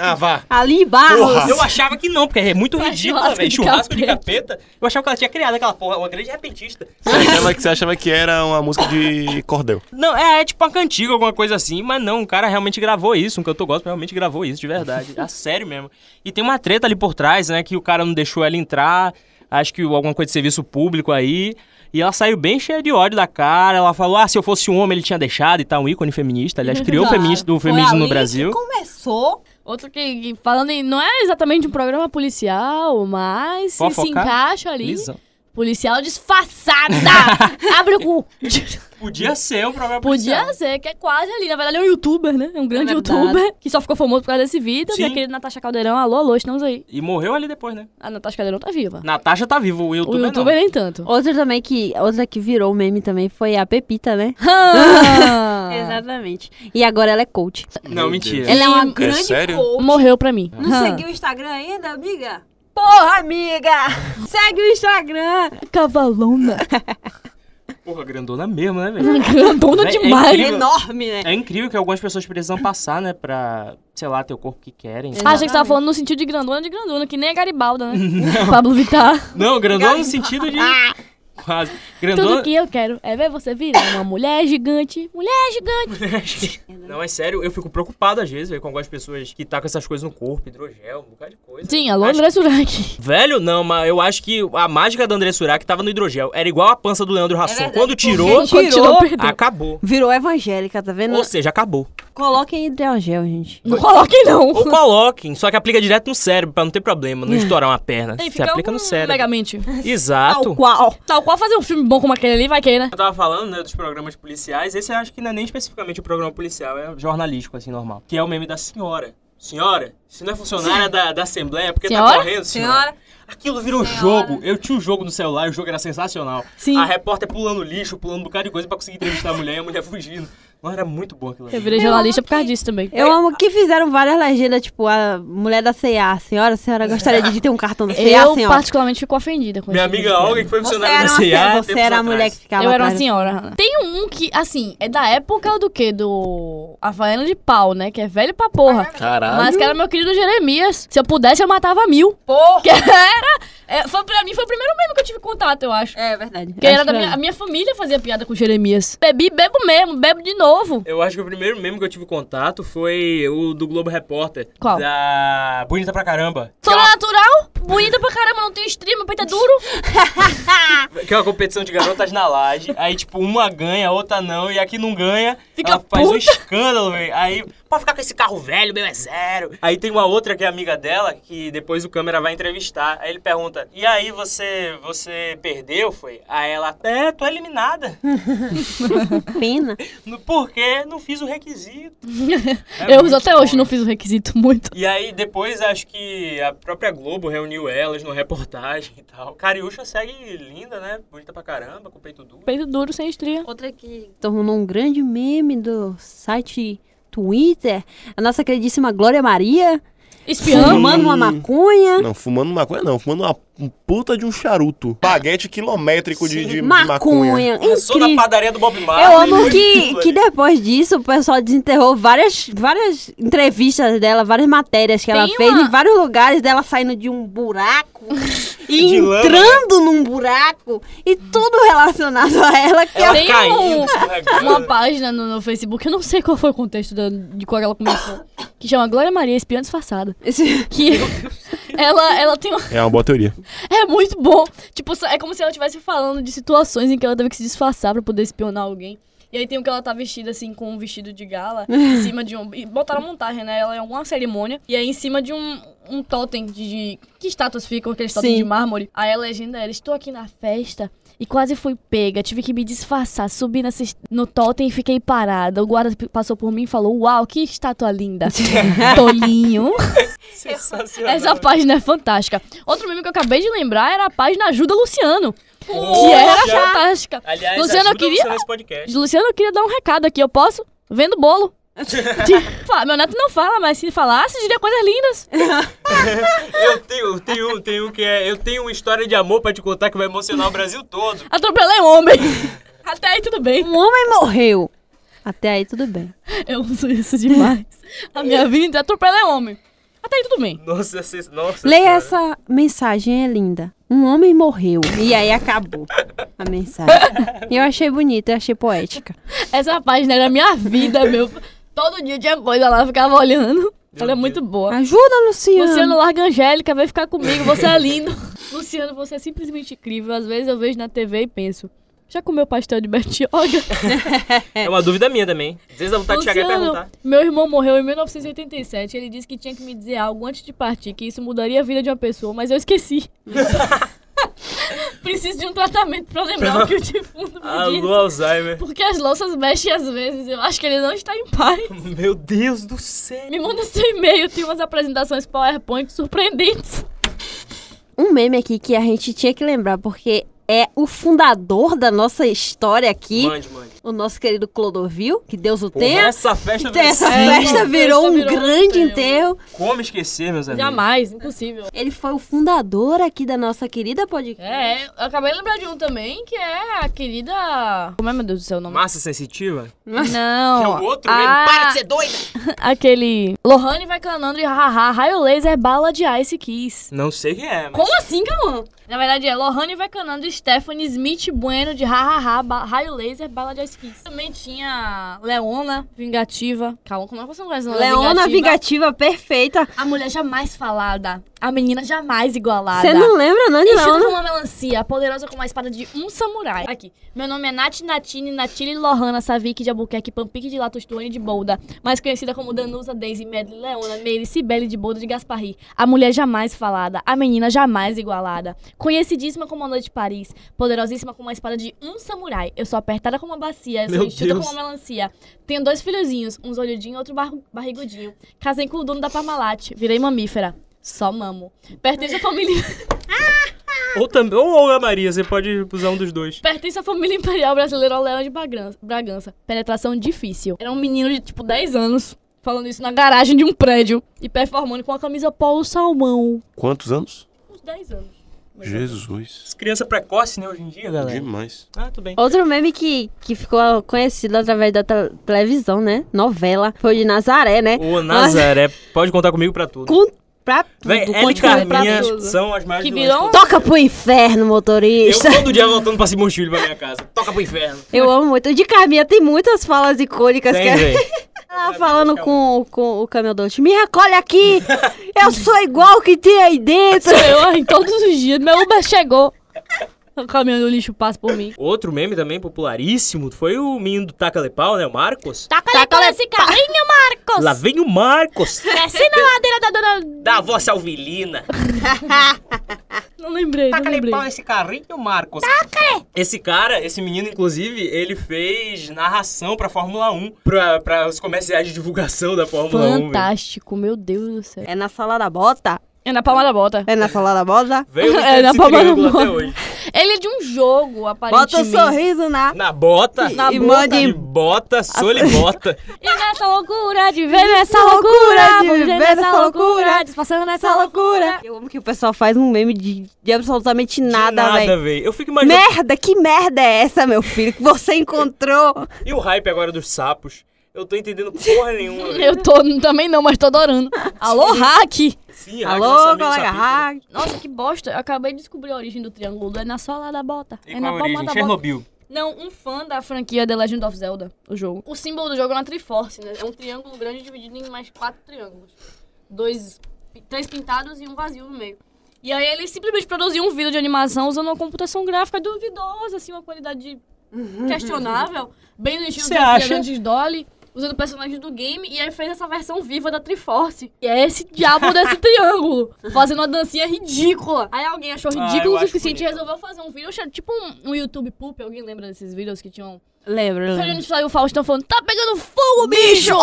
S3: Ah, vá.
S4: Ali em Barros.
S2: Porra.
S3: Eu achava que não, porque é muito
S1: Faz
S3: ridículo,
S1: churrasco
S3: velho.
S1: de
S3: Churrasco de capeta. Eu achava que ela tinha criado aquela porra, uma grande repentista.
S2: Você achava, que- você achava que era uma música de cordel.
S3: Não, é, é tipo uma cantiga, alguma coisa assim, mas não, o cara realmente gravou isso, um cantor gospel realmente gravou isso, de verdade. A sério mesmo. E tem uma treta ali por trás, né, que o cara não deixou ela entrar, acho que alguma coisa de serviço público aí, e ela saiu bem cheia de ódio da cara, ela falou, ah, se eu fosse um homem ele tinha deixado e tá um ícone feminista, aliás, criou o
S4: Claro.
S3: feminista, o
S4: Foi
S3: feminismo no
S4: ali
S3: Brasil.
S4: que começou.
S1: Outro que, que falando em. Não é exatamente um programa policial, mas se, se
S3: Fofocar?
S1: encaixa ali.
S3: Lisão.
S1: Policial
S3: *laughs*
S1: disfarçada! Abre o cu!
S3: Podia ser um programa policial.
S1: Podia ser, que é quase ali. Na verdade, é um youtuber, né? É um grande
S4: É verdade.
S1: youtuber que só ficou famoso por causa desse vídeo. Que é
S3: Sim.
S1: aquele Natasha Caldeirão. Alô, alô, estamos aí.
S3: E morreu ali depois, né?
S1: A Natasha Caldeirão tá viva.
S3: Natasha tá viva, o
S1: o
S3: youtuber não.
S1: youtuber nem tanto.
S4: Outra também que, outra que virou meme também foi a Pepita, *laughs* né?
S1: Ah,
S4: Exatamente. E agora ela é coach.
S3: Não, mentira.
S4: Ela é uma
S1: É
S4: grande
S2: sério?
S4: coach.
S1: Morreu pra mim.
S4: Não
S1: Ah.
S4: seguiu o Instagram ainda, amiga? Porra,
S3: *laughs*
S4: amiga! Segue o Instagram!
S1: *laughs* Cavalona.
S3: Porra, grandona mesmo, né, velho?
S1: Grandona
S3: É- é
S1: demais.
S3: incrível.
S4: Enorme, né?
S3: É incrível que algumas pessoas precisam passar, né, pra, sei lá, ter o corpo que querem.
S1: Ah, Achei que você tava falando no sentido de grandona de grandona, que nem a Garibalda,
S3: *laughs*
S1: né? *laughs* Pablo Vittar.
S3: Não, grandona no sentido de... Quase.
S1: Tudo
S3: *laughs* *laughs* Grandona...
S1: que eu quero é ver você virar uma mulher gigante. Mulher gigante.
S11: né?
S3: Não, é sério, eu fico preocupado às vezes, velho, com algumas pessoas que tá com essas coisas no corpo, hidrogel, um bocado de coisa.
S1: Sim, alô,
S3: Acho-
S1: André Surak.
S3: Velho, não, mas eu acho que a mágica da André Surak tava no hidrogel. Era igual a pança do Leandro
S1: É
S3: Rasson.
S11: verdade,
S3: Quando tirou, Ah,
S1: Quando tirou, perdeu.
S3: acabou.
S4: Virou evangélica, tá vendo?
S3: Ou seja, acabou.
S4: Coloquem hidrogel, gente.
S1: Não coloquem, não.
S3: Ou coloquem, só que aplica direto no cérebro pra não ter
S1: *laughs*
S3: problema, não estourar uma perna.
S1: Aí
S3: Você aplica no
S1: um
S3: cérebro.
S1: Megamente.
S3: Exato.
S4: qual?
S1: Tal qual fazer um filme bom como aquele ali, vai que, né?
S3: Eu tava falando, né, dos programas policiais. Esse eu acho que não é nem especificamente o programa policial, é jornalístico, assim, normal. Que é o meme da senhora. Senhora, se não é funcionária da, da Assembleia, porque tá
S1: Senhora?
S3: correndo, senhora. Aquilo virou jogo. Eu tinha um jogo no celular, e o jogo era sensacional.
S1: Sim.
S3: A repórter pulando lixo, pulando um bocado de coisa pra conseguir entrevistar a mulher e a mulher fugindo. Mano, era muito bom aquilo ali.
S1: Eu virei jornalista por causa disso também.
S4: Eu amo que fizeram várias legendas, tipo, a mulher da C&A, a senhora, a senhora gostaria de ter um cartão da C&A,
S3: assim,
S1: Eu,
S4: senhora.
S1: particularmente, fico ofendida com
S3: Minha
S1: esse
S3: amiga
S1: tipo de
S3: Olga, que foi
S4: Você
S3: funcionária
S4: era,
S3: da
S4: uma,
S3: CIA.
S4: você era a mulher que ficava
S1: Eu era uma
S4: atrás.
S1: senhora. Hannah. Tem um que, assim, é da época do quê? Do Havaiana de pau, né? Que é velho pra porra.
S12: Caralho.
S1: Mas que era meu querido Jeremias. Se eu pudesse, eu matava mil.
S11: Porra!
S1: Que era... É, foi, pra mim, foi o primeiro mesmo que eu tive contato, eu acho.
S11: É verdade.
S1: Porque
S4: Acho
S1: era da
S4: que
S1: minha,
S4: era.
S1: a minha família fazia piada com Jeremias. Bebi, bebo mesmo, bebo de novo.
S3: Eu acho que o primeiro meme que eu tive contato foi o do Globo Repórter.
S1: Qual?
S3: Da Bonita pra Caramba.
S1: Sou natural, bonita pra caramba, não tenho estrima, meu peito é duro.
S3: Que é uma competição de garotas na laje. Aí, tipo, uma ganha, a outra não. E aqui não ganha.
S1: Fica
S3: ela faz um
S1: puta.
S3: escândalo, velho. Aí, pode ficar com esse carro velho, meu é zero. Aí tem uma outra que é amiga dela, que depois o câmera vai entrevistar. Aí ele pergunta: E aí, você você perdeu? Foi? Aí ela: É, tô eliminada.
S4: é Pena.
S3: No- Porque não fiz o requisito.
S1: *laughs*
S3: É
S1: eu
S3: muito
S1: uso até hoje,
S3: bom,
S1: não fiz o requisito muito.
S3: E aí, depois, acho que a própria Globo reuniu elas numa reportagem e tal. Cariúcha segue linda, né? Bonita pra caramba, com peito duro.
S1: Peito duro, sem estria.
S11: Outra que.
S4: Tornou um grande meme do site Twitter. A nossa queridíssima Glória Maria.
S1: Espião.
S4: Fumando uma maconha.
S2: Não, fumando maconha não, fumando uma um puta de um charuto. Paguete quilométrico de, de- de maconha.
S4: maconha.
S3: Começou na
S4: Incrível.
S3: padaria do Bob Marley.
S4: Eu amo
S3: Foi
S4: que,
S3: isso,
S4: que
S3: velho.
S4: depois disso o pessoal desenterrou várias, várias entrevistas dela, várias matérias que ela
S1: Tem
S4: fez
S1: uma-
S4: em vários lugares dela saindo de um
S3: *laughs*
S4: buraco e
S3: De lama, né?
S4: entrando num buraco e tudo relacionado a ela. Que
S3: Ela
S1: Tem
S3: caindo,
S1: um-
S3: escorregando.
S1: Uma página no, no Facebook, eu não sei qual foi o contexto da- de qual ela começou, que chama Glória Maria Espiã Disfarçada.
S4: Esse- *laughs*
S1: Que ela, ela tem uma,
S2: É uma boa teoria.
S1: É muito bom. Tipo, só- é como se ela estivesse falando de situações em que ela teve que se disfarçar pra poder espionar alguém. E aí tem o que ela tá vestida, assim, com um vestido de gala, em cima de um... E botaram a montagem, né? Ela é alguma cerimônia. E aí em cima de um, um totem de, de- Que estátuas ficam, aqueles totem
S4: Sim.
S1: de mármore. Aí a legenda era, estou aqui na festa... E quase fui pega, tive que me disfarçar, subi nessa est- no totem e fiquei parada. O guarda p- passou por mim e falou, uau, que estátua linda. Tolinho.
S3: Sensacional.
S1: Essa página é fantástica. Outro meme que eu acabei de lembrar era a página Ajuda Luciano.
S3: Poxa!
S1: Que era fantástica.
S3: Aliás,
S1: Luciano, eu
S3: ajuda é
S1: queria-
S3: você nesse podcast.
S1: Luciano, eu queria dar um recado aqui. Eu posso? Vendo bolo.
S3: *laughs*
S1: Fala, Meu neto não fala, mas se falasse, diria coisas lindas.
S3: Eu tenho, tenho, tenho que é, eu tenho uma história de amor pra te contar que vai emocionar o Brasil todo.
S1: Atropelei um homem. *laughs* Até aí tudo bem.
S4: um homem morreu. Até aí tudo bem.
S1: Eu uso isso demais. A minha vida é atropelei um homem. Até aí tudo bem.
S3: Nossa, essa- nossa.
S4: Leia
S3: senhora.
S4: essa mensagem, é linda. Um homem morreu. E aí acabou a
S3: *laughs*
S4: mensagem. E eu achei bonita, eu achei poética.
S1: Essa página era a minha vida, meu. Todo dia tinha coisa lá, eu ficava olhando. Ela é
S3: Deus.
S1: muito boa.
S4: Ajuda, Luciano.
S1: Luciano larga a Angélica, vem ficar comigo, você é lindo. *laughs* Luciano, você é simplesmente incrível. Às vezes eu vejo na TV e penso, já comeu pastel de Bertioga?
S3: É uma dúvida minha também. Às vezes dá vontade de chegar e perguntar.
S1: Luciano, meu irmão morreu em 1987. Ele disse que tinha que me dizer algo antes de partir, que isso mudaria a vida de uma pessoa, mas eu esqueci. Preciso de um tratamento pra lembrar o que o defunto me
S3: Alô,
S1: disse.
S3: Ah, Alzheimer.
S1: Porque as louças mexem às vezes. Eu acho que ele não está em paz.
S3: Meu Deus do céu.
S1: Me manda seu e-mail, tem umas apresentações PowerPoint surpreendentes.
S4: um meme aqui que a gente tinha que lembrar, porque é o fundador da nossa história aqui,
S3: Mande, mande.
S4: o nosso querido Clodovil, que Deus o
S3: Porra,
S4: tenha.
S3: essa festa
S4: Então, Essa
S3: vai ser-
S1: É,
S4: festa
S1: essa
S4: virou um
S1: virou um
S4: grande
S1: enterro.
S4: enterro.
S3: Como esquecer, meus amigos?
S1: Jamais, impossível.
S4: Ele foi o fundador aqui da nossa querida podcast.
S1: É, eu acabei de lembrar de um também, que é a querida. Como é, meu Deus do céu, o nome?
S3: Massa sensitiva?
S1: Não. Ah.
S3: Que é o outro
S1: a...
S3: mesmo. Para de ser
S12: doida!
S1: Aquele. Lohane vai clanando e hahaha, raio laser, bala de Ice Kiss.
S3: Não sei quem é, mas...
S1: Como assim, Calma? Na verdade é Lohane vai canando Stephanie Smith Bueno de hahaha, ba- raio laser, bala de Ice
S13: pesquisa.
S1: Também tinha Leona Vingativa. Calma, como é que você não conhece Leona
S4: Leona Vingativa, perfeita.
S1: A mulher jamais falada. A menina jamais igualada.
S4: Você não lembra, não, de
S1: Enchida com
S4: Leona?
S1: uma melancia, poderosa como a espada de um samurai. Aqui. Meu nome é Nath Natine, Natine Lohana, Savik de Albuquerque, Pampique de Latustuane de Bolda. Mais conhecida como Danusa, Daisy, Medley, Leona, Meire, Cibele de Bolda de Gasparri. A mulher jamais falada. A menina jamais igualada. Conhecidíssima como a Noite de Paris. Poderosíssima como a espada de um samurai. Eu sou apertada como uma bacia. Eu sou
S2: Meu
S1: enxuta como
S2: Deus.
S1: uma melancia. Tenho dois filhozinhos, um olhudinho e outro bar- barrigudinho. Casei com o dono da Parmalat. Virei mamífera. Só mamo. Pertenço à família.
S3: Ou também. Ou, ou a Maria, você pode usar um dos dois.
S1: Pertence à família imperial brasileira Leão de Bagran- Bragança. Penetração difícil. Era um menino de tipo 10 anos falando isso na garagem de um prédio e performando com a camisa polo salmão.
S2: Quantos anos?
S1: Uns 10 anos.
S2: Jesus.
S3: As crianças precoces, né, hoje em dia,
S1: É.
S3: galera?
S2: Demais.
S3: Ah, tudo bem.
S4: Outro meme que, que ficou conhecido através da te- televisão, né? Novela. Foi de Nazaré, né?
S3: Ô, Nazaré, pode contar comigo pra tudo.
S4: Com, pra tudo.
S3: Véi, Ela e
S4: conte comigo pra
S3: Carminha
S4: tudo.
S3: são as mais
S1: Que
S3: vilãs
S1: virou um-
S4: Toca pro inferno,
S3: que
S4: motorista.
S3: Eu todo dia voltando pra Simão Filho pra minha casa. Toca pro inferno.
S4: Eu amo muito. O de Carminha tem muitas falas icônicas que
S3: Tem,
S4: é-
S3: véi.
S4: Ela falando com, com o cameldote. Me recolhe aqui! Eu sou igual o que tem aí dentro!
S1: Sou eu em todos os dias. Meu Uber chegou. O caminhão do lixo passa por mim.
S3: Outro meme também popularíssimo foi o menino do Taca Lepau, né? O Marcos.
S1: Taca
S4: Taca
S1: Taca
S4: le-
S1: esse *laughs* carrinho, Marcos!
S3: Lá vem o Marcos.
S1: Desce na ladeira da dona...
S3: Da avó Salvilina.
S1: Não lembrei, não
S3: Taca-lhe
S1: lembrei.
S3: pau nesse carrinho, Marcos. Esse cara, esse menino, inclusive, ele fez narração pra Fórmula 1. Pra, pra os comerciais de divulgação da Fórmula 1. velho.
S1: Fantástico, meu Deus do céu.
S4: É na sala da bota?
S1: É na palma da bota.
S4: É na sala da bota?
S3: Veio
S1: É,
S3: é,
S1: na
S3: esse
S1: palma do
S3: triângulo até
S1: mundo.
S3: hoje.
S1: Ele é de um jogo,
S4: Bota o
S1: aparentemente.
S4: sorriso na.
S3: Na bota.
S4: Na E bota. mande-
S3: De bota, solibota.
S1: E nessa loucura de ver nessa
S4: Loucura
S1: loucura,
S4: de
S1: vamos
S4: viver
S1: ver
S4: nessa
S1: nessa
S4: loucura,
S1: loucura, disfarçando nessa loucura.
S4: Eu amo que o pessoal faz um meme de, de absolutamente nada, velho.
S3: Nada, velho. Eu fico imaginando.
S4: Merda, que merda é essa, meu filho? Que você encontrou?
S3: E o hype agora dos sapos? Eu tô entendendo porra nenhuma. velho.
S1: *laughs* Eu tô também não, mas tô adorando. Alô, hack!
S3: Sim, hack, nosso
S4: Alô,
S3: amigo
S4: Tá colega
S3: sapista.
S4: hack.
S1: Nossa, que bosta. Eu acabei de descobrir a origem do triângulo. É na sola da bota.
S3: E
S1: é
S3: qual
S1: na
S3: a origem?
S1: palma da bota.
S3: Chernobyl.
S1: Não, um fã da franquia The Legend of Zelda, o jogo. O símbolo do jogo é uma Triforce, né? É um triângulo grande dividido em mais quatro triângulos. Dois, três pintados e um vazio no meio. E aí ele simplesmente produziu um vídeo de animação usando uma computação gráfica duvidosa, assim, uma
S3: *laughs*
S1: qualidade questionável, bem no estilo
S3: Cê
S1: do
S3: acha?
S1: Fernandes Dolly, usando personagens do game, e aí fez essa versão viva da Triforce. E é esse diabo *laughs* desse triângulo, fazendo uma dancinha ridícula. Aí alguém achou
S3: Ah,
S1: ridículo
S3: eu
S1: o
S3: acho
S1: suficiente e
S3: bonito.
S1: resolveu fazer um vídeo, tipo um, um YouTube poop, alguém lembra desses vídeos que tinham...
S4: Lembro,
S1: Foi
S4: lembro.
S1: onde saiu o Faustão falando, tá pegando fogo, bicho!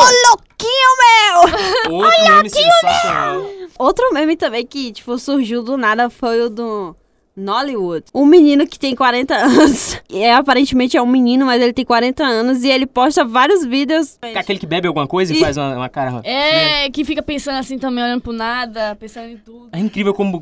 S3: Outro meme sensacional.
S4: Outro meme também que, tipo, surgiu do nada foi o do Nollywood. Um menino que tem 40 anos. *laughs* E é, aparentemente é um menino, mas ele tem 40 anos e ele posta vários vídeos.
S3: É aquele que bebe alguma coisa e,
S4: E-
S3: faz uma, uma cara.
S1: É, que fica pensando assim também, olhando pro nada, pensando em tudo.
S3: É incrível como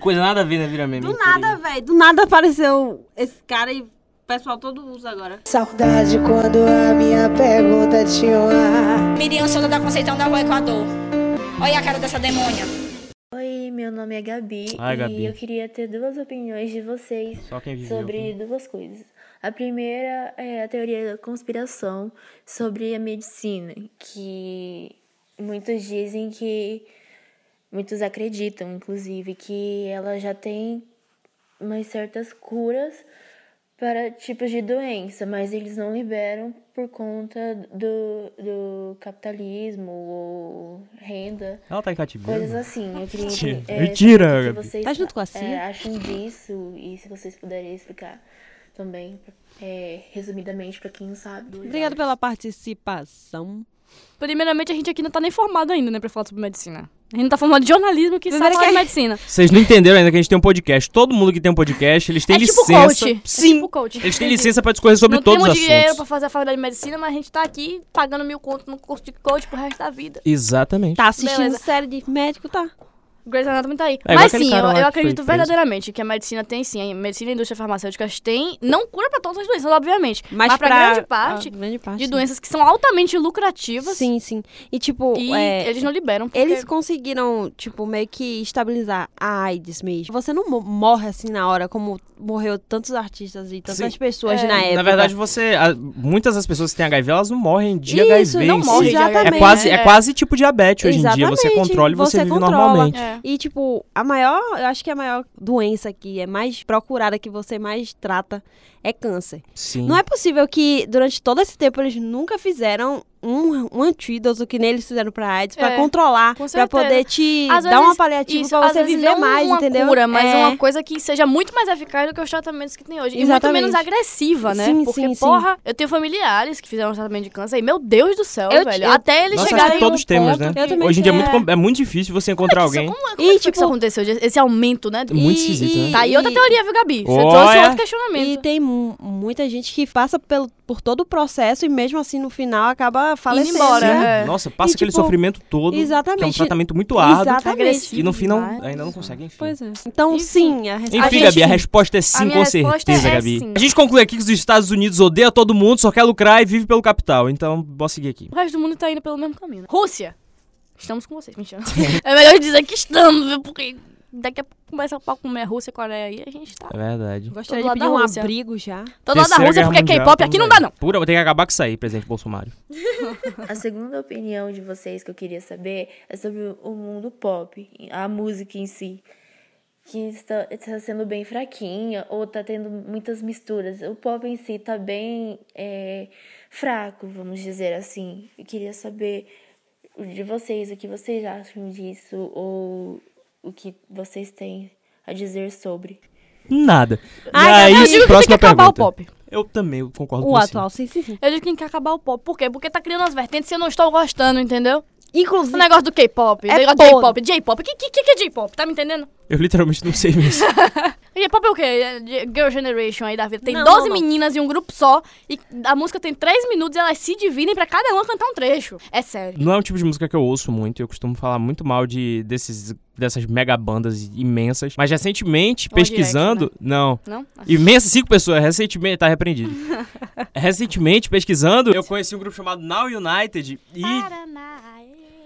S3: coisa nada a ver, né? Vira meme.
S4: Do nada, velho. Do nada apareceu esse cara e o pessoal todo usa agora.
S14: Saudade quando a minha pergunta tinha um ar.
S15: Miriam Souza da Conceição da Rua Equador. Olha a cara dessa demônia.
S16: Oi, meu nome é Gabi
S3: Ai,
S16: e
S3: Gabi.
S16: eu queria ter duas opiniões de vocês
S3: Só quem viveu.
S16: sobre duas coisas. A primeira é a teoria da conspiração sobre a medicina, que muitos dizem que muitos acreditam, inclusive, que ela já tem umas certas curas para tipos de doença, mas eles não liberam por conta do, do capitalismo ou renda.
S3: Ela tá em cativeiro.
S16: Coisas assim, eu queria.
S3: Mentira.
S16: é,
S3: Mentira,
S16: saber o que
S3: Gabi.
S16: vocês,
S4: Tá junto com a
S16: é,
S4: Cia?
S16: acham disso e se vocês puderem explicar também, é, resumidamente, pra quem não sabe.
S4: Obrigada pela participação.
S1: Primeiramente, a gente aqui não tá nem formado ainda, né, pra falar sobre medicina. A gente tá formado de jornalismo que sabe
S4: Primeiro
S1: falar
S4: que
S1: de
S4: a-
S1: medicina.
S3: Vocês não entenderam ainda que a gente tem um podcast. Todo mundo que tem um podcast, eles têm
S1: é tipo
S3: licença.
S1: coach.
S3: Sim.
S1: É tipo coach.
S3: Eles têm licença pra discorrer sobre
S1: Não
S3: todos os
S1: temos
S3: assuntos.
S1: dinheiro pra fazer a faculdade de medicina, mas a gente tá aqui pagando mil conto no curso de coach pro resto da vida.
S3: Exatamente.
S4: Tá assistindo
S1: Beleza.
S4: série de médico, tá?
S1: Grey's Anatomy tá aí.
S3: É igual
S1: Mas
S3: aquele
S1: sim,
S3: cara
S1: eu,
S3: lá
S1: eu
S3: que
S1: acredito
S3: foi preso.
S1: verdadeiramente que a medicina tem sim. A medicina e a indústria farmacêutica tem. Não cura pra todas as doenças, obviamente. Mas, pra,
S4: pra-
S1: grande, parte
S4: a grande parte,
S1: de
S4: sim.
S1: doenças que são altamente lucrativas.
S4: Sim, sim. E tipo.
S1: E
S4: é,
S1: eles não liberam. Porque...
S4: Eles conseguiram, tipo, meio que estabilizar a AIDS mesmo. Você não mo- morre assim na hora, como morreu tantos artistas e tantas
S17: Sim.
S4: pessoas
S1: É.
S4: na época.
S3: Na verdade, você. a- muitas das pessoas que têm HIV, elas não morrem de
S4: Isso,
S3: HIV.
S4: não
S3: em si.
S4: morrem de
S3: É
S4: HIV,
S3: quase,
S4: né?
S3: é
S4: É.
S3: quase tipo diabetes hoje em dia. Você
S4: Exatamente,
S3: controla e você, vive
S4: controla.
S3: normalmente.
S1: é.
S4: E, tipo, a maior, eu acho que a maior doença que é mais procurada, que você mais trata, é câncer.
S3: Sim.
S4: Não é possível que, durante todo esse tempo, eles nunca fizeram um, um antídoto que nem eles fizeram pra AIDS, pra
S1: É,
S4: controlar,
S1: com
S4: pra
S1: certeza.
S4: poder te
S1: Às
S4: dar
S1: vezes-
S4: uma paliativa
S1: isso,
S4: tipo, pra
S1: às
S4: você
S1: vezes
S4: viver
S1: não
S4: mais,
S1: uma
S4: entendeu?
S1: Cura, mas é
S4: É.
S1: uma coisa que seja muito mais eficaz do que os tratamentos que tem hoje. E
S4: Exatamente.
S1: muito menos agressiva, né?
S4: Sim,
S1: Porque,
S4: sim, sim.
S1: porra, eu tenho familiares que fizeram tratamento de câncer e, meu Deus do céu,
S4: Eu te-
S1: velho.
S4: eu-
S1: Até eles
S3: Nossa, acho
S1: chegarem
S3: que todos
S1: num
S3: temos,
S1: ponto
S3: né?
S1: que-
S3: Hoje em dia é muito, com- é muito difícil você encontrar alguém.
S1: Como é que foi que isso aconteceu? Esse aumento, né? do-
S3: Muito esquisito, né?
S1: Tá, aí outra teoria, viu, Gabi? Você
S3: Olha.
S1: trouxe outro questionamento.
S4: E tem mu- muita gente que passa pelo, por todo o processo e mesmo assim no final acaba falecendo.
S1: embora,
S4: né?
S1: é.
S3: Nossa, passa
S4: E,
S3: aquele
S4: tipo,
S3: sofrimento todo. Que é um
S4: exatamente.
S3: tratamento muito árduo.
S1: Tá
S4: Exatamente.
S3: E no fim não, ainda não consegue, enfim.
S4: Pois é. Então, sim, a resposta
S3: Enfim, Gabi, a resposta é sim,
S4: minha
S3: com
S4: resposta
S3: certeza,
S4: é
S3: Gabi.
S4: sim.
S3: A gente conclui aqui que os Estados Unidos odeiam todo mundo, só quer lucrar e vive pelo capital. Então, bora seguir aqui.
S1: O resto do mundo tá indo pelo mesmo caminho. né? Rússia! Estamos com vocês,
S3: *laughs*
S1: mentira. é melhor dizer que estamos, viu? Porque daqui a pouco começa o pau comer a Rússia, a Coreia aí, a gente tá.
S3: É verdade.
S4: Gostaria
S1: Todo
S4: de
S1: lado
S4: pedir um
S1: da Rússia.
S4: abrigo já.
S1: Todo lado da
S3: Terceira
S1: Rússia,
S3: Guerra
S1: porque é
S3: Mundial,
S1: K-pop aqui não
S3: estamos
S1: dá,
S3: aí.
S1: não.
S3: Pura, vou ter que acabar com isso aí, presidente Bolsonaro.
S16: A segunda opinião de vocês que eu queria saber é sobre o mundo pop, a música em si, que está, está sendo bem fraquinha ou está tendo muitas misturas. O pop em si está bem é, fraco, vamos dizer assim. Eu queria saber de vocês o que vocês acham disso ou o que vocês têm a dizer sobre.
S3: Nada.
S16: Ai,
S3: e
S16: Gabi,
S3: aí,
S16: eu digo que
S3: próxima
S16: tem que acabar
S3: pergunta.
S1: o pop.
S3: Eu também eu concordo
S1: O
S3: com
S1: atual,
S4: sim,
S3: você.
S4: sim, sim.
S1: Eu digo que tem que acabar o pop. Por quê? Porque tá criando as vertentes que eu não estou gostando, entendeu?
S4: Inclusive.
S1: O negócio do K-pop,
S3: É
S1: o negócio do J-pop,
S3: podre.
S1: J-pop. O que, que, que é J-pop? Tá me entendendo?
S3: Eu literalmente não sei mesmo.
S1: J-pop é o quê? É de- Girl Generation aí da vida. Tem
S4: Não,
S1: 12
S4: não, não.
S1: meninas e um grupo só. E a música tem 3 minutos e elas se dividem pra cada uma cantar um trecho. É sério.
S3: Não é um tipo de música que eu ouço muito, eu costumo falar muito mal de desses, dessas mega bandas imensas. Mas recentemente,
S1: One
S3: pesquisando. Não.
S1: Não?
S3: Imensas, cinco pessoas, recentemente,
S4: *laughs*
S3: tá repreendido. recentemente, pesquisando, eu conheci um grupo chamado Now United e.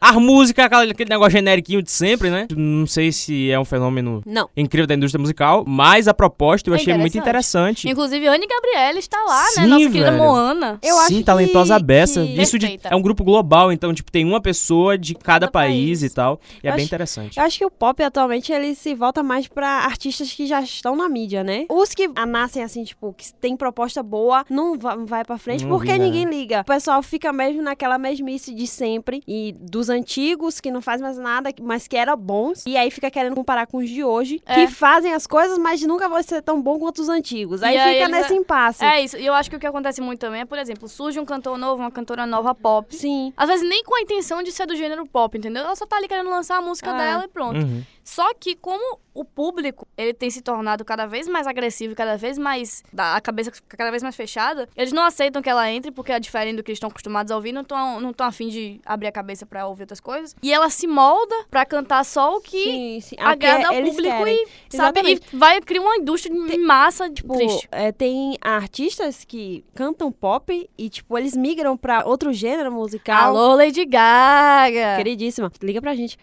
S3: A música, aquela- aquele negócio generiquinho de sempre, né? Não sei se é um fenômeno
S4: Não.
S3: incrível da indústria musical, mas a proposta eu
S1: É
S3: achei muito interessante.
S1: Inclusive, Anne Gabriela está lá, né?
S3: Sim,
S1: Nossa querida
S3: velho.
S1: Moana.
S3: Sim, talentosa beça. Isso de-
S1: Perfeita.
S3: é um grupo global, então, tipo, tem uma pessoa de cada, país. e tal. E é
S4: Eu
S3: bem
S4: acho-
S3: interessante.
S4: Eu acho que o pop atualmente ele se volta mais pra artistas que já estão na mídia, né? Os que ah, nascem assim, tipo, que tem proposta boa, não va- vai pra frente
S3: Não
S4: porque
S3: liga,
S4: ninguém liga. O pessoal fica mesmo naquela mesmice de sempre e dos antigos que não faz mais nada, mas que eram bons. E aí fica querendo comparar com os de hoje,
S1: É.
S4: que fazem as coisas, mas nunca vão ser tão bom quanto os antigos. Aí
S1: E
S4: fica
S1: eles-
S4: nesse impasse.
S1: É isso. E eu acho que o que acontece muito também é, por exemplo, surge um cantor novo, uma cantora nova pop.
S4: Sim.
S1: Às vezes nem com a intenção de ser do gênero pop, entendeu? Ela só tá ali querendo lançar a música
S4: Ah,
S1: dela e pronto.
S3: Uhum.
S1: Só que como o público, ele tem se tornado cada vez mais agressivo, e cada vez mais da- a cabeça fica cada vez mais fechada, eles não aceitam que ela entre porque é diferente do que eles estão acostumados a ouvir, não estão não tão afim de abrir a cabeça pra ouvir outras coisas. E ela se molda pra cantar só o que
S4: Sim, sim. Ao que é,
S1: agrada ao
S4: eles
S1: público
S4: querem.
S1: e sabe e
S4: Exatamente.
S1: vai criar uma indústria de massa tipo,
S4: Tipo,
S1: triste.
S4: é, tem artistas que cantam pop e, tipo, eles migram pra outro gênero musical.
S1: Alô, Lady Gaga!
S4: Queridíssima, liga pra gente.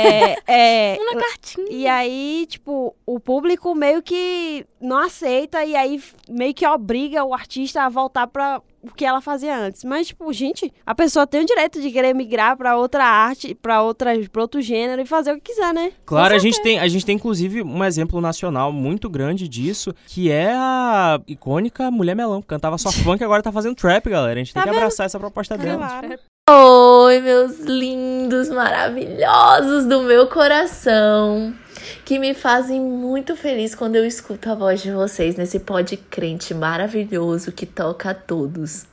S4: É, é,
S1: *laughs* Uma cartinha.
S4: E aí, tipo, o público meio que não aceita e aí f- meio que obriga o artista a voltar pra o que ela fazia antes. Mas, tipo, gente, a pessoa tem o direito de querer migrar pra outra arte, pra, outra, pra outro gênero e fazer o que quiser, né?
S3: Claro, a gente, tem, a gente tem inclusive um exemplo nacional muito grande disso, que é a icônica Mulher Melão, que
S1: *laughs*
S3: cantava só funk e agora tá fazendo trap, galera. A gente tem
S1: Tá
S3: que abraçar essa
S1: É
S3: proposta dela.
S16: Oi, meus lindos, maravilhosos do meu coração, que me fazem muito feliz quando eu escuto a voz de vocês nesse pod crente maravilhoso que toca a todos.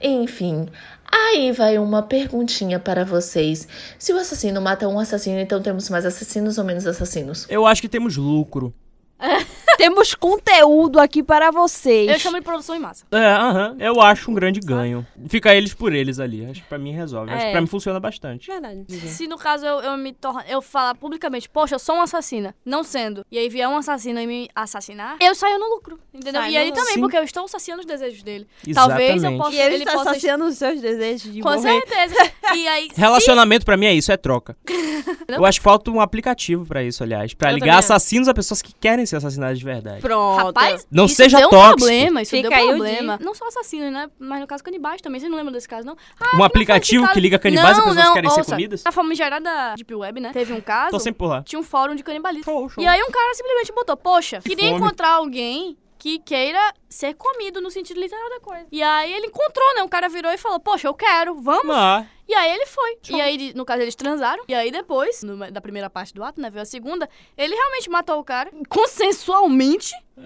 S16: Enfim, aí vai uma perguntinha para vocês. Se o assassino mata um assassino, então temos mais assassinos ou menos assassinos?
S3: Eu acho que temos lucro.
S4: temos conteúdo aqui para vocês.
S1: Eu chamo de produção em massa.
S3: É, aham. eu acho um grande ganho. Fica eles por eles ali. Acho que pra mim resolve. Acho
S1: É.
S3: que pra mim funciona bastante.
S4: Verdade.
S1: Se no caso eu, eu me tornar, eu falar publicamente, poxa, eu sou uma assassina, não sendo, e aí vier um assassino e me assassinar, eu saio no lucro, entendeu?
S4: Sai
S1: e
S4: no
S1: ele
S4: lucro.
S1: também,
S4: Sim.
S1: porque eu estou saciando os desejos dele. Talvez eu
S3: Exatamente.
S1: possa,
S4: E ele,
S1: ele
S4: está
S1: possa
S4: saciando os seus desejos de
S1: Com
S4: morrer. *laughs*
S1: certeza. E aí, se-
S3: Relacionamento pra mim é isso, é
S1: *laughs*
S3: troca. Eu acho que falta um aplicativo pra isso, aliás. Pra
S1: Eu
S3: ligar
S1: também acho.
S3: assassinos a pessoas que querem ser assassinadas de verdade.
S4: Pronto.
S1: Rapaz,
S3: Não
S1: isso
S3: seja
S1: deu um
S3: tóxico.
S1: problema, isso
S4: Fica aí
S1: deu
S4: o
S1: problema. Não só assassinos, né? Mas no caso canibais também. Vocês não lembram desse caso, não? Ah,
S3: Um aplicativo
S1: caso-
S3: que liga canibais a
S1: não,
S3: pessoas que
S1: não,
S3: querem ser
S1: ouça,
S3: comidas?
S1: Na famigerada Deep Web, né? Teve um caso.
S3: Tô sempre por lá.
S1: Tinha um fórum de canibalismo. E aí um cara simplesmente botou, poxa, queria
S3: fome.
S1: encontrar alguém que queira ser comido no sentido literal da coisa. E aí ele encontrou, né? O cara virou e falou, poxa, eu quero, vamos.
S3: Ah.
S1: E aí ele foi. E aí, no caso, eles transaram. E aí depois, numa- da primeira parte do ato, né? Veio a segunda. Ele realmente matou o cara, consensualmente. E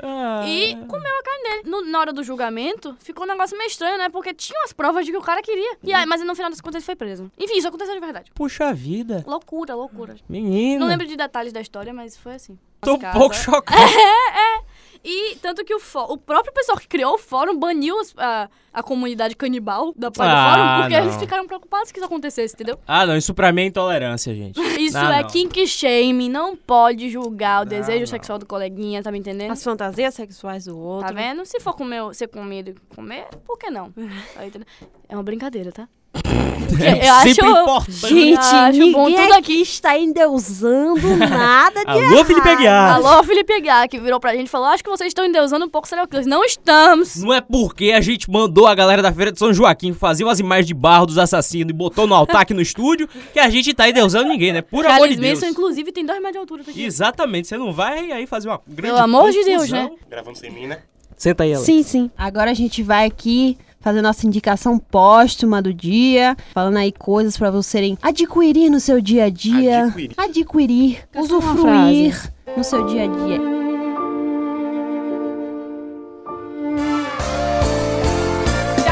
S3: Ah,
S1: comeu a carne dele. No- na hora do julgamento, ficou um negócio meio estranho, né? Porque tinha as provas de que o cara queria. E aí, mas no final das contas ele foi preso. Enfim, isso aconteceu de verdade.
S3: Puxa vida.
S1: Loucura, loucura.
S3: Menina.
S1: Não lembro de detalhes da história, mas foi assim.
S3: Tô um
S1: Nossa
S3: pouco
S1: casa.
S3: chocado.
S1: *laughs* É, é. E tanto que o, fó- o próprio pessoal que criou o fórum baniu as- a, a comunidade canibal da parte
S3: Ah,
S1: do fórum, porque
S3: não.
S1: eles ficaram preocupados que isso acontecesse,
S3: *laughs*
S1: entendeu?
S3: Ah, não, isso pra mim é intolerância, gente.
S1: Isso
S3: Não,
S1: é
S3: Ah, não. Ah,
S1: kink shame, não pode julgar o desejo sexual do coleguinha, tá me entendendo?
S4: As fantasias sexuais do outro.
S1: Tá vendo? Se for comer, ser comido e comer, por que *laughs* não? Tá entendendo? É uma brincadeira, tá? Porque
S3: *laughs* É
S1: eu acho,
S3: sempre importante.
S1: eu
S4: Gente,
S1: Tá. acho bom
S4: ninguém
S1: tudo aqui.
S4: aqui está
S1: *laughs*
S4: endeusando nada de
S3: Alô, Felipe Aguiar.
S1: Alô, Felipe Aguiar, que virou pra gente e falou: acho que vocês estão endeusando um pouco serial killers. Não estamos!
S3: Não é porque a gente mandou a galera da Feira de São Joaquim fazer umas imagens de barro dos assassinos e botou no altar aqui no estúdio que a gente tá endeusando ninguém, né? Por amor de
S1: Charles
S3: Deus.
S1: Manson, inclusive, tem dois metros de altura. Tá aqui.
S3: Exatamente, você não vai aí fazer uma grande
S1: Pelo amor de Deus, né?
S2: Gravando sem mim, né?
S3: Senta aí, ela.
S4: Sim, sim. Agora a gente vai aqui fazer nossa indicação póstuma do dia, falando aí coisas pra vocês serem adquirir no seu dia a dia, adquirir, usufruir no seu dia a dia.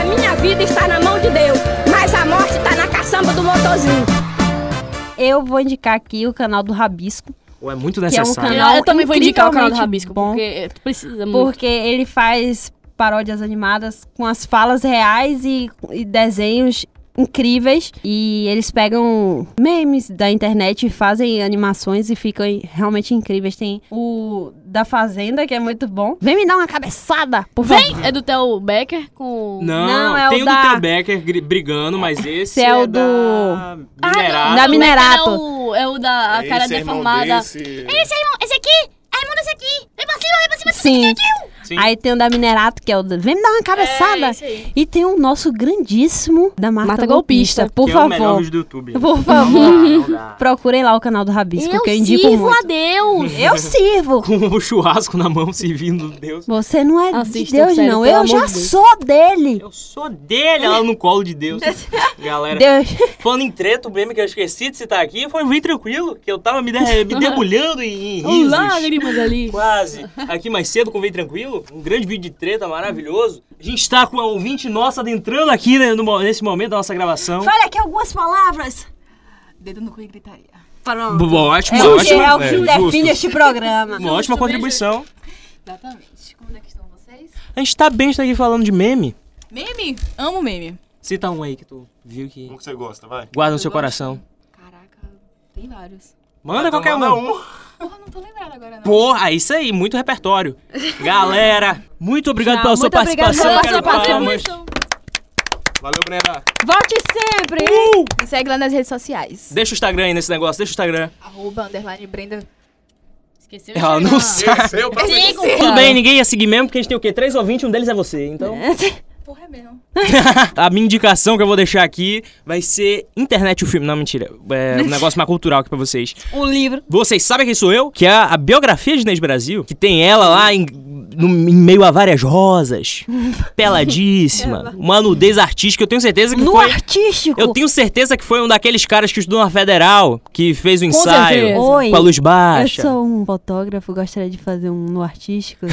S18: A minha vida está na mão de Deus, mas a morte está na caçamba do motorzinho.
S4: Eu vou indicar aqui o canal do Rabisco,
S3: Ou é muito
S4: que é um
S3: necessário.
S4: canal
S1: Eu também vou indicar o canal do
S4: incrivelmente
S1: Rabisco,
S4: bom,
S1: porque precisa muito.
S4: porque ele faz paródias animadas com as falas reais e, e desenhos incríveis e eles pegam memes da internet e fazem animações e ficam realmente incríveis. Tem o da Fazenda que é muito bom. Vem me dar uma cabeçada, por favor.
S1: Vem! É do Theo Becker com.
S3: Não,
S4: Não, é
S3: tem
S4: o
S3: o
S4: da-
S3: do Theo Becker gri- brigando, mas esse
S4: Esse é
S3: é,
S4: o
S3: da
S4: do- Ah,
S3: Minerata.
S4: Da Minerato.
S1: É o, é o da a cara
S3: Esse é irmão
S1: deformada.
S3: desse.
S1: Esse é irmão, esse aqui! É irmão desse aqui! Vem pra cima, vem pra cima!
S4: Sim. Aí tem o da Minerato, que é o. do- Vem me dar uma
S1: É
S4: cabeçada. e tem o nosso grandíssimo da Marta,
S1: Marta
S4: Golpista.
S1: Golpista,
S4: Por
S3: que é o
S4: favor.
S3: melhor vídeo do YouTube.
S4: Por
S3: Não dá, não
S4: favor.
S3: dá.
S4: *laughs* Procurem lá o canal do Rabisco, que eu indico
S1: sirvo
S4: muito.
S1: a Deus!
S4: *laughs* Eu sirvo!
S3: Com o churrasco na mão, servindo Deus.
S4: Você não é de
S1: Assistam,
S4: Deus,
S1: sério,
S4: não.
S1: pelo
S4: Eu
S1: amor
S4: já
S1: de Deus.
S4: sou dele.
S3: Eu sou dele, ela no colo
S4: *laughs*
S3: de Deus. Galera,
S4: Deus.
S3: falando em treta, o meme que eu esqueci de citar aqui foi bem tranquilo, que eu tava me, de-
S4: *laughs*
S3: me debulhando em, em
S4: Um
S3: risos.
S1: Lágrimas *laughs* ali.
S3: Quase. Aqui mais cedo com Vem Tranquilo, um grande vídeo de treta maravilhoso. A gente tá com uma ouvinte nossa adentrando aqui né, no mo- nesse momento da nossa gravação.
S4: Fale aqui algumas palavras.
S19: Dedo no cu e gritaria.
S3: Bom, ótimo,
S4: É o que,
S3: ótimo.
S4: é o que
S3: É,
S4: define
S3: justo. né,
S4: este programa.
S3: Uma ótima contribuição.
S19: Exatamente. Como é que estão vocês?
S3: A gente tá bem, a gente tá aqui falando de meme.
S19: Meme? Amo meme.
S3: Cita um aí que tu viu que... Um que você gosta, vai.
S19: Eu
S3: Guarda no seu
S19: gosto.
S3: coração.
S19: Tem vários.
S3: Manda
S19: Então
S3: qualquer
S19: manda
S3: um.
S19: Porra, não tô lembrada agora, não.
S3: Porra, é isso aí, muito *laughs* repertório. Galera, muito obrigado
S19: Já,
S3: pela sua
S19: muito obrigada
S3: participação.
S19: pela
S3: Quero
S19: sua
S3: palmas.
S19: participação.
S2: Valeu, Brenda.
S19: Volte sempre! Me segue lá nas redes sociais.
S3: Deixa o Instagram aí nesse negócio, deixa o Instagram.
S19: Arroba, underline, Brenda. Esqueci
S3: Ela não *laughs* sabe.
S2: é
S1: *laughs*
S19: Siga.
S3: Tudo bem, ninguém ia seguir mesmo, porque a gente tem o quê? Três ouvintes, um deles é você, então...
S19: Porra, é mesmo.
S3: *laughs* a minha indicação que eu vou deixar aqui vai ser internet o filme. Não, mentira. É *laughs* um negócio mais cultural aqui pra vocês.
S19: Um livro.
S3: Vocês sabem quem sou eu? Que é a biografia de Inês Brasil, que tem ela lá em no, em meio a
S4: *laughs*
S3: várias rosas, peladíssima, uma nudez artística. *laughs* Eu tenho certeza que
S4: no
S3: foi.
S4: artístico.
S3: Eu tenho certeza que foi um daqueles caras que estudou na federal, que fez o
S4: Com
S3: ensaio
S4: certeza.
S3: com,
S4: Oi,
S3: a luz baixa.
S4: Eu sou um fotógrafo, gostaria de fazer um no
S3: *laughs*
S4: artístico.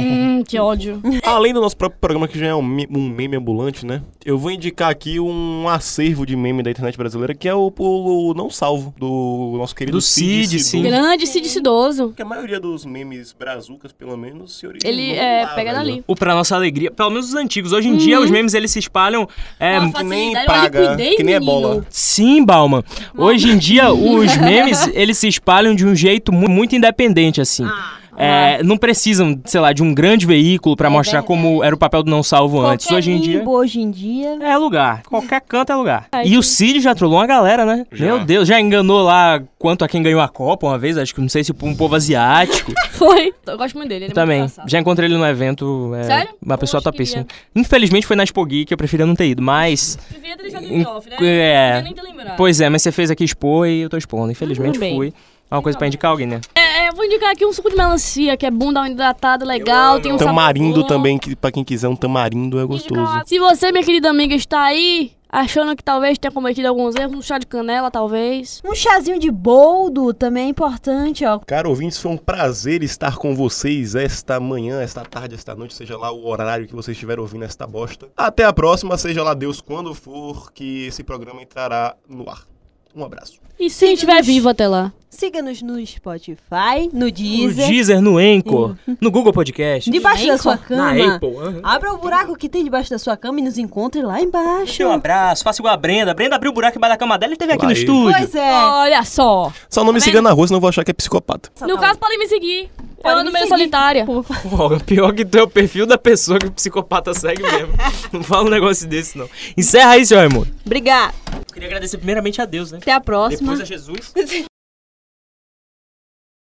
S1: hum, que ódio.
S2: Além do nosso próprio programa, que já é um, me- um meme ambulante, né? Eu vou indicar aqui um acervo de meme da internet brasileira, que é o, o- o Não Salvo, do nosso querido
S3: Do Cid, sim.
S1: Grande Cid Cidoso.
S2: Porque a maioria dos memes brazucas, pelo menos, se originou
S1: Ele é,
S2: lá,
S1: pega
S2: velho.
S1: dali.
S3: O Pra Nossa Alegria, pelo menos os antigos. Hoje em dia
S1: Uhum.
S3: os memes eles se espalham. É,
S1: Uma facilidade, uma liquidez,
S2: é
S1: menino.
S3: Sim, Bauman. Hoje em dia os memes eles se espalham de um jeito mu- muito independente, assim. É, não precisam, sei lá, de um grande veículo pra mostrar como era o papel do Não Salvo antes. Hoje em dia.
S4: Hoje em dia.
S3: É lugar. Qualquer canto é lugar.
S4: Ai,
S3: E o Cid já trollou uma galera, né? Meu Deus, já enganou lá quanto a quem ganhou a Copa uma vez, acho que não sei se um povo asiático.
S1: Foi. Eu gosto muito dele. Ele é muito
S3: Também.
S1: engraçado.
S3: Já encontrei ele num evento. é,
S1: Sério?
S3: Uma pessoa
S1: Poxa,
S3: topíssima.
S1: queria.
S3: Infelizmente foi na Expogui, que eu preferia não ter ido, mas.
S1: é. Devia ter deixado ele off, né?
S3: É.
S1: Devia nem ter lembrado. Ah,
S3: Pois é, mas você fez aqui expor e eu tô expondo. Infelizmente
S1: Tudo bem.
S3: fui. É uma coisa pra indicar alguém, né?
S1: É, é, eu vou indicar aqui um suco de melancia, que é bom, dá uma hidratada legal, tem um
S2: Tamarindo
S1: sabor.
S2: também, que pra quem quiser, um tamarindo é gostoso.
S1: Se você, minha querida amiga, está aí achando que talvez tenha cometido alguns erros, um chá de canela, talvez.
S4: Um chazinho de boldo também é importante, ó.
S2: Caro ouvintes, foi um prazer estar com vocês esta manhã, esta tarde, esta noite, seja lá o horário que vocês estiverem ouvindo esta bosta. Até a próxima, seja lá Deus quando for que esse programa entrará no ar. Um abraço.
S1: E se estiver vivo até lá?
S4: Siga-nos no Spotify, no
S3: No
S4: Deezer.
S3: Deezer, no Anchor, no Google Podcast.
S4: Debaixo da sua
S3: Na
S4: cama.
S3: Apple. aham.
S4: Abra o buraco que tem debaixo da sua cama e nos encontre lá embaixo.
S3: Deixa um abraço, faça igual a Brenda. Brenda abriu o buraco embaixo da cama dela e esteve aqui
S2: Lá
S3: no
S2: ele.
S3: estúdio.
S4: Pois é.
S1: Olha só.
S2: Só não me siga na rua, senão eu vou achar que é psicopata.
S1: No caso, tá podem me seguir. Eu
S4: Podem
S1: ando
S4: me
S1: meio
S4: seguir.
S1: solitária.
S3: *laughs* Pô, pior que tu é o perfil da pessoa que o psicopata
S4: *laughs*
S3: segue mesmo. não fala um negócio desse, não. Encerra aí, seu Raimundo.
S4: Obrigada.
S3: Queria agradecer primeiramente a Deus, né?
S4: Até a próxima.
S3: Depois a Jesus.